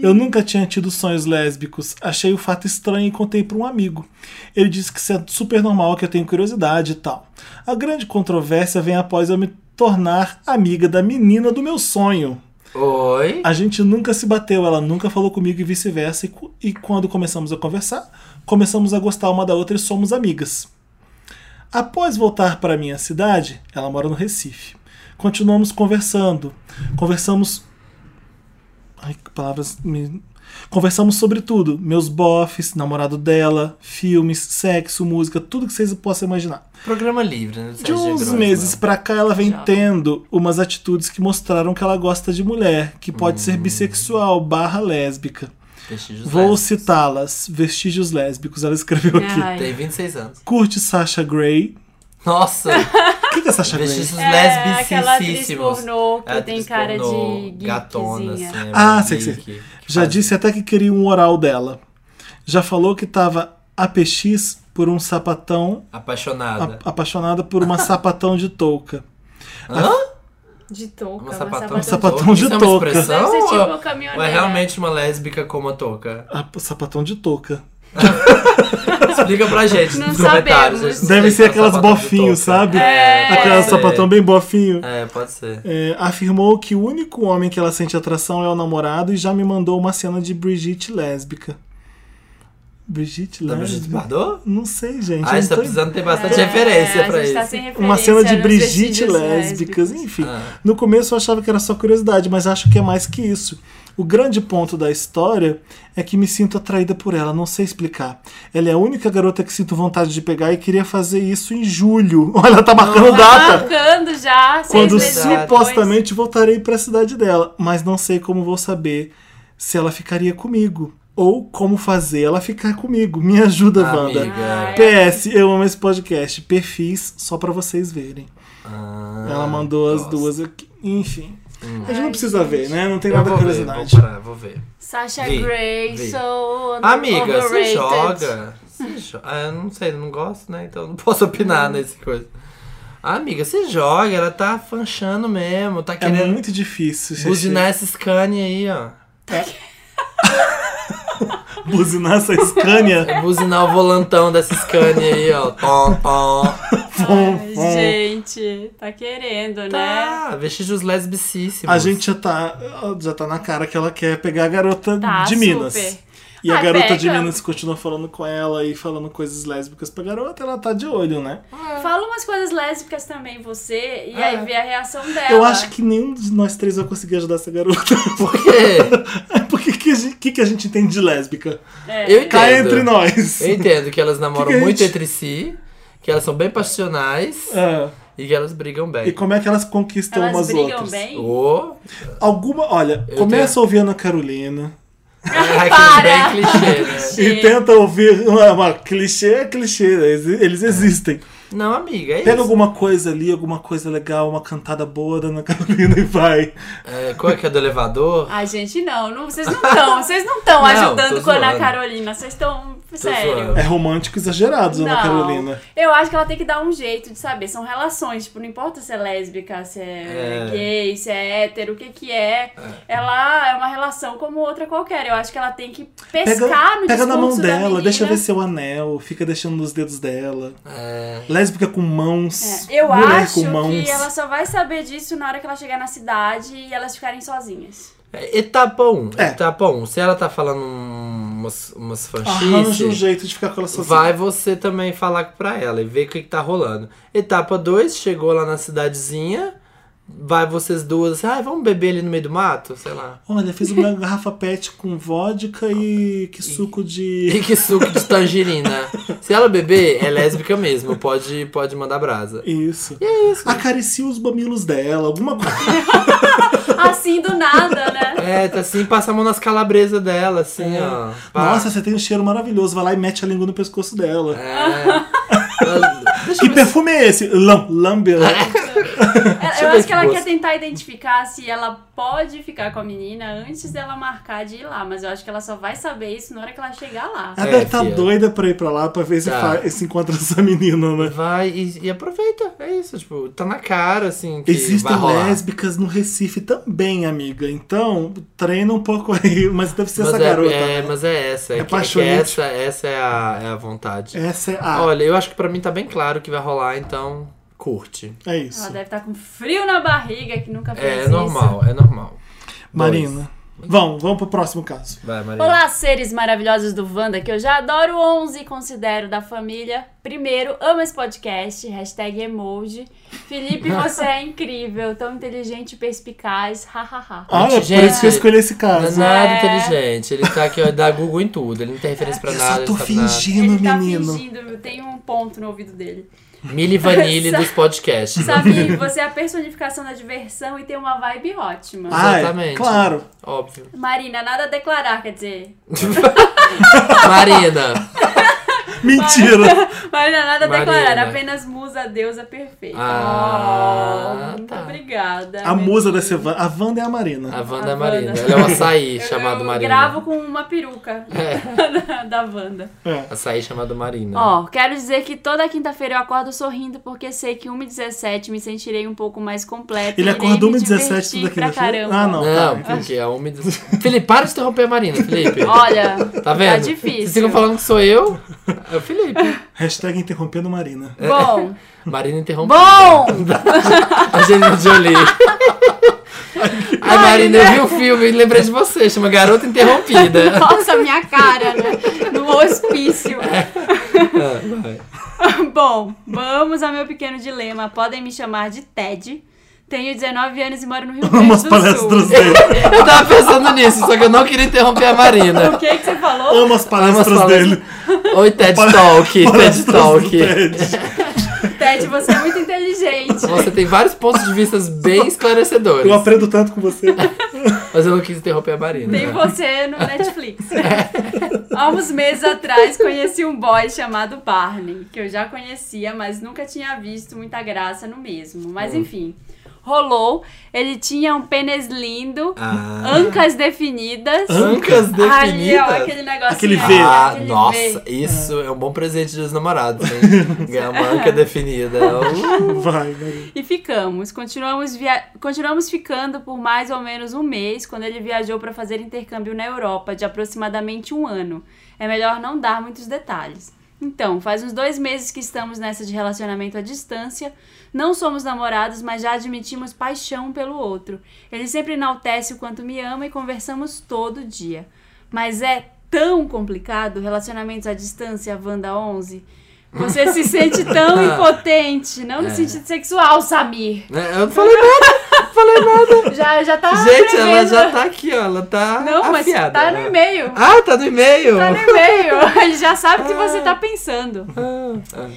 Eu nunca tinha tido sonhos lésbicos. Achei o fato estranho e contei pra um amigo. Ele disse que isso é super normal, que eu tenho curiosidade e tal. A grande controvérsia vem após eu me tornar amiga da menina do meu sonho. Oi. A gente nunca se bateu, ela nunca falou comigo e vice-versa. E, cu- e quando começamos a conversar, começamos a gostar uma da outra e somos amigas. Após voltar para minha cidade, ela mora no Recife. Continuamos conversando. Conversamos. Ai, que palavras. me- Conversamos sobre tudo: meus bofs, namorado dela, filmes, sexo, música, tudo que vocês possam imaginar. Programa livre, né? do De Sérgio uns Grossman. meses pra cá, ela vem tendo umas atitudes que mostraram que ela gosta de mulher, que pode ser Hum. bissexual barra lésbica. Vestígios Vou leves. citá-las. Vestígios lésbicos, ela escreveu aqui. Ai. Tem 26 anos. Curte Sasha Grey. *laughs* Nossa, O que que é Sasha Grey? vestígios É, aquela atriz lesbicíssimos. pornô que É, tem atriz cara pornô, de geekzinha. Gatona, assim. é, Ah, sei que geek, que Já faz- disse até que queria um oral dela. Já falou que tava APX por um sapatão, a- Apaixonada. apaixonada *laughs* por uma sapatão de touca. Hã? É De touca, Uma mas sapatão, sapatão. de sapatão touca. de Isso é uma touca. expressão? Deve ser tipo ou- caminhoneira. ou é realmente uma lésbica como a touca? A- sapatão de touca. Explica pra gente Não nos comentários. sabemos. gente, não Deve sei se ser é um aquelas sapatão de bofinhos, touca. sabe? É, pode Aquelas ser. sapatão bem bofinho. É, pode ser. É, afirmou que o único homem que ela sente atração é o namorado e já me mandou uma cena de Brigitte lésbica. Brigitte Da é Brigitte lésbica? Bardot? Não sei, gente. Ah, eu isso tá não tô- precisando ter bastante É, referência a pra gente isso. tá sem referência Uma cena de nos Brigitte vestígios lésbicas, enfim. Ah. No começo eu achava que era só curiosidade, mas acho que é mais que isso. O grande ponto da história é que me sinto atraída por ela, não sei explicar. Ela é a única garota que sinto vontade de pegar e queria fazer isso em julho. *laughs* Olha, ela tá marcando Tá data! marcando já, seis quando meses verdade. supostamente voltarei pra cidade dela, mas não sei como vou saber se ela ficaria comigo ou como fazer ela ficar comigo. Me ajuda, Ah, Wanda. Amiga. PS, eu amo esse podcast. Perfis só pra vocês verem. ela mandou as Ah, nossa. Hum. duas aqui. Enfim. A gente não Ai, precisa gente. ver, né? Não tem Eu nada vou ver, vou curiosidade. parar, vou ver. Sasha Vi, Grey, vi. so Amiga, overrated. se joga. Se jo- Ah, eu não sei, eu não gosto, né? Então eu não *laughs* posso opinar Hum. nesse coisa. Ah, Amiga, se joga, ela tá fanchando mesmo, tá é querendo muito difícil. Xixi. buzinar essa Scania aí, ó. Buzinar essa Scania. *laughs* Buzinar o volantão dessa Scania aí, ó. Tom, tom. Ai, É. gente, tá querendo, né? Tá, vestígios lesbicíssimos. A gente já tá, já tá na cara que ela quer pegar a garota Tá, de Minas. super. E a Ah, garota de pega. Minas continua falando com ela e falando coisas lésbicas pra garota, ela tá de olho, né? Fala umas coisas lésbicas também, você, e aí vê a reação dela. Ah. Eu acho que nenhum de nós três vai conseguir ajudar essa garota. *laughs* É Por quê? Porque o que, a gente- que, que a gente entende de lésbica? É. Eu entendo. Cá entre nós. Eu entendo que elas namoram Que é que a muito gente- entre si, que elas são bem passionais. Ah, e que elas brigam bem. E como é que elas conquistam Elas umas brigam outras? bem? Ô, *laughs* Alguma, olha, Eu começa ouvindo a Carolina ai, Para! que é bem clichê, né? Sim. e tenta ouvir *laughs* uma, uma clichê, é clichê, eles, eles existem. Não, amiga, é Pega isso. alguma coisa ali, alguma coisa legal, uma cantada boa da Ana Carolina e vai. É, qual é que é do elevador? Ai, gente, não, não vocês *laughs* não estão, vocês não estão Não, ajudando tô com a Ana zoando. Carolina, vocês estão, sério. zoando. É romântico exagerado, Ana Não. Carolina. Eu acho que ela tem que dar um jeito de saber. São relações, tipo, não importa se é lésbica, se é, É. gay, se é hétero, o que que é. Ela é uma relação como outra qualquer. Eu acho que ela tem que Pega, pescar no pega na mão discurso da dela, menina. deixa ver seu anel, fica deixando nos dedos dela. É, Lésbica com mãos, É, eu mulher acho com mãos. que ela só vai saber disso na hora que ela chegar na cidade e elas ficarem sozinhas. *laughs* é, etapa 1, É. etapa 1. Se ela tá falando umas, umas Arranja um fanchices, jeito de ficar com ela sozinha. vai você também falar pra ela e ver o que, que tá rolando. Etapa 2, chegou lá na cidadezinha, vai vocês duas, assim, ai, vamos beber ali no meio do mato, sei lá. Olha, fiz *laughs* uma garrafa pet com vodka e que *laughs* suco E de. que suco de tangerina. Se ela beber, é lésbica mesmo, pode, pode mandar brasa. Isso. é isso. Acaricia os mamilos dela, alguma coisa. Assim do nada, né? É, tá assim, passa a mão nas calabresas dela, assim, ó. Pá. É. Nossa, você tem um cheiro maravilhoso. Vai lá e mete a língua no pescoço dela. É. Deixa eu ver Que se- perfume é esse? Lam, *laughs* lambe. É, Ela- eu Eu ver acho que esse ela gosto. quer tentar identificar se ela pode ficar com a menina antes dela marcar de ir lá. Mas eu acho que ela só vai saber isso na hora que ela chegar lá. Ela deve É, tá fia. doida pra ir pra lá pra ver se, Tá. fa- se encontra essa menina, né? Vai e, e aproveita. É isso, tipo, tá na cara, assim. Que Existem vai rolar. lésbicas no Recife também, amiga. Então, treina um pouco aí, mas deve ser Mas essa é, garota. é, né? mas é essa. É, que- é que, paixonite. essa, essa é a, é a vontade. Essa é a. Olha, eu acho que pra mim tá bem claro que vai rolar, então curte. é Ela isso. deve estar com frio na barriga, que nunca fez É, é isso. normal, é normal. Marina. Vamos, vamos pro próximo caso. Dois. Vai, Marina. Olá, seres maravilhosos do Wanda, que eu já adoro 11 e considero da família. Primeiro, amo esse podcast, hashtag emoji. *laughs* Felipe, você é incrível, tão inteligente e perspicaz, hahaha. Olha, Ah, é por gente, isso que eu escolhi esse Não é caso. nada É. inteligente. Ele tá aqui, ó, dá Google em tudo. Ele não tem referência pra Eu nada. só tô ele sabe nada. fingindo, Ele tá menino. fingindo, tem um ponto no ouvido dele. Mili Vanille dos podcasts. né? *laughs* Sabe, você é a personificação da diversão e tem uma vibe ótima. Ah, é, Exatamente. claro. Óbvio. Marina, nada a declarar, quer dizer. Marina. Mentira. Marina, nada a Marina. declarar, apenas musa, deusa perfeita. Ah, Oh, muito tá. obrigada. A musa Marina. dessa Wanda. A Wanda é a Marina. A Wanda A é Marina. Ela Wanda. é um açaí *laughs* Eu- chamado eu Marina. gravo com uma peruca da, *laughs* da Wanda. É. Açaí chamado Marina. Ó, quero dizer que toda quinta-feira eu acordo sorrindo porque sei que 1h17 me sentirei um pouco mais completa. Ele e irei acordou me 1h17 divertir toda pra quinta-feira? caramba. Ah, não. Não, tá. porque é um... me- Felipe, para de interromper a Marina, Felipe. *laughs* Olha, tá vendo? difícil. Vocês ficam falando que sou eu, é o Felipe. Hashtag interrompendo Marina. É Bom, Marina interrompeu. bom! Angelina Jolie. Ai, Marina, eu vi um filme e lembrei de você. Chama Garota Interrompida. *laughs* Nossa, minha cara, né? No hospício. É. Bom, vamos ao meu pequeno dilema. Podem me chamar de Ted. Tenho 19 anos e *laughs* moro no Rio Amo as Grande do palestras Sul. dele. Eu tava pensando nisso, só que eu não queria interromper a Marina. O que, que você falou? Amo as palestras Amo as palestras- *laughs* dele. Oi, TED um Talk, TED Palestras do Talk. Ted. Ted, você é muito inteligente. Você tem vários pontos de vista bem esclarecedores. Eu aprendo tanto com você. *laughs* Mas eu não quis interromper a Marina. Tem você *laughs* no Netflix. Há uns meses atrás conheci um boy chamado Barney, que eu já conhecia, mas nunca tinha visto muita graça no mesmo. Mas enfim, rolou. Ele tinha um pênis lindo, Ah. ancas definidas. Ancas Ali, ó, definidas? aquele negocinho. Aquele ó, V. Ah, aquele nossa, V. isso é um bom presente dos namorados, hein? Ganhar uma anca definida. Uh, Vai, Marina. E ficamos. Continuamos, via... Continuamos ficando por mais ou menos um mês quando ele viajou para fazer intercâmbio na Europa, de aproximadamente um ano. É melhor não dar muitos detalhes. Então, faz uns dois meses que estamos nessa de relacionamento à distância. Não somos namorados, mas já admitimos paixão um pelo outro. Ele sempre enaltece o quanto me ama e conversamos todo dia. Mas é tão complicado relacionamentos à distância, Wanda 11. Você se *laughs* sente tão impotente, É. não no sentido sexual, Samir. né? eu não é falei nada. Já, já tá Gente, ela prevendo. já tá aqui, ó. Ela tá Não, mas afiada. né? tá no e-mail. Ah, tá no e-mail. *laughs* Tá no e-mail. Ele já sabe o que você tá pensando. Ah, ah.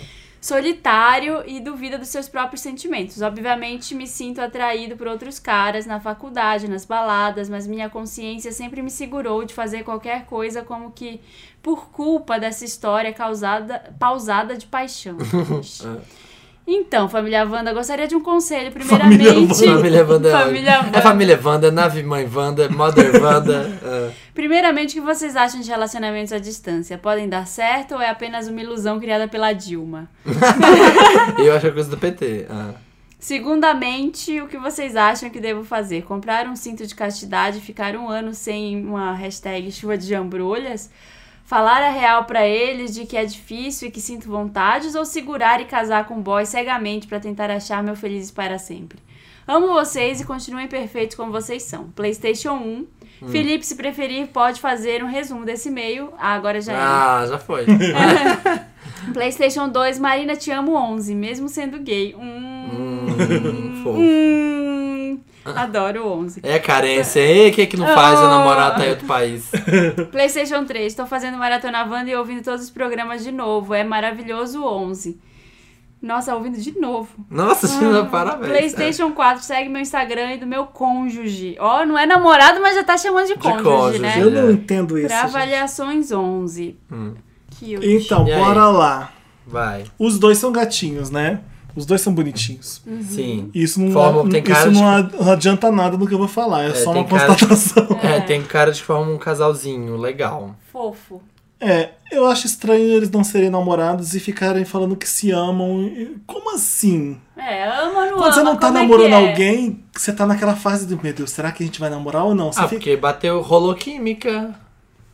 solitário e duvida dos seus próprios sentimentos. Obviamente, me sinto atraído por outros caras na faculdade, nas baladas, mas minha consciência sempre me segurou de fazer qualquer coisa como que por culpa dessa história causada, pausada de *laughs* paixão. É. Então, família Wanda, gostaria de um conselho, Família primeiramente. Wanda. Família *laughs* Wanda. é Família ótimo. Wanda. É família Wanda, nave mãe Wanda, mother *laughs* Wanda. é. Primeiramente, o que vocês acham de relacionamentos à distância? Podem dar certo ou é apenas uma ilusão criada pela Dilma? E eu acho que é coisa do PT. ah. Segundamente, o que vocês acham que devo fazer? Comprar um cinto de castidade, ficar um ano sem uma hashtag chuva de jambrolhas? Falar a real pra eles de que é difícil e que sinto vontades? Ou segurar e casar com um boy cegamente pra tentar achar meu felizes para sempre? Amo vocês e continuem perfeitos como vocês são. PlayStation 1. Felipe, se preferir, pode fazer um resumo desse e-mail. Ah, agora já é. Ah, já *laughs* foi. PlayStation 2, Marina Te Amo 11, mesmo sendo gay. Hum. Hum, fofo. Hum. Adoro o *laughs* 11. É carência. E que que não faz a namorada tá em outro país? PlayStation 3, estou fazendo maratona Wanda e ouvindo todos os programas de novo. É maravilhoso o 11. Nossa, ouvindo de novo. Nossa, China, Tá parabéns. Ah, PlayStation 4, segue meu Instagram e do meu cônjuge. Ó, não é namorado, mas já tá chamando de cônjuge, cônjuge, né? Eu não entendo isso. Pra gente. avaliações 11. Hum. Cute. Então, E aí? bora lá. É. Vai. Os dois são gatinhos, né? Os dois são bonitinhos. Uhum. Sim. Isso não, Forma- tem isso cara de- não ad- não adianta nada do que eu vou falar, é, É, só tem uma cara de- constatação. É, tem cara de que forma um casalzinho legal. Fofo. *laughs* É, eu acho estranho eles não serem namorados e ficarem falando que se amam. E- Como assim? É, ama ou não Quando você ama, não tá como é que namorando é? alguém, você tá naquela fase do meu Deus, será que a gente vai namorar ou não? Você Ah, fica- porque bateu, rolou química.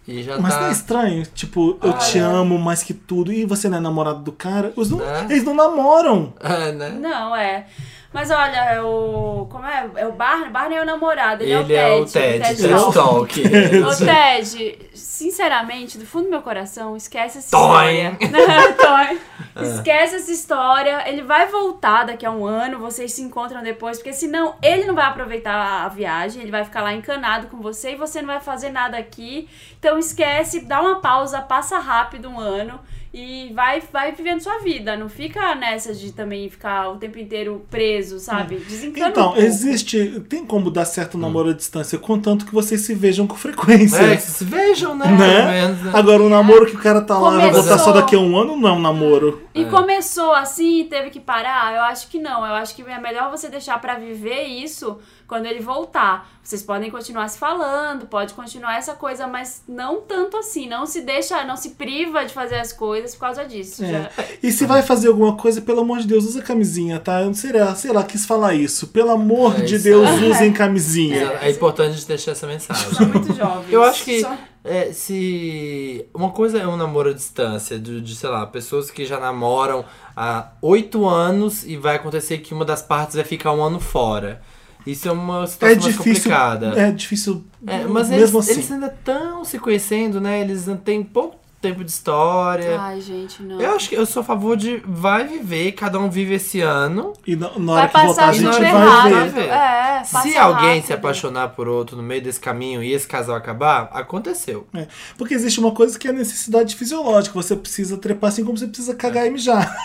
E já Mas tá. Ah, é. não é estranho? Tipo, eu te amo mais que tudo e você não é namorado do cara? Os não- Né? Eles não namoram. É, né? Não, é. Mas olha, é o. Como é? É o Barney? Barney é o namorado, ele, Ele é o Ted, Ted. Ted Talk. *laughs* Stalk. Ô, Ted, sinceramente, do fundo do meu coração, esquece essa Toy. história. *laughs* Toy. Esquece essa história. Ele vai voltar daqui a um ano, vocês se encontram depois, porque senão ele não vai aproveitar a- a viagem, ele vai ficar lá encanado com você e você não vai fazer nada aqui. Então esquece, dá uma pausa, passa rápido um ano e vai, vai vivendo sua vida. Não fica nessa de também ficar o tempo inteiro preso, sabe? Desencana um Então, pouco. existe. Tem como dar certo Hum. um namoro à distância, contanto que vocês se vejam com frequência. É, que se vejam, né? Pelo *laughs* Né? menos, né? Agora, um namoro que o cara tá lá e vai Começou. voltar só daqui a um ano não é um namoro. E começou assim e teve que parar? Eu acho que não. Eu acho que é melhor você deixar pra viver isso quando ele voltar. Vocês podem continuar se falando, pode continuar essa coisa, mas não tanto assim. Não se deixa, não se priva de fazer as coisas por causa disso. É. Já- E se vai fazer alguma coisa, pelo amor de Deus, usa camisinha, tá? Eu não sei lá, sei lá, quis falar isso. Pelo amor É, de isso Deus, aí. usem camisinha. É importante a gente deixar essa São mensagem. muito jovens. Eu acho que Só- é, se. Uma coisa é um namoro à distância, de, de, sei lá, pessoas que já namoram há oito anos e vai acontecer que uma das partes vai ficar um ano fora. Isso é uma É, situação mais difícil. complicada. É difícil. É, mas eles, mesmo assim. eles ainda estão se conhecendo, né? Eles ainda têm pouco tempo de história. Ai, gente, Ah, não. é. Eu acho que eu sou a favor de vai viver, cada um vive esse ano. E na, na hora Vai que voltar, passar a de gente novo super vai errado. ver. rápido. ver. É, passa Se alguém se rápido. apaixonar por outro no meio desse caminho e esse casal acabar, aconteceu. É, Porque existe uma coisa que é a necessidade fisiológica. Você precisa trepar assim como você precisa cagar e mijar.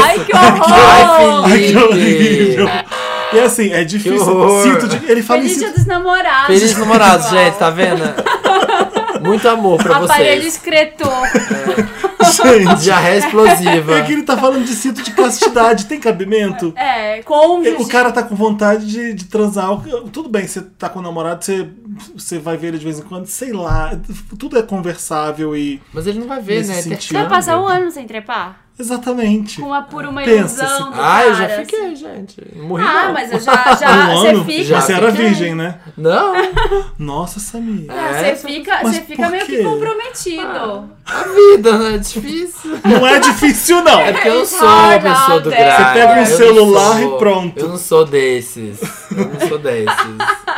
Ai, que horror! *laughs* Ai, Ai, que horrível. E assim, é Que difícil. horror. Sinto de- ele fala em Feliz sinto dia dos namorados. Feliz namorados, pessoal. gente, tá vendo? Muito amor pra Aparelho vocês. excretor. Gente, Diarreia explosiva. é que ele tá falando de cinto de castidade, tem *laughs* cabimento? É, cônjuge. O cara tá com vontade de, de transar. Tudo bem, você tá com o namorado, você, você vai ver ele de vez em quando, sei lá. Tudo é conversável e. Mas ele não vai ver, Nesse né? sentido. Você vai passar um ano sem trepar? Exatamente. Com uma, por uma Pensa, ilusão do Ah, cara. eu já assim. fiquei, gente. Não Morri Ah, não. mas *laughs* eu já, já Um Ah, você ano? fica. já você era fica- virgem, né? Não, Nossa, Samir. Ah, É, você fica, mas você fica por meio que quê? comprometido. a vida né? é difícil. Não é difícil, não. É porque eu não It's sou uma hard pessoa out do there. grau. Você pega um celular e pronto. Eu não sou desses. Eu não sou desses.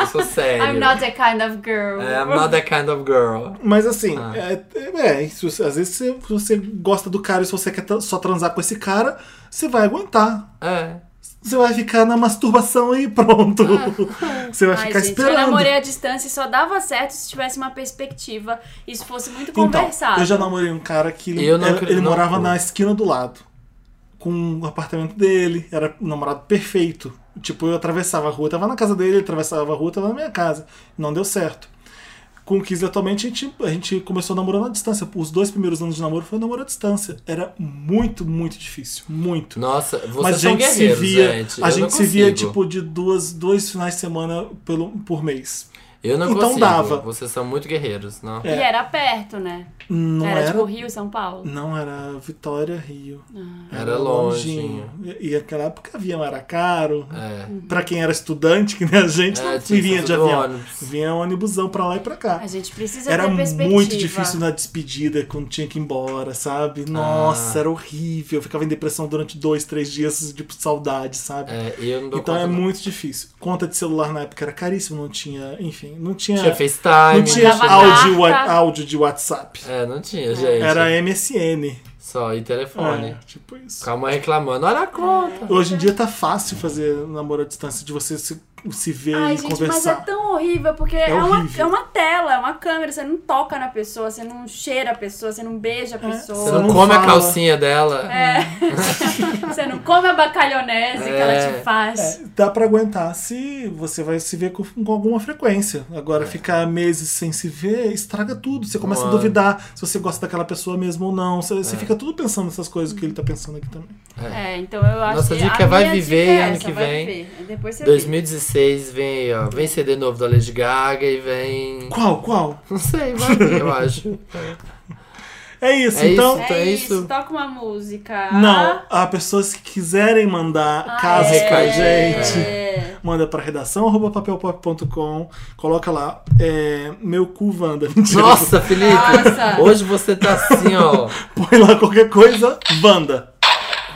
Eu sou Ah, sério. I'm not that kind of girl. É, I'm not that kind of girl. Mas assim, Ah. é, é, isso, às vezes você, você gosta do cara e se você quer tra- só transar com esse cara, você vai aguentar. É. Você vai ficar na masturbação e pronto. *laughs* Você vai Ah. Ai, ficar gente, eu esperando. namorei à distância e só dava certo se tivesse uma perspectiva e se fosse muito Então, conversado. eu já namorei um cara que ele, Eu não era- acre- ele não- morava na esquina do lado. com o apartamento dele, era um namorado perfeito. Tipo, eu atravessava a rua, tava na casa dele, ele atravessava a rua, tava na minha casa. Não deu certo. Com o Kiss atualmente, a gente, a gente começou namorando à distância. Os dois primeiros anos de namoro foi namoro à distância. Era muito, muito difícil. Muito. Nossa, vocês Mas a são gente se guerreiros, via, gente. a Eu não gente se via consigo. tipo de duas, dois finais de semana pelo, por mês. Eu não então consigo. dava. Vocês são muito guerreiros, não? É. E era perto, né? Não era, era, tipo Rio, São Paulo. não era Vitória Rio. Era longe. E, e naquela época avião era caro. É. Pra quem era estudante, que nem a gente, É, não tinha que tipo, vinha fazer de do avião. ônibus. Vinha ônibusão pra lá e pra cá. A gente precisa Era ter é perspectiva. muito difícil na despedida, quando tinha que ir embora, sabe? Ah. Nossa, era horrível. Eu ficava em depressão durante dois, três dias, tipo, saudade, sabe? É, eu não dou Então conta, é não. muito difícil. Conta de celular na época era caríssimo, não tinha, enfim, não tinha. Tinha FaceTime. não tinha mandava áudio, carta. áudio de WhatsApp. É, não tinha, gente. Era MSN. Só, e telefone. É, tipo isso. Calma reclamando. Olha a conta. Hoje em dia tá fácil fazer namoro à distância, de você se, se ver Ai, e gente, mas é conversar. tão horrível, porque é, uma, horrível. é uma tela, é uma câmera, você não toca na pessoa, você não cheira a pessoa, você não beija a É. Você pessoa, não não come a fala. calcinha dela. você não come a bacalhonese que ela É. te faz. Dá pra aguentar se você vai se ver com, com alguma frequência. Agora, ficar meses sem se ver estraga tudo. Você começa Um a ano. duvidar se você gosta daquela pessoa mesmo ou não. Você, você fica tudo pensando nessas coisas que ele tá pensando aqui também. É. então eu acho Nossa que dica a é vai minha viver dica é ano essa, que vai vem. viver. E Depois você 2016 vem, aí, ó, vem CD novo da Lady Gaga e vem. Qual, qual? Não sei, vai vir, eu *laughs* acho. É isso, É então. vê. Então É, é isso, isso. toca uma música. Não, a pessoas que quiserem mandar Ah, casos é. pra gente. É. Manda pra redação arroba papelpop.com, coloca lá, é, meu cu Wanda. *laughs* Mentira. Nossa, Felipe! Nossa. Hoje você tá assim, ó. Põe lá qualquer coisa, Wanda.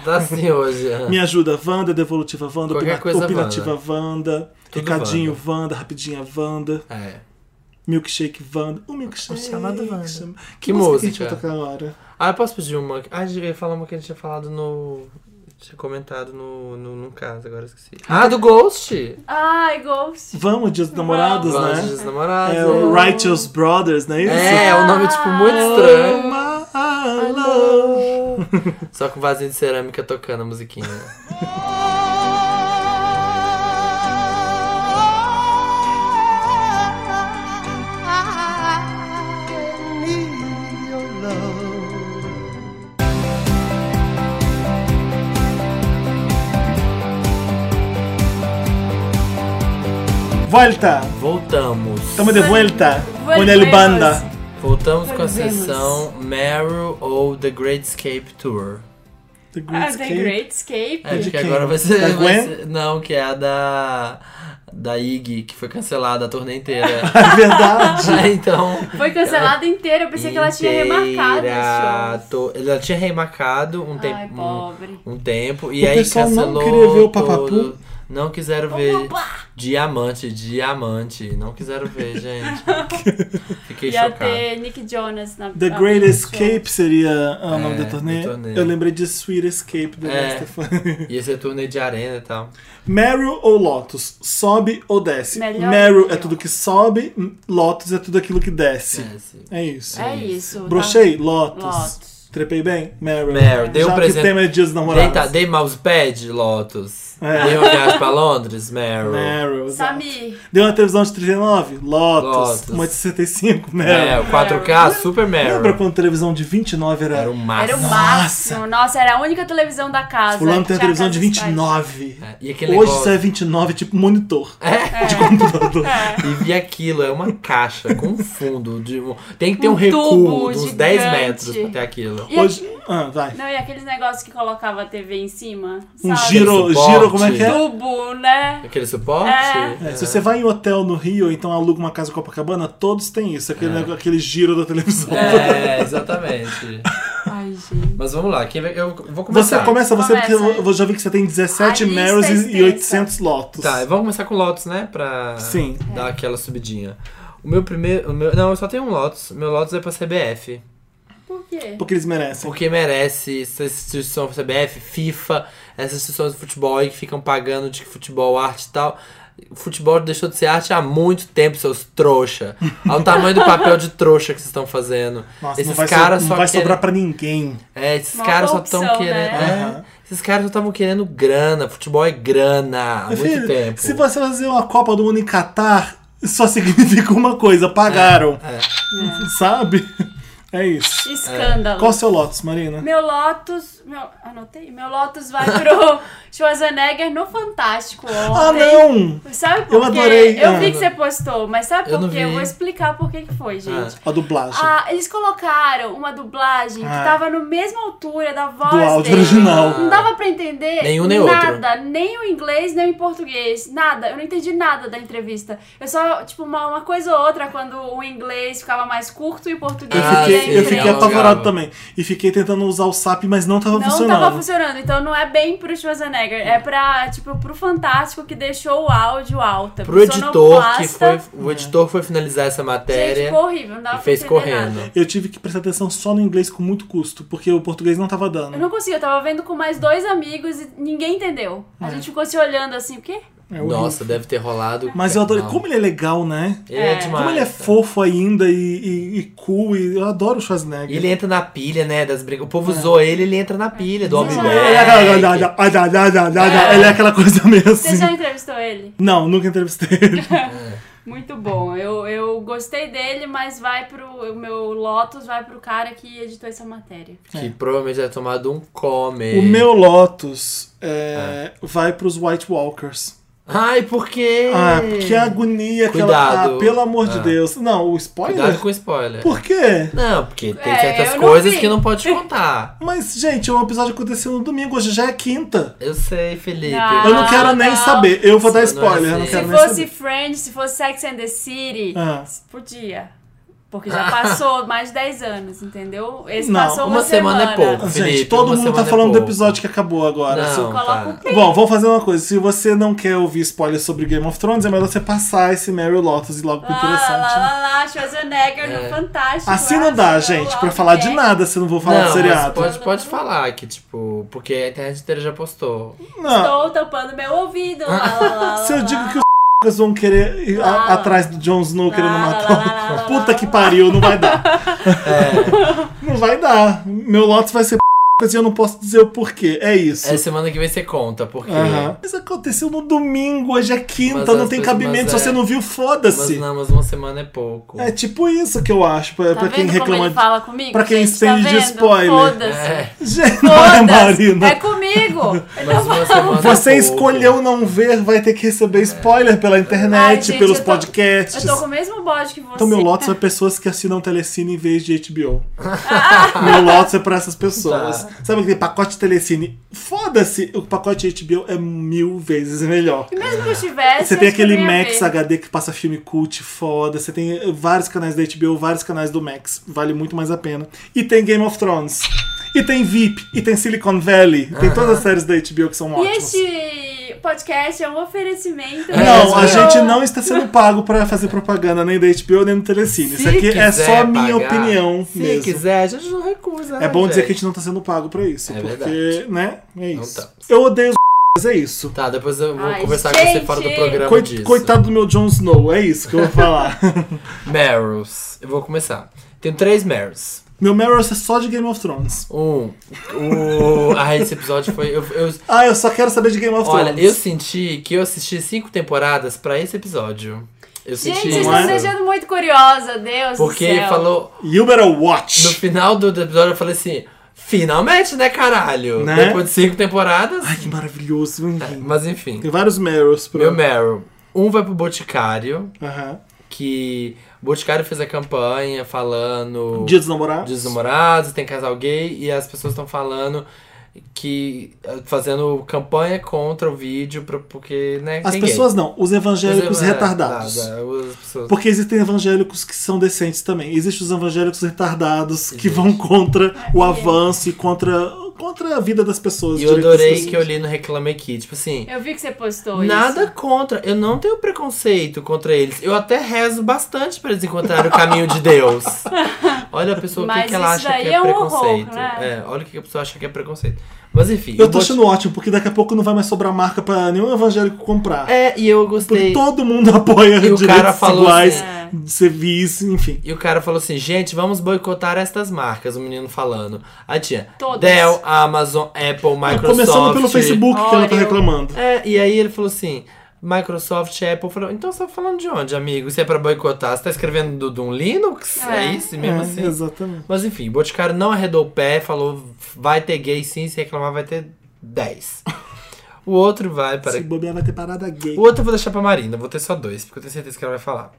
Tá *laughs* assim hoje. é. Me ajuda, Wanda, Devolutiva Wanda, Qualquer opina- coisa, Opinativa Wanda, Tudo Recadinho Wanda, Rapidinha Wanda, É. Milkshake Wanda, o Milkshake. chamado Wanda. chama- Que que a gente música? vai tocar agora? Ah, eu posso pedir uma. Ah, eu ia falar uma que a gente tinha falado no. Tinha comentado no, no, num caso, agora eu esqueci. Ah, do Ghost! Ai, Ghost. Vamos, Dias dos Namorados, Vamos, né? dos namorados. É o Righteous Brothers, não é isso? É, é um nome, tipo, muito Oh, estranho. my love. Ah. Só com vasinho de cerâmica tocando a musiquinha. I need your love. Volta! Voltamos. Estamos de volta! Volvemos. Com el banda! Voltamos com a Volvemos. sessão Meryl ou The Great Escape Tour. The Great Ah, The *laughs* Escape. Great Escape. É, De de que quem? agora vai ser, Da vai Gwen? ser- Não, que é a da. Da Iggy, que foi cancelada a turnê inteira. *laughs* *laughs* É verdade! Ah, então. Foi cancelada inteira, eu pensei que ela tinha remarcado Inteira. o show. To- Ela tinha remarcado um Ai, tempo. um- pobre. Um, tempo. E O aí pessoal não cancelou. queria ver o Papapu? todo. Não quiseram ver. Diamante, diamante. Não quiseram ver, *laughs* gente. Fiquei Ia chocado. ter Nick Jonas na The na- Great no Escape seria ah, o nome É, da turnê. do turnê. Eu lembrei de Sweet Escape do É. é. Stefani. Ia ser turnê é de arena e tal. *laughs* Meryl ou Lotus? Sobe ou desce? Melhor Meryl que é eu. tudo que sobe, Lotus é tudo aquilo que desce. Desce. É, isso. show. É isso. Brochei? Lotus. Lotus. Trepei bem? Meryl. Meryl, dei um Já que presente. o tema é dias namorados. Deita, dei mousepad, Lotus. É. Dei uma viagem pra Londres, Meryl. Meryl. Tá. exato. Samir. Deu uma televisão de 39? Lotus. Lotus. Uma de 65? Meryl. É, o 4K, Super Meryl. Lembra quando a televisão de 29 era... Era o máximo. Era o máximo. Nossa, era a única televisão da casa. Fulano que tem a tinha televisão de casa dos pais. 29. É, E aquele Hoje negócio- isso é 29, tipo monitor. É. De computador. *laughs* E vi aquilo, é uma caixa com fundo. De, um- tem que ter um, Um recuo tubo de uns gigante. 10 metros pra ter aquilo. E Hoje. Ah, vai. aqu- Não, e aqueles negócios que colocava a TV em cima? Um sabe? giro, Suporte. giro, como é que é? Tubo, né? Aquele suporte? É. É, se você vai em hotel no Rio, ou então aluga uma casa em Copacabana, todos têm isso, aquele, nego- aquele giro da televisão. *laughs* É, exatamente. Ai, gente. Mas vamos lá, quem vai- eu vou Você começar. começa, você, Começa, é. porque eu- eu já vi que você tem 17 A lista Marys é e- e extensa. 800 Lotus. Tá, vamos começar com o Lotus, né? Pra Sim. dar aquela subidinha. O meu primeiro. o meu- não, eu só tenho um Lotus. Meu Lotus é pra CBF. Por quê? Porque eles merecem. Porque merece essas instituições CBF, FIFA, essas instituições de futebol aí que ficam pagando de futebol, arte e tal. Futebol deixou de ser arte há muito tempo, seus trouxa. Olha o tamanho do papel de trouxa que vocês estão fazendo. Nossa, esses não vai, so- caras não só vai querem- sobrar pra ninguém. É, esses Uma caras só corrupção, estão querendo. né? é. Aham. Esses Esses caras estavam querendo grana. Futebol é grana há muito Filho, tempo. Se você fazer uma Copa do Mundo em Catar, só significa uma coisa: pagaram. É, Sabe? É isso. Escândalo. Qual o seu Lotus, Marina? Meu Lotus. Meu, anotei. Meu Lotus vai *laughs* pro Schwarzenegger no Fantástico. Ah, ontem. não! Sabe por Eu quê? adorei, Eu Ana. vi que você postou, mas sabe Eu por não quê? Eu vi. vou explicar por que que Ah. foi, gente. A dublagem. Ah, eles colocaram uma dublagem Ah. que tava na mesma altura da voz do áudio dele. original. Não dava pra entender Nenhum nem outro. nada, nem o inglês, nem o português, nada. Eu não entendi nada da entrevista. Eu só, tipo, uma, uma coisa ou outra quando o inglês ficava mais curto e o português Eu Ah, fiquei, sim, eu fiquei alongava. apavorado também. E fiquei tentando usar o SAP, mas não tava Não funcionando. tava funcionando, então não é bem pro Schwarzenegger, é pra, tipo, pro Fantástico que deixou o áudio alto. é Pro editor, que foi, É. o editor foi finalizar essa matéria. Gente, ficou horrível, não dava e fez pra entender correndo. nada. Eu tive que prestar atenção só no inglês com muito custo, porque o português não tava dando. Eu não consegui, eu tava vendo com mais dois amigos e ninguém entendeu. A gente ficou se olhando assim, o quê? É horrível. Nossa, deve ter rolado. Mas eu adoro. Não. Como ele é legal, né? Ele é, É. demais. Como ele é cara. fofo ainda e, e- e cool. E eu adoro o Schwarzenegger. E ele entra na pilha, né? Das brigas. O povo zoa ele, ele entra na pilha do homem Ele é aquela- Ele é aquela coisa meio Você já assim. entrevistou ele? Não, nunca entrevistei ele. Muito bom. Eu, eu gostei dele, mas vai pro. O meu Lotus vai pro cara que editou essa matéria. Que provavelmente deve ter tomado um come. É. O meu Lotus é, Ah. vai pros White Walkers. Ai, por quê? Ah, que agonia que ela Cuidado. tá, pelo amor de Ah. Deus. Não, Cuidado o spoiler? com spoiler. Por quê? Não, porque tem É, certas eu não coisas vi. que não pode contar. Mas, gente, o episódio aconteceu no domingo, hoje já é quinta. Eu sei, Felipe. Não. Eu não quero não. nem saber. Eu vou dar Isso não é spoiler, eu não assim. quero se nem fosse saber. Friends, se fosse Sex and the City, Ah. podia. Porque já *laughs* passou mais de 10 anos, entendeu? Esse Não, passou uma, uma semana é pouco. Felipe, Gente, todo uma mundo tá semana é falando do pouco. episódio que acabou agora. Não, Só- Coloca tá. o pi. Bom, vou fazer uma coisa. Se você não quer ouvir spoiler sobre Game of Thrones, é melhor você passar esse Mary Lotus e Ah, logo pro Lá, lá, interessante. lá, né? lá, lá, Schwarzenegger É. no Fantástico. Assim lá, não dá, lá, gente, lá, pra falar de é. nada se eu não vou falar do mas seriado. Pode, pode falar que, tipo, porque a internet inteira já postou. Não, *laughs* Estou tampando meu ouvido. lá, lá, lá, lá, se eu digo lá. que os *laughs* c****s vão querer ir a- Lá, lá. atrás do Jon Snow Lá, querendo lá, matar lá, lá, lá, o... Puta lá, que lá. pariu, não vai *laughs* dar. É. *laughs* Não vai dar. Meu Lotus vai ser *laughs* c****s e eu não posso dizer o porquê. É isso. É semana que vem você conta, porque. Aham. Isso aconteceu no domingo, hoje é Mas quinta, não as tem pessoas- mas cabimento. Se é. você não viu, Mas foda-se. não, mas uma semana é pouco. É tipo isso que eu acho, pra, Tá É pra quem vendo como reclama ele fala comigo? pra quem gente? Tá entende de vendo? spoiler. Foda-se. É, Gente, *laughs* não é, *laughs* Foda-se. Marina? É *laughs* comigo. Ele mas não uma fala. semana é Você pouco. escolheu não ver, vai ter que receber spoiler pela internet, Ai, gente, pelos eu tô- podcasts. Eu tô com o mesmo bode que você. Então meu Lotus é pessoas que assinam Telecine em vez de HBO. Ah. meu Lotus é pra essas pessoas. Sabe aquele pacote Telecine? Foda-se! O pacote HBO é mil vezes melhor. E mesmo que eu tivesse. Você tem acho é que eu aquele não ia Max ver. HD que passa filme cult, foda. Você tem vários canais da HBO, vários canais do Max. Vale muito mais a pena. E tem Game of Thrones. E tem VIP. E tem Silicon Valley. Tem todas as séries da HBO que são E ótimas. este podcast é um oferecimento. Não, isso É a É mesmo. gente não está sendo pago pra fazer propaganda nem da HBO nem do Telecine. Se Isso aqui é quiser só a minha pagar, opinião Se mesmo. quiser, a gente não recusa. né, É bom dizer que a gente não tá sendo pago pra isso, É porque, verdade. Então tá. né? É Não isso. estamos. Eu odeio os *laughs* mas é isso. Tá, depois eu vou Ai, conversar com você gente! fora do programa Coi- disso. coitado do meu Jon Snow, é isso que eu vou falar. *laughs* Meryls. Eu vou começar. Tenho três Meryls. meu Meryl é só de Game of Thrones. Um. O... Ah, esse episódio foi... Eu, eu- Ah, eu só quero saber de Game of Olha, eu Thrones. senti que eu assisti cinco temporadas pra esse episódio. Eu Gente, senti vocês isso. estão me deixando muito curiosa, Deus. do é? Porque céu. falou... You better No watch! final do do episódio eu falei assim... Finalmente, né, caralho? Né? Depois de cinco temporadas. Ai, que maravilhoso. enfim. É, Mas enfim. Tem vários Meryls pra. Meu Meryl. Um vai pro Boticário, Aham. que... O Boticário fez a campanha falando... Dia dos namorados. Dia dos namorados, tem casal gay e as pessoas estão falando que eh, fazendo campanha contra o vídeo pra- porque, né, As tem pessoas não, os gay. evangélicos Os é, tá, eva- retardados. é, nada, os- as pessoas- Porque existem evangélicos que são decentes também. Existem os evangélicos retardados que vão contra o avanço e contra, contra a vida das pessoas. E os eu direitos das adorei pessoas. que eu li no Reclame Aqui, tipo assim, Eu vi que você postou nada isso. contra, eu não tenho preconceito contra eles. Eu até rezo bastante pra eles encontrarem o caminho de *laughs* Deus. Olha a pessoa o que Mas que, ela isso acha que daí é, é um horror, preconceito. né? É, olha o que que a pessoa acha que é preconceito. Mas enfim, Eu o tô Boti- achando ótimo, porque daqui a pouco não vai mais sobrar marca pra nenhum evangélico comprar. É, e eu Porque gostei. todo mundo *laughs* apoia E o direitos cara falou iguais, assim, é. é. você visse, enfim. E o cara falou assim, gente, vamos boicotar estas marcas, o menino falando. A tia, Todas. Dell, Amazon, Apple, Microsoft. Começando pelo Facebook, que ela tá Oreo. reclamando. É, e aí ele falou assim, Microsoft, Apple, falou, então você tá falando de onde, amigo? Se é pra boicotar, você tá escrevendo do, de um Linux? É, É. isso mesmo É, assim? Exatamente. Mas enfim, o Boticário não arredou o pé, falou, vai ter gay sim, se reclamar vai ter 10. o outro vai para... Se bobear, vai ter parada gay. O outro eu vou deixar pra Marina, vou ter só dois, porque eu tenho certeza que ela vai falar.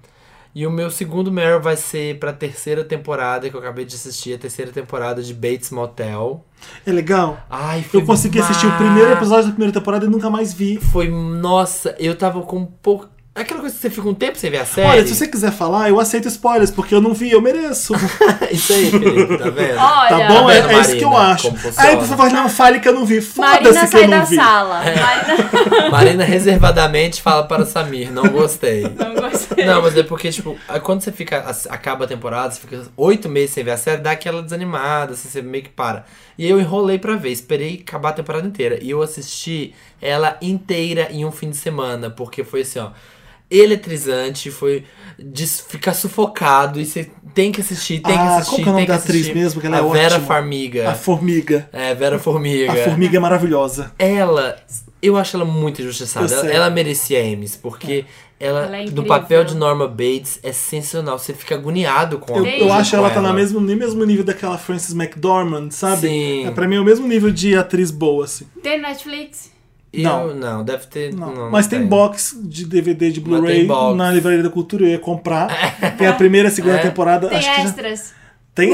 E o meu segundo Meryl vai ser pra terceira temporada que eu acabei de assistir, a terceira temporada de Bates Motel. É legal? Ai, foi Eu consegui assistir o primeiro episódio da primeira temporada e nunca mais vi. Foi, nossa, eu tava com um pouco. Aquela coisa que você fica um tempo sem ver a série. Olha, se você quiser falar, eu aceito spoilers, porque eu não vi, eu *laughs* mereço. *laughs* Isso aí, Felipe, tá vendo? Olha, Tá bom? É, vendo, é isso que eu Marina, acho. como funciona? Aí a pessoa fala, não, fale que eu não vi. Marina Foda-se que sai eu da não vi. sala. É. Marina *laughs* Marina reservadamente fala para Samir, não gostei. não gostei. Não, mas é porque, tipo, a- quando você fica. a- Acaba a temporada, você fica oito meses sem ver a série, dá aquela desanimada, assim, você meio que para. E eu enrolei pra ver, esperei acabar a temporada inteira. E eu assisti ela inteira em um fim de semana, porque foi assim, ó. Eletrizante, foi de s- ficar sufocado e você tem que assistir, tem que Ah, assistir. como que é tem o nome da assistir. atriz mesmo? Que ela a é Vera ótima. Farmiga. A formiga. É, Vera Formiga. A formiga é maravilhosa. Ela, eu acho ela muito injustiçada. Eu Ela, sei. ela merecia Emmys, porque ela, Ela é do incrível. papel de Norma Bates, é sensacional. Você fica agoniado com Eu, a- eu com acho ela tá no mesmo, no mesmo nível daquela Frances McDormand, sabe? Sim. É, pra mim é o mesmo nível de atriz boa, assim. Tem Netflix? Eu- não. Não. deve ter. Não. Não, Mas tem box de DVD de tem Blu-ray box. na Livraria da Cultura, eu ia *laughs* comprar. Tem a primeira e a segunda É. temporada. Tem acho que já- extras? Tem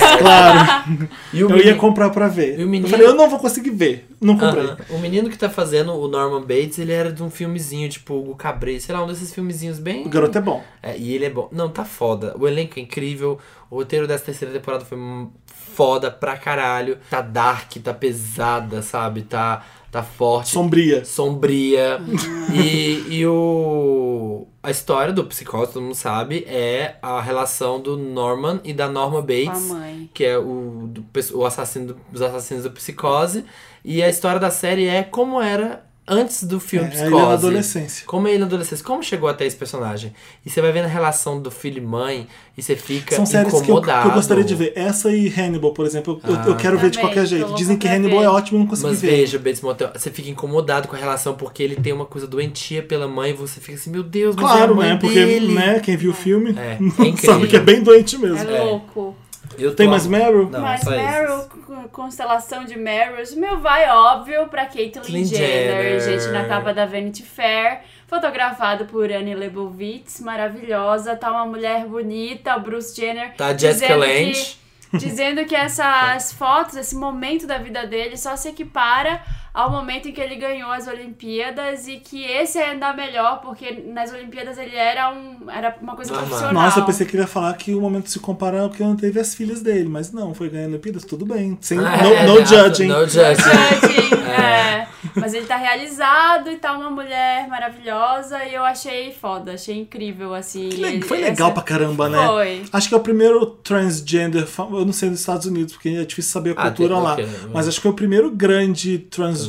*laughs* É. claro. E o Eu menino, ia comprar pra ver. E o menino- Eu falei, eu não vou conseguir ver. Não comprei. Aham. o menino que tá fazendo o Norman Bates, ele era de um filmezinho, tipo o Cabré, sei lá, um desses filmezinhos bem. O garoto é bom. É, e ele é bom. Não, tá foda. O elenco é incrível. O roteiro dessa terceira temporada foi hum, foda pra caralho. Tá dark, tá pesada, sabe? Tá, tá forte. Sombria. sombria. Uhum. e, e o. A história do psicólogo, todo mundo sabe, é a relação do Norman e da Norma Com a Bates. mãe. Que é o, do pes- o assassino do- dos assassinos do Psicose. E a história da série é como era antes do filme É, ele Psicose. na adolescência. Como ele na adolescência. Como chegou até esse personagem. E você vai vendo a relação do filho e mãe. E você fica São séries que eu, que incomodado. Ah, eu gostaria de ver. Essa e Hannibal, por exemplo, eu, eu quero ver de Também, qualquer jeito. tô Dizem louca que pra Hannibal ver. é ótimo, eu não consegui Mas ver. veja, Bates Motel, você fica incomodado com a relação porque ele tem uma coisa doentia pela mãe, você fica assim, meu Deus, mas é a Claro, mãe né? Porque dele. né, quem viu o filme É, é não incrível. *laughs* sabe que é bem doente mesmo. É louco. Eu tô Tem *laughs* mais Meryl? Não, Mas Então, só esses. Meryl, co- constelação de Meryls, meu vai óbvio pra Caitlyn Caitlyn Jenner, Jenner. gente na capa da Vanity Fair, fotografado por Annie Leibovitz, maravilhosa, tá uma mulher bonita, o Bruce Jenner. Tá a Jessica dizendo Lange. que- *laughs* dizendo que essas fotos, esse momento da vida dele só se equipara ao momento em que ele ganhou as Olimpíadas e que esse é ainda melhor, porque nas Olimpíadas ele era um era uma coisa Normal. profissional. Nossa, eu pensei que ele ia falar que o momento de se comparar é que eu não teve as filhas dele, mas não, foi ganhando Olimpíadas, tudo bem. Sem, Ah, no, é, no exato, judging. No *laughs* judging. Judging, é. Mas ele tá realizado e tá uma mulher maravilhosa e eu achei foda, achei incrível, assim. Que le- ele- Foi legal essa- pra caramba, né? Foi. Acho que é o primeiro transgender, fam- eu não sei dos Estados Unidos, porque é difícil saber Ah, a cultura tem- lá. ok. Mas acho que é o primeiro grande transgender,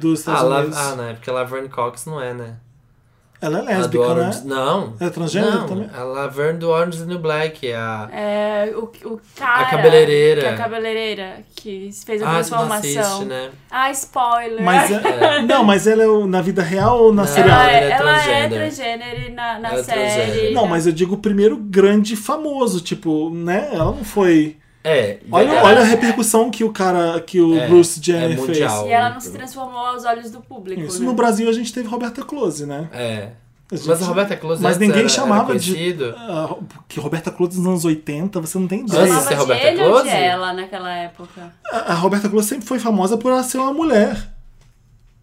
dos Estados ah, La- Unidos. ah, não, é porque a Laverne Cox não é, né? Ela é a do lésbica, né? Orange... Não. É transgênero não, também? A Laverne do Orange is the New Black, é a... É, o, o cara. A cabeleireira. Que é a cabeleireira que fez a ah, você não transformação. assiste, né? Ah, spoiler. Mas é- não, mas ela é o- na vida real ou na Não, série? ela, ela é, é ela é transgênero. transgênero na, na Ela é série. transgênero. Não, mas eu digo o primeiro grande famoso, tipo, né? Ela não foi. É. Olha, verdade. olha a repercussão que o cara, que o É, Bruce Jenner é fez. mundial. E ela não se transformou aos olhos do público. Isso. né? No Brasil a gente teve Roberta Close, né? É. A gente- Mas a Roberta Close Mas antes ninguém era, chamava era de- conhecido. Ah, que Roberta Close nos anos 80, você não tem ideia. Antes de ser Chamava de é Roberta ele ou de Close? ela naquela época? A a Roberta Close sempre foi famosa por ela ser uma mulher.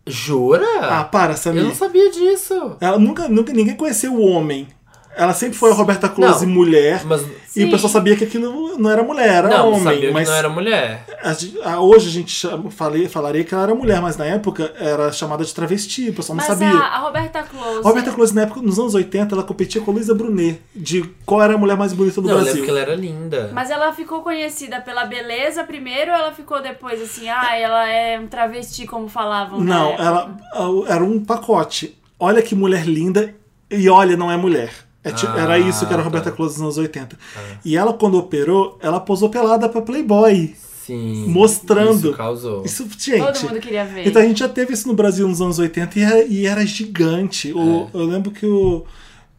Jura? Ah, Eu para, não Samir. sabia disso. Ela nunca, nunca, ninguém conheceu o homem. Ela sempre foi a Roberta Close Não. mulher. Mas E Sim. o pessoal sabia que aquilo não era mulher, É. era não, homem. sabia mas que não era mulher. a gente- a- hoje a gente chama, falei, falaria que ela era mulher, mas na época era chamada de travesti, o pessoal não Mas sabia. A, a Roberta Close. A Roberta Close, na época, nos anos 80, ela competia com Luísa Brunet, de qual era a mulher mais bonita do Não, eu lembro Brasil. que ela era linda. Mas ela ficou conhecida pela beleza primeiro ou ela ficou depois assim, ah, ela é um travesti, como falavam? né? na Não, época? ela a- era um pacote. Olha que mulher linda e olha, não é mulher. É ti- era isso que era a Roberta Close nos anos 80. E ela, quando operou, ela posou pelada pra Playboy. Sim. Mostrando. Isso causou. Isso, gente. Todo mundo queria ver. Então a gente já teve isso no Brasil nos anos 80 e era, e era gigante. O- Eu lembro que o.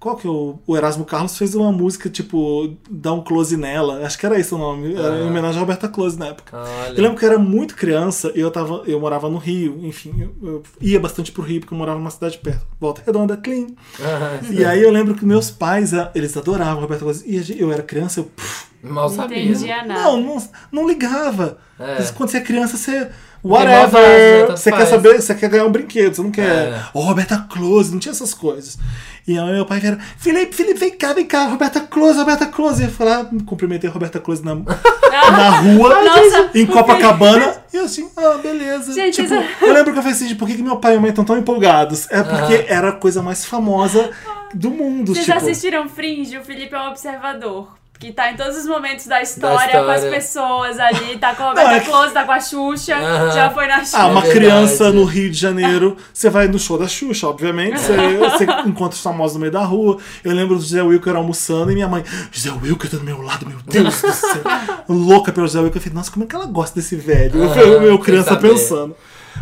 Qual que é o, o Erasmo Carlos fez uma música tipo Dá um close nela. Acho que era esse o nome. Era em homenagem a Roberta Close na época. Olha. Eu lembro que eu era muito criança e eu, tava, eu morava no Rio, enfim, eu, eu ia bastante pro Rio porque eu morava numa cidade perto. Volta Redonda, clean. E aí eu lembro que meus pais, ah, eles adoravam Roberta Close. E a gente- eu era criança, eu. pff, *laughs* Mal não sabia. entendia nada. não, não, não ligava. É. Mas Quando você é criança, você. mó vaso, né? Whatever! Tanto Você quer faz. saber, você quer ganhar um brinquedo, você não quer. É. Ô, Roberta Close, não tinha essas coisas. E aí meu pai era, Felipe, Felipe, vem cá, vem cá, Roberta Close, Roberta Close. E eu fui lá, cumprimentei a Roberta Close *laughs* na, na rua, Nossa. em Copacabana. E eu assim, ah, beleza. Gente, tipo, isso- é- eu lembro que eu falei assim, gente, por que, que meu pai e minha mãe estão tão empolgados? É porque era a coisa mais famosa do mundo, Vocês tipo. assistiram Fringe? O Felipe é um observador. Que tá em todos os momentos da história, com as história. pessoas ali. *laughs* Tá com a Não, é Roberta que- Close, tá com a Xuxa. Aham. Já foi na Xuxa. Ah, uma É verdade. criança no Rio de Janeiro, você vai no show da Xuxa, obviamente. Você, É. você encontra os famosos no meio da rua. Eu lembro do José Wilker almoçando e minha mãe, José Wilker tá do meu lado, meu Deus *laughs* do céu. Louca pelo José Wilker. Eu falei, nossa, como é que ela gosta desse velho? Eu Aham, fui meu sem criança saber. pensando.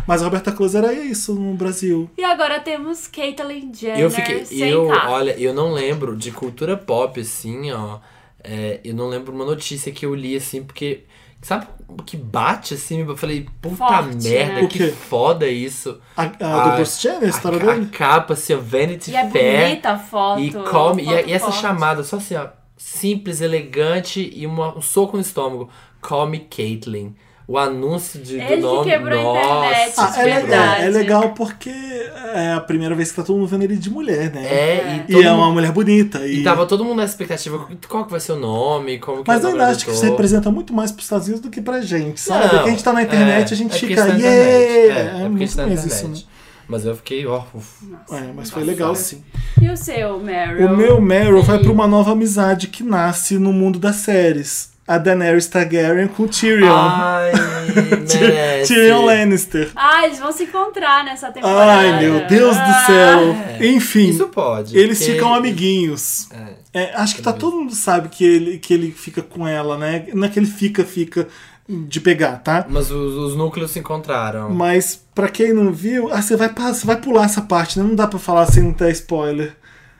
Mas a Roberta Close era isso no Brasil. E agora temos Caitlyn Jenner Eu fiquei. sem Eu, capa. olha, eu não lembro de cultura pop, assim, ó. é, eu não lembro uma notícia que eu li, assim, porque. Sabe o que bate assim? Eu falei, puta Forte, né? merda, O que quê? foda isso. A, a, do Bruce Jenner, a história a, a dele. capa, assim, ó, Vanity E é Fair. bonita a foto. E come. foto E, e essa forte. chamada, só assim, ó. Simples, elegante e uma- um soco no estômago. Come Caitlyn. O anúncio de, do Ele que nome. quebrou a internet, Nossa, Ah, é, legal, verdade. é legal porque é a primeira vez que tá todo mundo vendo ele de mulher, né? É, e, E todo é mundo- uma mulher bonita. e tava todo mundo na expectativa. Qual que vai ser o nome? Como que Mas é eu o ainda nome acho que do isso ator. representa muito mais pros Estados Unidos do que pra gente, sabe? Não, Porque a gente tá na internet, a gente é porque fica. a gente tá na "Yeah!" internet, É, é, É, porque a muito gente tá na mais isso, internet. né? Mas eu fiquei, ó. uf. É, mas foi legal, sim. E o seu, Meryl? é. O meu Meryl vai Sim. pra uma nova amizade que nasce no mundo das séries. A Daenerys Targaryen com o Tyrion. *laughs* Ai, um merece. Tyrion Lannister. Ah, eles vão se encontrar nessa temporada. Ai, meu Deus do Ah. céu. Enfim, É. Isso pode. eles porque- ficam amiguinhos. É. É, acho que tá, todo mundo sabe que ele, que ele fica com ela, né? Não é que ele fica, fica de pegar, tá? Mas os, os núcleos se encontraram. Mas pra quem não viu, ah, você vai, pa- você vai pular essa parte, né? Não dá pra falar sem não ter spoiler.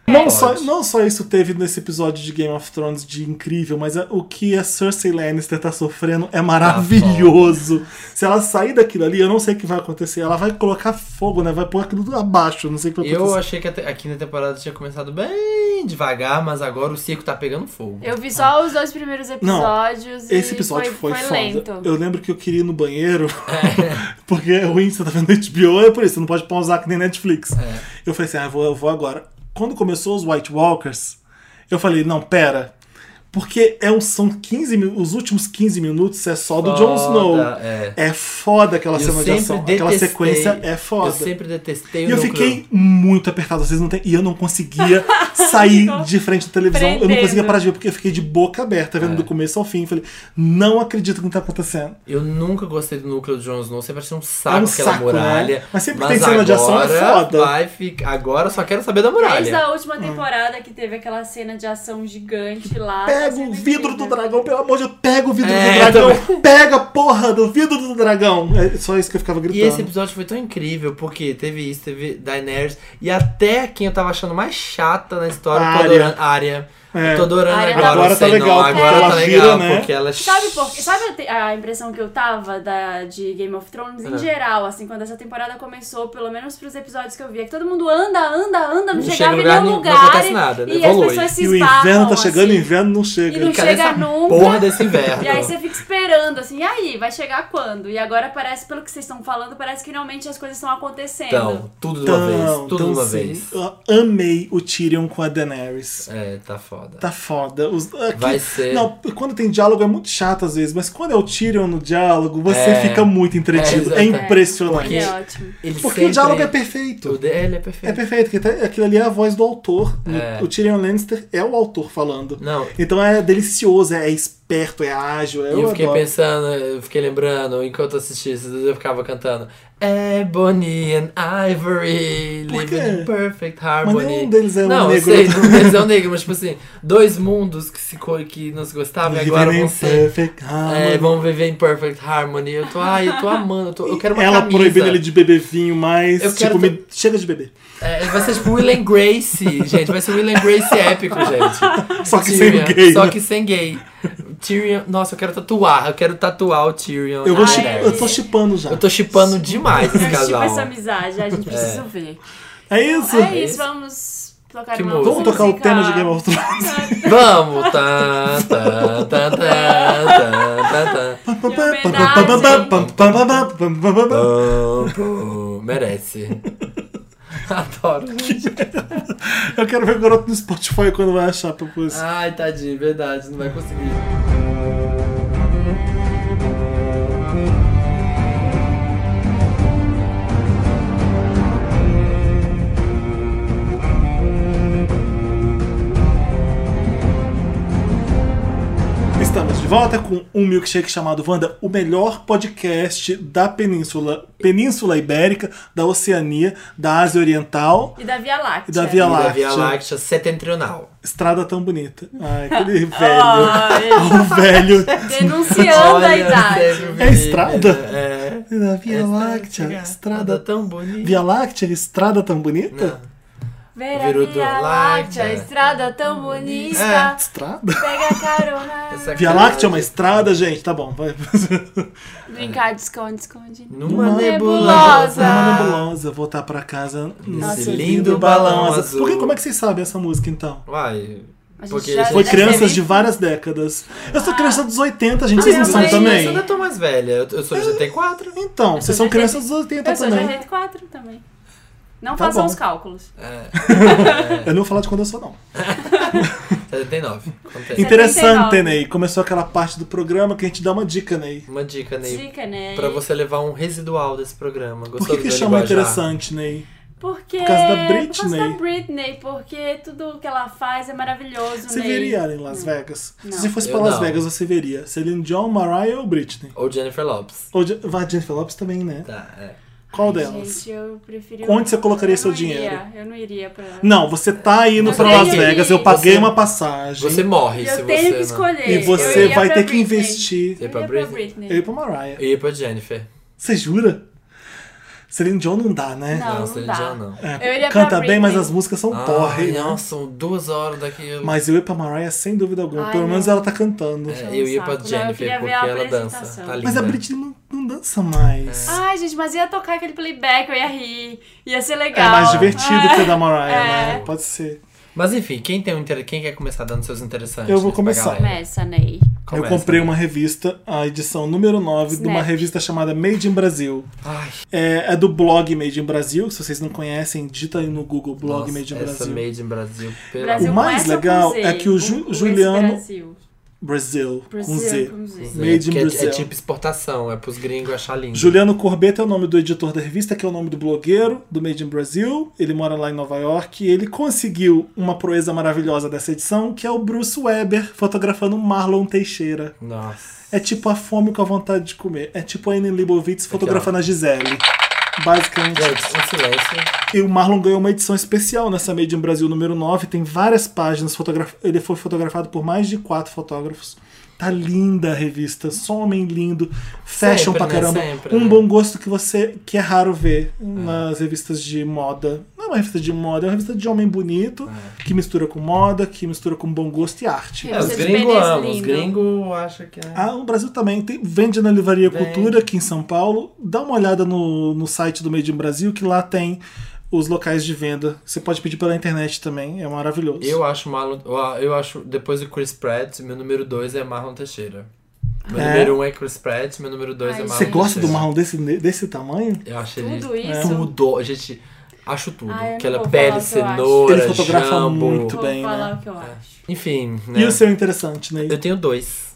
Não só, não só isso teve nesse episódio de Game of Thrones de incrível, mas a- o que a Cersei Lannister tá sofrendo é maravilhoso. Se ela sair daquilo ali, eu não sei o que vai acontecer. Ela vai colocar fogo, né? Vai pôr aquilo tudo abaixo, eu não sei o que vai Eu acontecer. achei que a te- aqui na temporada tinha começado bem devagar, mas agora o circo tá pegando fogo. Eu vi só os dois primeiros episódios. e Esse episódio foi, foda. lento. Eu lembro que eu queria ir no banheiro, *laughs* porque é ruim, você tá vendo HBO, é por isso, você não pode pausar que nem Netflix. É. Eu falei assim, ah, eu vou, eu vou agora. Quando começou os White Walkers, eu falei, não, pera. Porque é um, são 15 minu- os últimos 15 minutos é só do Jon Foda, Snow. é. foda aquela cena de ação. Aquela detestei- sequência é foda. Eu sempre detestei o E eu núcleo. fiquei muito apertado, vocês não têm. E eu não *laughs* conseguia sair de frente da televisão. Eu não Prendendo. conseguia parar de ver, porque eu fiquei de boca aberta, É. vendo do começo ao fim. Falei, não acredito no que tá acontecendo. Eu nunca gostei do núcleo do Jon Snow, sempre achei um saco É um aquela saco, muralha. né? Mas sempre que tem cena de ação é agora foda. Vai ficar... Agora eu só quero saber da Desde muralha. a Ah. última temporada que teve aquela cena de ação gigante lá. assim, Pega Essa o cena vidro do incrível. dragão, pelo amor de Deus, pega o vidro É, do dragão! Pega a porra do vidro do dragão! É só isso que eu ficava E gritando. esse episódio foi tão incrível, porque teve isso, teve Daenerys, e até quem eu tava achando mais chata na história, A eu tô Arya. adorando, a Arya. É. Eu tô adorando Arya Tá agora, Agora eu tá sei, legal, não, porque agora ela tá vira, legal, né? porque ela é Sabe, por, sabe a te- a impressão que eu tava da, de Game of Thrones em É. geral, assim, quando essa temporada começou, pelo menos pros episódios que eu via, que todo mundo anda, anda, anda, não Não chegava chega em em nenhum lugar, lugar. não- não acontece nada, né? E Evolui. as pessoas se E o esbarram, inverno tá chegando, o assim, inverno não chega. e não Cadê chega essa nunca. porra desse inverno? E aí você fica esperando, assim, e aí, vai chegar quando? E agora parece, pelo que vocês estão falando, parece que finalmente as coisas estão acontecendo. Então, tudo de uma Então, vez, tudo de então, uma sim, vez. Eu amei o Tyrion com a Daenerys. É, tá foda. Tá foda. Os- aqui- Vai ser. Não, quando tem diálogo é muito chato às vezes, mas quando é o Tyrion no diálogo, você É. fica muito entretido. É, É, exato. impressionante. Que é ótimo. Ele Porque sempre- o diálogo é perfeito. O de- Ele é É perfeito. perfeito, que até- aquilo ali é a voz do autor. É. O Tyrion Lannister é o autor falando. Não. Então é delicioso, é, es- esperto, é ágil. E Eu, eu fiquei adoro. pensando, eu fiquei lembrando, enquanto eu assistia esses dois, eu ficava cantando Ebony and Ivory, Por quê? living in perfect Mas harmony. nenhum deles é um não, negro. *laughs* eu sei, nenhum deles é um negro, mas tipo assim, dois mundos que, se, co- que nos gostavam e Living agora vão in ser... perfect harmony. É, vão viver em perfect harmony. Eu tô, ai, eu tô amando, eu, tô- eu quero uma Ela camisa. proibindo ele de beber vinho, mas Eu tipo, quero- me- chega de beber. É, vai ser tipo Will and Grace, gente. Vai ser Will and Grace épico, gente. Só que sem gay, é. Só né? que sem gay. Tyrion. Nossa, eu quero tatuar. Eu quero tatuar o Tyrion. Eu, vou na chi- Daenerys. eu tô chipando já. é. Eu tô chipando demais esse Eu tipo casal. essa amizade, a gente precisa ver. É isso? É isso, vamos tocar Que uma música? Vamos tocar o música. tema de Game of Thrones. Vamos! Tá, tá, tá, tá, tá, tá, tá. Pum, pum. Merece. Adoro. Eu quero ver o garoto no Spotify quando vai achar pra coisa. Ai, tadinho, verdade. Não vai conseguir. Ah. Estamos de volta com um milkshake chamado Wanda, o melhor podcast da Península, Península Ibérica, da Oceania, da Ásia Oriental. *laughs* E da Via Láctea. E da Via E da Láctea. Via Láctea setentrional. Estrada tão bonita. Ai, *laughs* aquele Oh. velho. Ai, O velho. denunciando a idade. Sérgio É estrada? Vieira, um É. Da Via Láctea, estrada estrada. tão bonita. Via Láctea, estrada tão bonita? Ver a Virou Via do Láctea, Láctea. estrada tão bonita. É. Estrada? Pega a *laughs* carona. Essa Via cara- Láctea é uma estrada, gente. Tá bom, vai. Brincar de esconde, esconde. Numa Numa nebulosa. Uma nebulosa, voltar pra casa Nesse nesse lindo balão azul. Por que, como é que vocês sabem essa música então? Uai. A gente Porque já gente- Foi deve ter crianças de visto. várias décadas. Eu sou criança dos 80, gente. Vocês não minha são mãe- Eu ainda também? tô mais velha. Eu eu sou de 74. Então, vocês são já crianças dos 80 Eu sou de também. 84 também. Não Tá façam bom. os cálculos. É, Eu não vou falar de quando eu sou, não. 79. Acontece. Então- Interessante, Ney. Começou aquela parte do programa que a gente dá uma dica, Ney. Uma dica, Ney. Dica, né? Pra você levar um residual desse programa. Gostou Por que, do que meu chama linguajar? interessante, Ney? Porque... Por causa da Por causa Britney. da Britney, porque tudo que ela faz é maravilhoso, Você né? veria ela em Las Vegas? Não. Se você fosse Eu pra Las não. Vegas, você veria Celine John, Mariah ou Britney? Ou Jennifer Lopes. Ou Je- vai, Jennifer Lopes também, né? Tá, é. Qual delas? Gente, eu prefiro... Onde você colocaria Eu seu não iria, dinheiro? Eu não iria pra... Não, você tá indo Eu pra tenho Las que- Vegas, eu paguei Você- uma passagem Você morre se Eu você. tenho que não- escolher. e É, Eu você iria vai pra ter que Britney. investir. Eu Eu ia pra ia pra Britney. Eu ia pra Mariah. Eu ia pra Jennifer. Você jura? Celine John não dá, né? Não, não Celine dá. Dion não. É, Eu iria pra canta bem, Britney. mas as músicas são Ai, porre. né? não, são duas horas daqui. eu- Mas eu ia pra Mariah sem dúvida alguma. Ai, Pelo não. menos ela tá cantando. É, Puxa, eu um ia pra saco. Não, eu Jennifer queria ver porque a ela dança. apresentação. Tá linda. Mas a Britney não, não dança mais. Ai, gente, mas ia tocar aquele playback, eu ia rir. Ia ser legal. é mais divertido É. que a da Mariah, É. né? Pode ser. Mas enfim, quem tem um inter... quem quer começar dando seus interessantes? Eu vou pra começar. galera? Começa, Ney. Começa. né? Eu comprei uma revista, a edição número 9, de uma Snap. revista chamada Made in Brasil. Ai, É, é do blog Made in Brasil. Se vocês não conhecem, digita aí no Google blog nossa, Made in essa é Brasil. Made in Brasil. Pelo... Brasil O mais começa com legal Z, é que o Ju- esse Juliano- Brasil. Brasil, com Brasil Z. com Z. É, Made in porque é- Brasil. É, tipo exportação, é pros gringos achar lindo. Juliano Corbetta é o nome do editor da revista, que é o nome do blogueiro do Made in Brasil. Ele mora lá em Nova York e ele conseguiu uma proeza maravilhosa dessa edição, que é o Bruce Weber fotografando Marlon Teixeira. Nossa. É tipo a fome com a vontade de comer. É tipo a Anne Leibovitz fotografando a Gisele. Basicamente. Gente, um silêncio. E o Marlon ganhou uma edição especial nessa Made in Brasil número 9. Tem várias páginas. fotograf- Ele foi fotografado por mais de quatro fotógrafos. Tá linda a revista. Só um homem lindo. Fashion Sempre, pra né? caramba. Sempre, um né? bom gosto que você que é raro ver nas revistas de moda. Não é uma revista de moda, é uma revista de homem bonito que mistura com moda, que mistura com bom gosto e arte. É, É, os Vocês gringos beleza, amam, os lindo. gringos acham que é. Ah, o Brasil também tem, vende na Livraria Vende. Cultura aqui em São Paulo. Dá uma olhada no, no site do Made in Brasil que lá tem os locais de venda. Você pode pedir pela internet também, é maravilhoso. Eu acho Marlon. Eu acho, depois do Chris Pratt, meu número 2 é Marlon Teixeira. Meu É? número 1 um é Chris Pratt, meu número 2 é Ai, Marlon Você gosta do Teixeira. marrom desse, desse tamanho? Eu acho ele Tudo isso. tudo. Gente, acho tudo. Ai, eu não Aquela vou pele, falar o que eu acho. cenoura, Ele fotografa jambo. muito. Vou bem, falar né? o que eu É. acho. Enfim, E né? o seu é interessante, né? Eu tenho dois.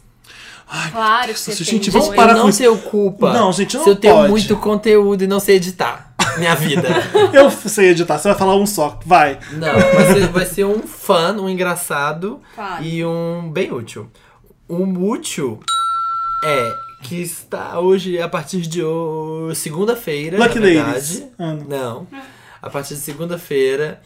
Claro que você Gente, tem vamos dois. parar eu com não isso. tenho culpa. Não, gente, não Se eu tenho pode. muito conteúdo e não sei editar. Minha *laughs* vida. Eu sei editar, você vai falar um só. Vai. Não, vai ser, vai ser um fã, um engraçado Fale. e um bem útil. O útil é que está hoje, a partir de ho- segunda-feira, Lucky na Ladies. verdade. Ah, não. Não. A partir de segunda-feira,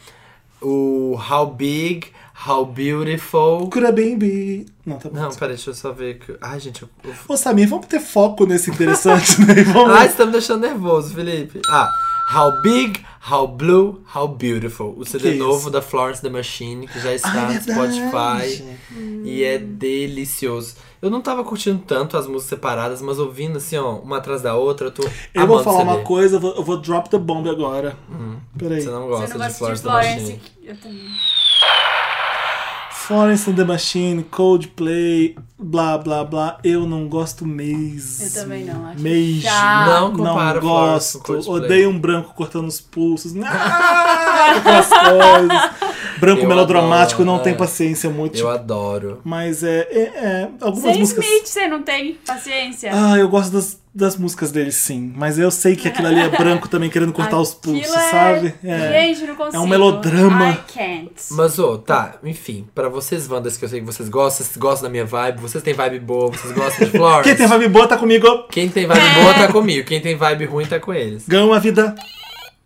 o How Big, How Beautiful. Cura bem, bi. Não, tá bom. Não, peraí, deixa eu só ver. que- Ai, gente, eu. eu- Ô, Samir, vamos ter foco nesse interessante, *laughs* né? Vamos... Ai, você tá me deixando nervoso, Felipe. Ah, How Big, How Blue, How Beautiful. O CD Que isso? novo da Florence The Machine, que já está Ah, no verdade. Spotify. E é delicioso. Eu não tava curtindo tanto as músicas separadas, mas ouvindo assim, ó, uma atrás da outra, eu tô. Eu vou amando falar o CD. uma coisa, eu vou, eu vou drop the bomb agora. Peraí. Hum. Você não Você gosta não de gosta de Florence The Florence? Machine. Eu também. Florence and the Machine, Coldplay, blá blá blá, eu não gosto mesmo. Eu também não, acho Mesmo. chato. Não compara Não Florence com gosto. Coldplay. Odeio um branco cortando os pulsos. *laughs* Ah, Aquelas coisas. Branco Eu melodramático, adoro, não tem é. paciência muito. Eu adoro. Mas é, é- é, algumas Sem músicas. Smith, você não tem paciência? Ah, eu gosto das, das músicas dele sim. Mas eu sei que aquilo ali é branco também querendo cortar os Aquilo pulsos, é- sabe? É. Gente, não consigo. melodrama. I can't. Mas, ô, tá, enfim, pra vocês, Wandas, que eu sei que vocês gostam, vocês gostam da minha vibe, vocês têm vibe boa, vocês gostam de Florence. *laughs* Quem tem vibe boa tá comigo. Quem tem vibe boa *laughs* tá comigo, quem tem vibe ruim tá com eles. Ganha *laughs* uma vida.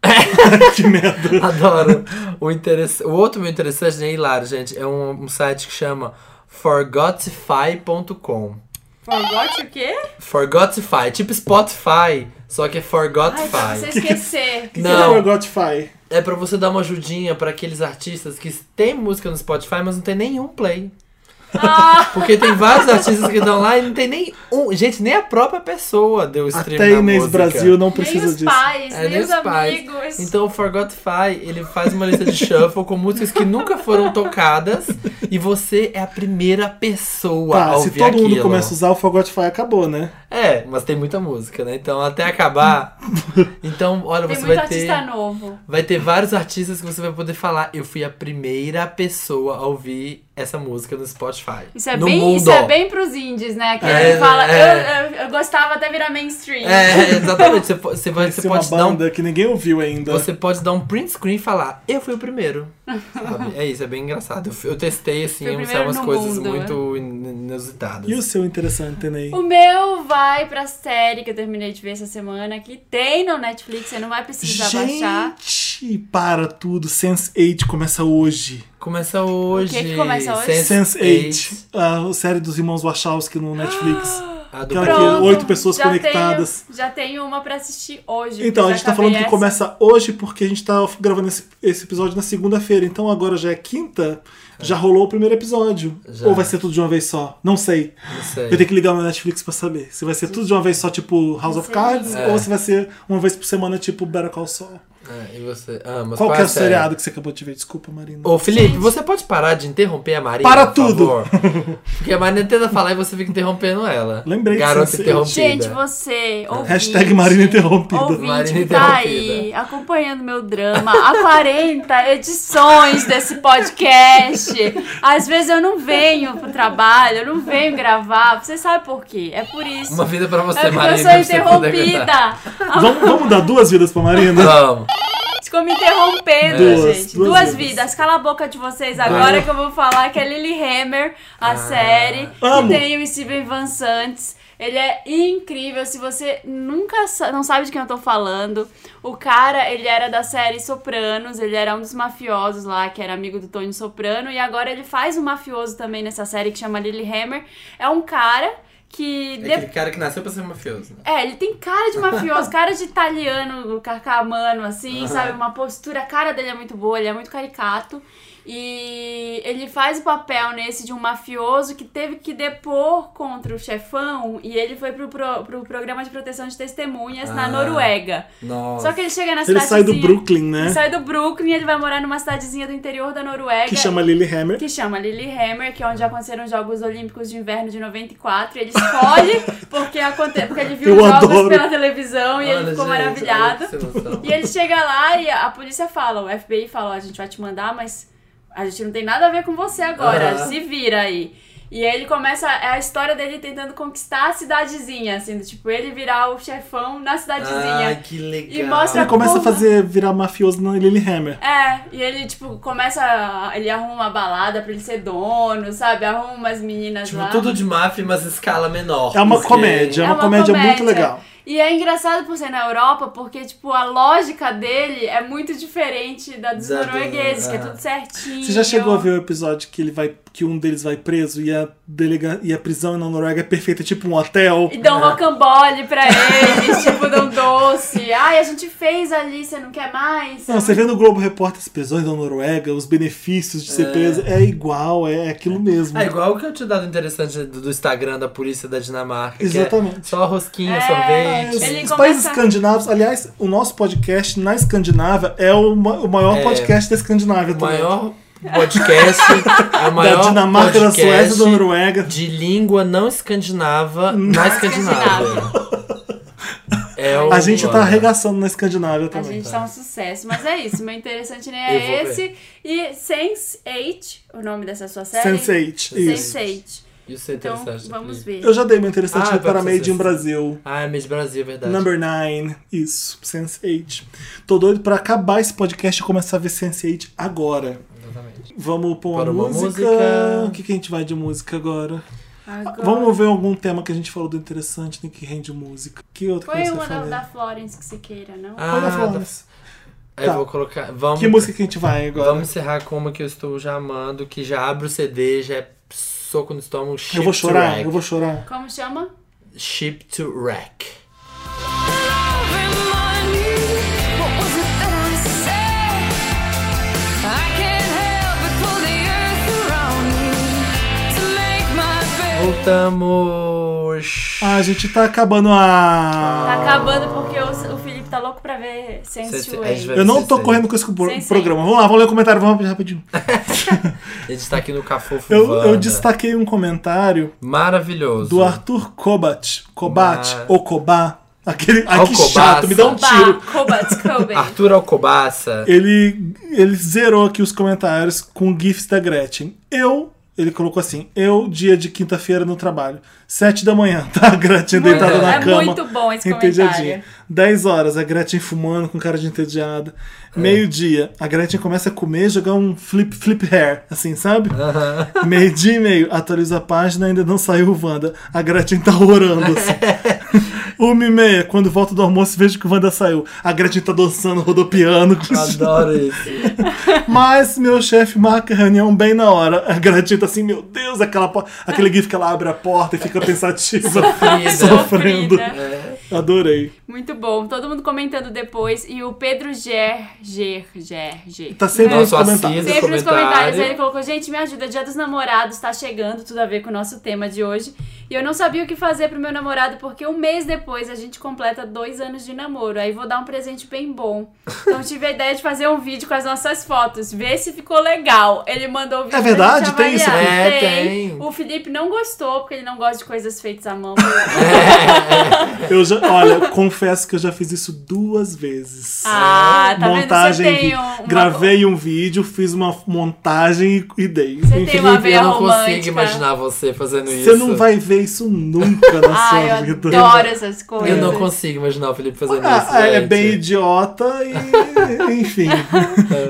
*laughs* que merda. Adoro. O, interess... o outro meu interessante, né, hilário, gente, é um, um site que chama forgotify.com. Forgot o quê? Forgotify, tipo Spotify, só que é Ai, pra você Forgotify. *laughs* esquecer. Que Não. Que é Gotify? É pra você dar uma ajudinha pra aqueles artistas que têm música no Spotify, mas não tem nenhum play. *laughs* Ah, Porque tem *laughs* vários artistas que estão lá e não tem nem um. Gente, nem a própria pessoa deu stream Até na Inês música. Brasil não nem precisa os disso. pais, É, nem os pais. amigos. Então o Forgotify, ele faz uma lista de shuffle com músicas que nunca foram tocadas e você é a primeira pessoa a Tá, ouvir se todo mundo aquilo. começa a usar o Forgotify, acabou, né? É, mas tem muita música, né? Então até acabar. então, olha, Tem você muito vai ter artista novo. vai ter vários artistas que você vai poder falar, eu fui a primeira pessoa a ouvir essa música no Spotify. Isso é, no bem, mundo. isso é bem pros indies, né? Que É, ele fala, é. eu, eu, eu gostava até virar mainstream. É, exatamente. Você, po- você vai, Essa você é uma pode dar um banda que ninguém ouviu ainda. Você pode dar um print screen e falar, eu fui o primeiro. Sabe? É isso, é bem engraçado. Eu, fui- eu testei, assim, Fui o um- primeiro umas no coisas mundo, né? muito in- E o inusitadas. seu interessante, Tenei? O meu vai pra série que eu terminei de ver essa semana, que tem no Netflix, você não vai precisar baixar. Gente, para tudo. Sense8 começa hoje. Começa hoje. O que que começa hoje? Sense8, a série dos irmãos Wachowski Ah, no Netflix. A do Aquela Brasil. que- oito pessoas já conectadas. Tenho, já tenho uma pra assistir hoje. Então, a porque gente já tá falando acabei que essa. começa hoje porque a gente tá gravando esse, esse episódio na segunda-feira. Então agora já é quinta, já rolou o primeiro episódio. É. Já. Ou vai ser tudo de uma vez só? Não sei. Não sei. Eu tenho que ligar no Netflix pra saber. Se vai ser tudo de uma vez só, tipo House of Sim. Cards, É. ou se vai ser uma vez por semana, tipo Better Call Saul. É, e você? Ah, mas Qual que é o a série? seriado que você acabou de ver? Desculpa, Marina. Ô, Felipe, você pode parar de interromper a Marina? Para por tudo! favor? Porque a Marina tenta falar e você fica interrompendo ela. Lembrei disso, Garota sim. interrompida. É. Gente, você. Ouvinte, Hashtag Marina Interrompida. Ouvinte Marina que tá aí Interrompida. acompanhando meu drama há 40 edições desse podcast. Às vezes eu não venho pro trabalho, eu não venho gravar. Você sabe por quê? É por isso. Uma vida pra você, é porque eu Marina. sou pra você poder aguentar. interrompida. Vamos, vamos dar duas vidas pra Marina? Vamos. Ficou me interrompendo, Duas, gente. duas vezes. Duas, vidas. Cala a boca de vocês agora Ah. que eu vou falar que é Lily Hammer, a série. Amo. Que tem o Steven Van Santos. Ele é incrível. Se você nunca sa- não sabe de quem eu tô falando, o cara, ele era da série Sopranos. Ele era um dos mafiosos lá, que era amigo do Tony Soprano. E agora ele faz um mafioso também nessa série que chama Lily Hammer. É um cara que... É aquele cara que nasceu pra ser mafioso. né? É, ele tem cara *laughs* de mafioso, cara de italiano, carcamano, assim, sabe? Uma postura, a cara dele é muito boa, ele é muito caricato. E ele faz o papel nesse de um mafioso que teve que depor contra o chefão e ele foi pro, pro, pro programa de proteção de testemunhas Ah. na Noruega. Nossa. Só que ele chega na Ele sai do cidadezinha- Brooklyn, Ele né? sai do Brooklyn e ele vai morar numa cidadezinha do interior da Noruega. Que chama Lily Hammer. Que chama Lillehammer, que é onde aconteceram os Jogos Olímpicos de Inverno de 94. Ele escolhe porque, aconte... porque ele viu Eu os jogos adoro. pela televisão e ele ficou maravilhado. E ele chega lá e a polícia fala, o FBI fala, ó, a gente vai te mandar, mas a gente não tem nada a ver com você agora, Aham. se vira aí. E aí ele começa é a história dele tentando conquistar a cidadezinha, assim, do tipo, ele virar o chefão na cidadezinha. Ai, Ah, que legal. E mostra Ele começa a Porra. fazer virar mafioso na Lily Hammer. É, e ele, tipo, começa. a- Ele arruma uma balada pra ele ser dono, sabe? Arruma umas meninas Tipo, lá. tudo de máfia, mas escala menor. É uma porque- comédia, é uma, comédia, muito legal. E é engraçado por ser na Europa, porque, tipo, a lógica dele é muito diferente da dos Da do- noruegueses, que é aham. tudo certinho. Você já chegou a ver o episódio que ele vai, que um deles vai preso e a, delega, e a prisão na Noruega é perfeita, é tipo um hotel. E dão *laughs* rocambole pra eles, tipo, dão doce. Ai, a gente fez ali, você não quer mais? Não, você vê no Globo Repórter as prisões da Noruega, os benefícios de ser preso, é igual, é aquilo mesmo. Ah, É igual o que eu te dado interessante do do Instagram da polícia da Dinamarca. que é Exatamente. só rosquinha, É. Os, sorvete. Ele os começa- países escandinavos, aliás, o nosso podcast na Escandinávia é o, ma- o maior É. podcast da Escandinávia O também. maior podcast. é o maior da Dinamarca, da podcast Suécia, da Noruega. De língua não escandinava na Escandinávia. É o- A gente tá arregaçando na Escandinávia A também. gente tá um sucesso, mas é isso. Meu interessante nem Eu vou é esse. E Sense8, o nome dessa sua série? Sense8, isso. Sense8. Isso é Então, interessante. vamos ver. Eu já dei meu interessante Ah, para vai para pra Made in vocês. Brasil. Ah, Miss Brasil, é verdade. Number 9, isso, Sense8. Tô doido pra acabar esse podcast e começar a ver Sense8 agora. Exatamente. Vamos pôr uma Para uma música. música. O que, que a gente vai de música agora? Agora- Vamos ver algum tema que a gente falou do interessante, né, que rende música. Que outra Foi música uma eu da, falei? da Florence que se queira, não? Ah, Foi da da- Florence. eu Tá. vou colocar. Vamos, Que música que a gente vai agora? vamos encerrar com uma que eu estou já amando, que já abre o CD, já é soco no estômago. eu Ship vou to chorar, Wreck. eu vou chorar. Como chama? Ship to Wreck. Remind me, what was it that I said? I can't help but pull the earth around me to make my bed. Voltamos. Ah, a gente tá acabando a. Ah, Tá acabando porque o, o Felipe tá louco pra ver Sense8. a gente vai- Eu não tô Sim, sim. correndo com esse pro- Sim, sim. programa. Vamos lá, vamos ler o comentário, vamos rapidinho, rapidinho. Ele está tá aqui no Cafofo Eu, eu Wanda. destaquei um comentário Maravilhoso. do Arthur Kobat. Kobat Mas- ou Kobá. Aquele. Ai, que Alcobaça. chato, me dá um Oba, tiro. Kobat, *laughs* Kobe. Arthur Alcobaça. Ele, ele zerou aqui os comentários com GIFs da Gretchen. Eu. Ele colocou assim: eu, dia de quinta-feira no trabalho. Sete da manhã, *laughs* tá? A Gretchen Muito- deitada na é cama. muito bom esse entediadinha. comentário. 10 horas, a Gretchen fumando com cara de entediada. Meio-dia, a Gretchen começa a comer e jogar um flip, flip hair, assim, sabe? Meio-dia e meio, atualiza a página, ainda não saiu o Wanda. A Gretchen tá orando. Assim. Uma e meia, quando volto do almoço, vejo que o Wanda saiu. A Gretchen tá dançando, rodopiando. Adoro isso. *laughs* Mas meu chefe marca a reunião bem na hora. A Gretchen tá assim, meu Deus, aquela, po- aquele gif que ela abre a porta e fica pensativa. *laughs* tá sofrendo. Sofrida. Adorei. Muito bom. Todo mundo comentando depois. E o Pedro Ger, Ger, Ger, Ger. Tá sempre nos Nosso comentários. assíduo Sempre nos comentários. Aí ele comentário. colocou, gente, me ajuda, dia dos namorados tá chegando, tudo a ver com o nosso tema de hoje. E eu não sabia o que fazer pro meu namorado, porque um mês depois a gente completa dois anos de namoro. Aí vou dar um presente bem bom. Então tive a ideia de fazer um vídeo com as nossas fotos, ver se ficou legal. Ele mandou o vídeo. É verdade? pra Tem gente isso? avaliar. É, tem. tem. O Felipe não gostou, porque ele não gosta de coisas feitas *laughs* à mão. Eu já, olha, confesso que eu já fiz isso duas vezes. Ah, tá vendo? Você montagem tem de- um- uma- Gravei um vídeo, fiz uma montagem e, e dei. Você tem uma Felipe, veia eu não romântica. consigo imaginar você fazendo isso. Você não vai ver isso nunca na Ai, sua eu vida. adoro essas coisas. Eu não consigo imaginar o Felipe fazendo Ah, isso. é gente. bem idiota e *laughs* enfim.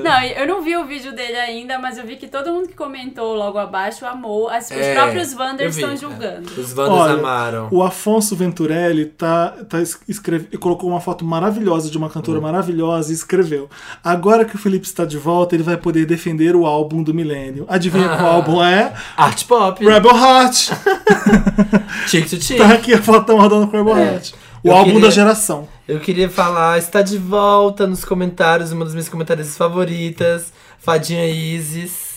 Não, eu não vi o vídeo dele ainda, mas eu vi que todo mundo que comentou logo abaixo amou. As- os É, próprios Wanders eu vi, estão julgando. Os Wanders Olha, amaram. O Afonso Venturelli tá, tá es- escreve, colocou uma foto maravilhosa de uma Hum. cantora maravilhosa e escreveu: Agora que o Felipe está de volta, ele vai poder defender o álbum do milênio. Adivinha qual *laughs* álbum é? Art pop. Rebel Heart! Chick to chick. Tá aqui a foto tá rodando com o Rebel Heart. O É. Eu álbum queria- da geração. Eu queria falar, está de volta nos comentários, uma das minhas comentaristas favoritas, Fadinha Isis.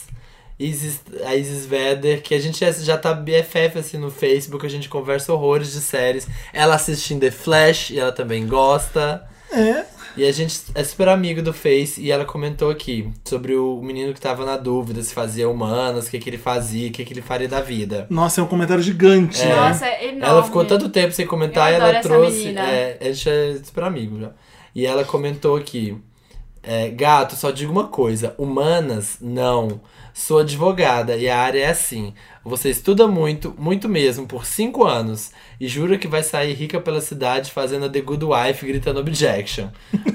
Isis, a Isis Vedder, que a gente já- já tá BFF assim no Facebook, a gente conversa horrores de séries. Ela assiste em The Flash e ela também gosta. É. E a gente é super amigo do Face e ela comentou aqui sobre o menino que tava na dúvida se fazia humanas, o que, que ele fazia, o que, que ele faria da vida. Nossa, é um comentário gigante. né? Nossa, é enorme. Ela ficou tanto tempo sem comentar Eu e adoro ela essa trouxe. menina. É, a gente é super amigo já. E ela comentou aqui. É, gato, só digo uma coisa: humanas, não. Sou advogada e a área é assim. Você estuda muito, muito mesmo, por cinco anos, e jura que vai sair rica pela cidade fazendo a The Good Wife gritando objection.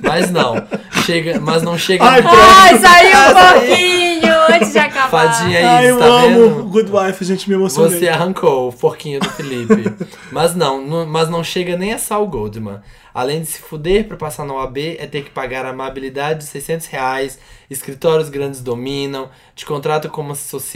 Mas não. chega, mas não chega. Ai, *laughs* Ai, saiu um Ah, saiu. pouquinho antes de acabar. Fadinha aí, Ai, você eu tá amo vendo? Good Wife, gente, me emocionei. Você é arrancou o porquinho do Felipe. mas não, não- mas não chega nem a Sal Goldman. Além de se fuder pra passar na OAB, é ter que pagar a amabilidade de 600 reais, escritórios grandes dominam, te contrata como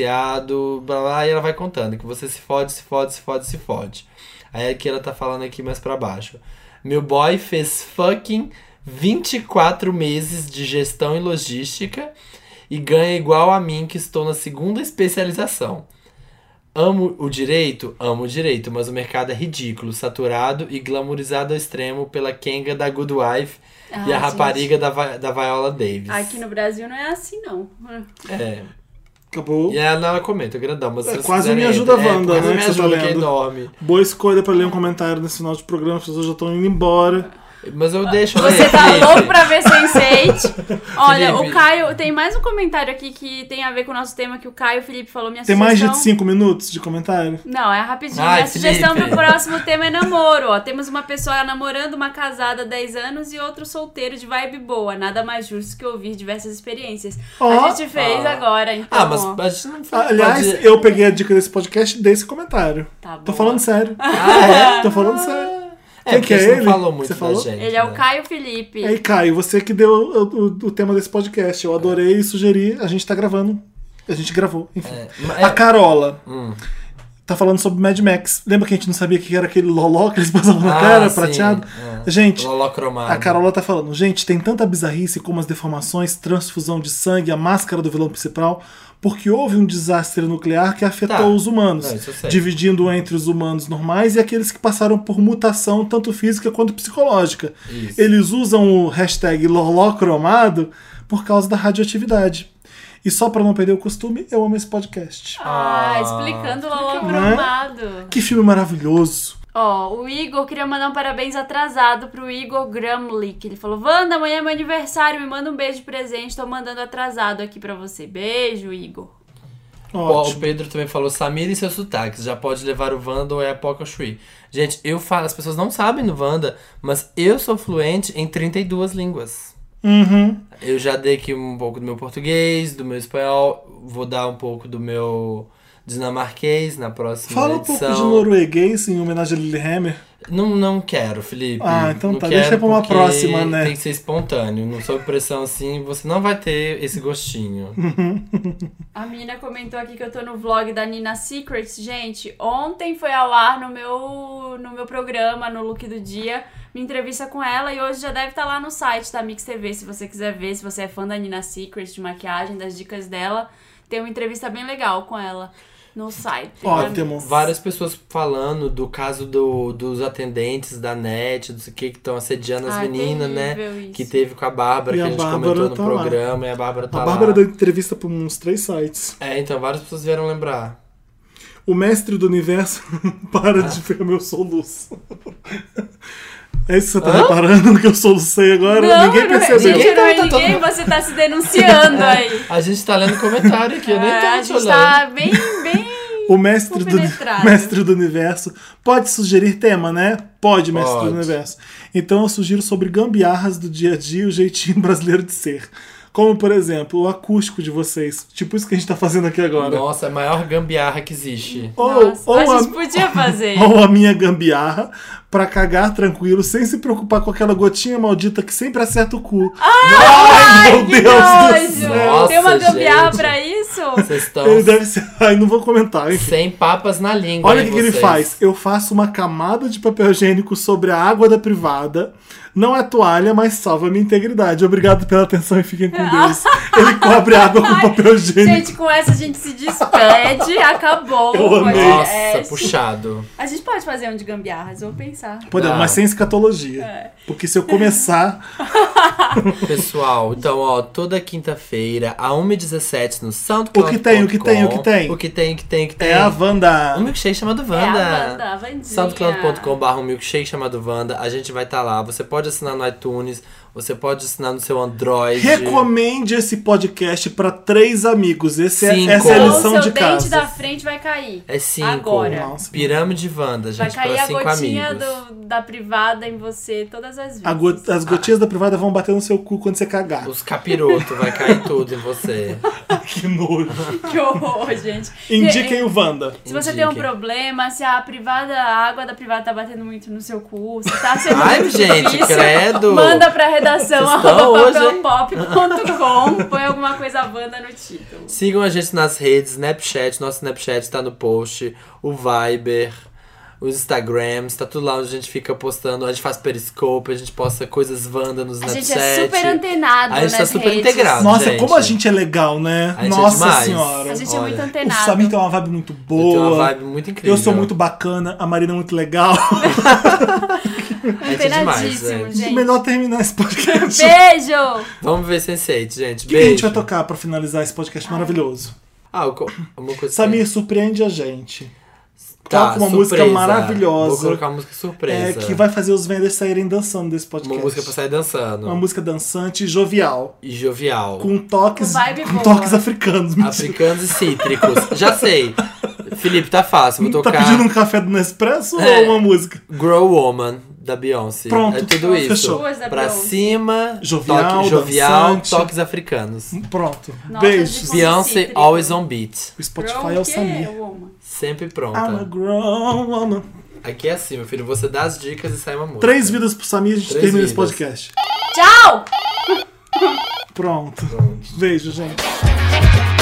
associado, blá blá, e ela vai contando que você se fode, se fode, se fode, se fode. Aí aqui ela tá falando aqui mais pra baixo. Meu boy fez fucking 24 meses de gestão e logística e ganha igual a mim que estou na segunda especialização. Amo o direito? Amo o direito, mas o mercado é ridículo, saturado e glamourizado ao extremo pela Kenga da Good Wife e a Ah, rapariga da, Vi- da Viola Davis. Aqui no Brasil não é assim, não. É. Acabou. E ela, ela comenta, grandão, mas. É, se vocês quase quiserem- me ajuda a é, Wanda, quase né, Me que você tá ajuda, quem lendo. dorme. Boa escolha pra ler um comentário nesse final de programa, as pessoas já estão indo embora. Mas eu deixo Você ler, tá Felipe. louco pra ver *laughs* Sense8? Olha, Felipe. o Caio... Tem mais um comentário aqui que tem a ver com o nosso tema que o Caio Felipe falou. Minha Tem sugestão... mais de 5 minutos de comentário? Não, é rapidinho. Ai, a sugestão Felipe. pro próximo tema é namoro, ó. Temos uma pessoa namorando uma casada há 10 anos e outro solteiro de vibe boa. Nada mais justo que ouvir diversas experiências. Ó. a gente fez Ah. agora, então. Ah, mas ó. a gente não fala. Ah, Aliás, pode- eu peguei a dica desse podcast desse comentário. Tá Tô bom. falando sério. Ah, *laughs* Tô falando sério. é? Quem porque que a é gente ele? não falou muito Você da falou? gente. Ele é o né? Caio Felipe. E aí, Caio, você que deu o, o- o tema desse podcast. Eu adorei e sugeri. A gente tá gravando. A gente gravou, enfim. É, A Carola. Hum. Tá falando sobre Mad Max. Lembra que a gente não sabia que era aquele loló que eles *laughs* passavam na Ah, cara, sim, prateado? é. Gente, Lolocromado. A Carola tá falando, gente, tem tanta bizarrice como as deformações, transfusão de sangue, a máscara do vilão principal, porque houve um desastre nuclear que afetou Tá. os humanos, Não, isso eu sei. dividindo entre os humanos normais e aqueles que passaram por mutação tanto física quanto psicológica. Isso. Eles usam o hashtag lolocromado por causa da radioatividade. E só pra não perder o costume, eu amo esse podcast. Ah, Ah, explicando o Lolo né? Grumado. Que filme maravilhoso. Ó, o Igor queria mandar um parabéns atrasado pro Igor Gramlich. Ele falou: Wanda, amanhã é meu aniversário, me manda um beijo de presente, tô mandando atrasado aqui pra você. Beijo, Igor. Ó, O Ótimo. Pedro também falou, Samira e seus sotaques, já pode levar o Wanda ou é a Poca Shui. Gente, eu falo, as pessoas não sabem no Wanda, mas eu sou fluente em 32 línguas. Uhum. Eu já dei aqui um pouco do meu português, do meu espanhol, vou dar um pouco do meu dinamarquês na próxima Fala um edição. pouco de norueguês em homenagem a Lily Hammer. Não, não quero, Felipe. Ah, então Não tá, quero deixa pra uma porque próxima, né? Tem que ser espontâneo, não sob pressão assim, você não vai ter esse gostinho. A menina comentou aqui que eu tô no vlog da Nina Secrets. Gente, ontem foi ao ar no meu, no meu programa, no Look do Dia, minha entrevista com ela e hoje já deve estar lá no site da Mix TV, se você quiser ver, se você é fã da Nina Secrets, de maquiagem, das dicas dela. Tem uma entrevista bem legal com ela no site. da Ótimo. Mix. Várias pessoas falando do caso do, dos atendentes da net, do que que estão assediando as Ah, meninas, né? terrível isso. Que teve com a Bárbara, E que a a gente Bárbara comentou no tá lá. programa, e a Bárbara tá A lá. Bárbara deu entrevista pra uns três sites. É, então várias pessoas vieram lembrar. O mestre do universo *laughs* para de ver meu soluço. É isso que você tá reparando no que eu solucei agora? Não, Ninguém eu não- percebeu. Gente, eu não é Tá todo ninguém, mundo- você tá se denunciando aí. A gente tá lendo comentário aqui, eu nem tô *laughs* É, a te gente olhando. tá bem, bem. O mestre do, Compenetrado. mestre do universo pode sugerir tema, né? Pode, mestre Pode. do universo. Então eu sugiro sobre gambiarras do dia a dia e o jeitinho *laughs* brasileiro de ser. Como, por exemplo, o acústico de vocês. Tipo isso que a gente tá fazendo aqui agora. Nossa, é a maior gambiarra que existe. Ou, Nossa, ou a a, gente podia fazer. ou a minha gambiarra pra cagar tranquilo, sem se preocupar com aquela gotinha maldita que sempre acerta o cu. Ai, *laughs* meu Que Deus do nojo! céu! Nossa, Tem uma gambiarra gente. pra isso? Vocês estão Ele deve ser. Ai, não vou comentar, enfim. sem papas na língua. Olha o hein, que, que ele vocês. faz. Eu faço uma camada de papel higiênico sobre a água da privada. Não é toalha, mas salva a minha integridade. Obrigado pela atenção e fiquem com Deus. Ele cobre a água com papel higiênico. Gente, com essa a gente se despede. Acabou Eu o amei. Nossa, podcast. É, puxado. A gente pode fazer um de gambiarras, vou pensar. Podemos, Não. mas sem escatologia. É. Porque se eu começar. Pessoal, então, ó, toda quinta-feira, a 1h17 no SoundCloud. O que tem, o que tem, o que tem? O que tem, o que tem, o que tem. É a Wanda. Um milkshake chamado Wanda. É a Wanda, a Vandinha. tá SoundCloud.com.br, um milkshake chamado Wanda. A gente vai estar lá. Você pode assinar no iTunes Você pode assinar no seu Android. Recomende esse podcast pra três amigos. Esse é, Cinco. essa é a Ou Ou lição seu de dente casa. da frente vai cair. É cinco. Agora. Nossa. Pirâmide Wanda, gente, Vai cair pra a cinco gotinha amigos. do- da privada em você todas as vezes. *laughs* A go- as gotinhas da privada vão bater no seu cu quando você cagar. Os capirotos, vai cair tudo em *laughs* você. Que nojo. Que horror, gente. É. Indiquem o Wanda. Se você tem um Indiquem. problema, se a privada, a água da privada tá batendo muito no seu cu, se tá sendo Ai, *laughs* muito gente, difícil, credo. manda pra redação Vocês estão arroba hoje, hein? papelpop.com, põe alguma coisa Wanda no título. Sigam a gente nas redes, Snapchat, nosso Snapchat tá no post, o Viber, os Instagrams, tá tudo lá onde a gente fica postando, a gente faz Periscope, a gente posta coisas Wanda no A Snapchat. gente é super antenado A gente tá nas super redes. integrado. Nossa, gente. como a gente é legal, né? A gente é Nossa demais. senhora. A gente Olha. é muito O tá- antenado. Samir tem uma vibe muito Eu tenho uma boa. vibe muito incrível. Eu sou muito bacana, a Marina é muito legal. Gente, é demais, Antenadíssimo, velho. *laughs* gente. Melhor terminar esse podcast. Beijo! Vamos ver Sense8, gente. O que a gente Beijo. vai tocar pra finalizar esse podcast maravilhoso? Ah, eu co- uma coisa. Samir, surpreende a gente. tá, toca uma surpresa. música maravilhosa. Vou colocar uma música surpresa. É, que vai fazer os vendors saírem dançando desse podcast. Uma música pra sair dançando. Uma música dançante e jovial. E jovial. Com toques, Com vibe com boa. toques africanos. mentira. Africanos e *laughs* cítricos. Já sei. Felipe, tá fácil. Vou Tá tocar pedindo um café do Nespresso É. ou uma música? Grow Woman da Beyoncé. Pronto, É tudo isso. fechou. Duas da pra Beyoncé. cima, Jovial, toque, jovial dançante. toques africanos. Pronto. Nossa, Beijos. de- Beyoncé cítrico. always on beat. O Spotify Grown é o que Samir. woman. Sempre I'm a pronta. grown woman. Aqui é assim, meu filho. Você dá as dicas e sai uma música. Três vidas pro Samir e a gente Três termina esse vidas. podcast. Tchau! Pronto. Beijo, gente. Thank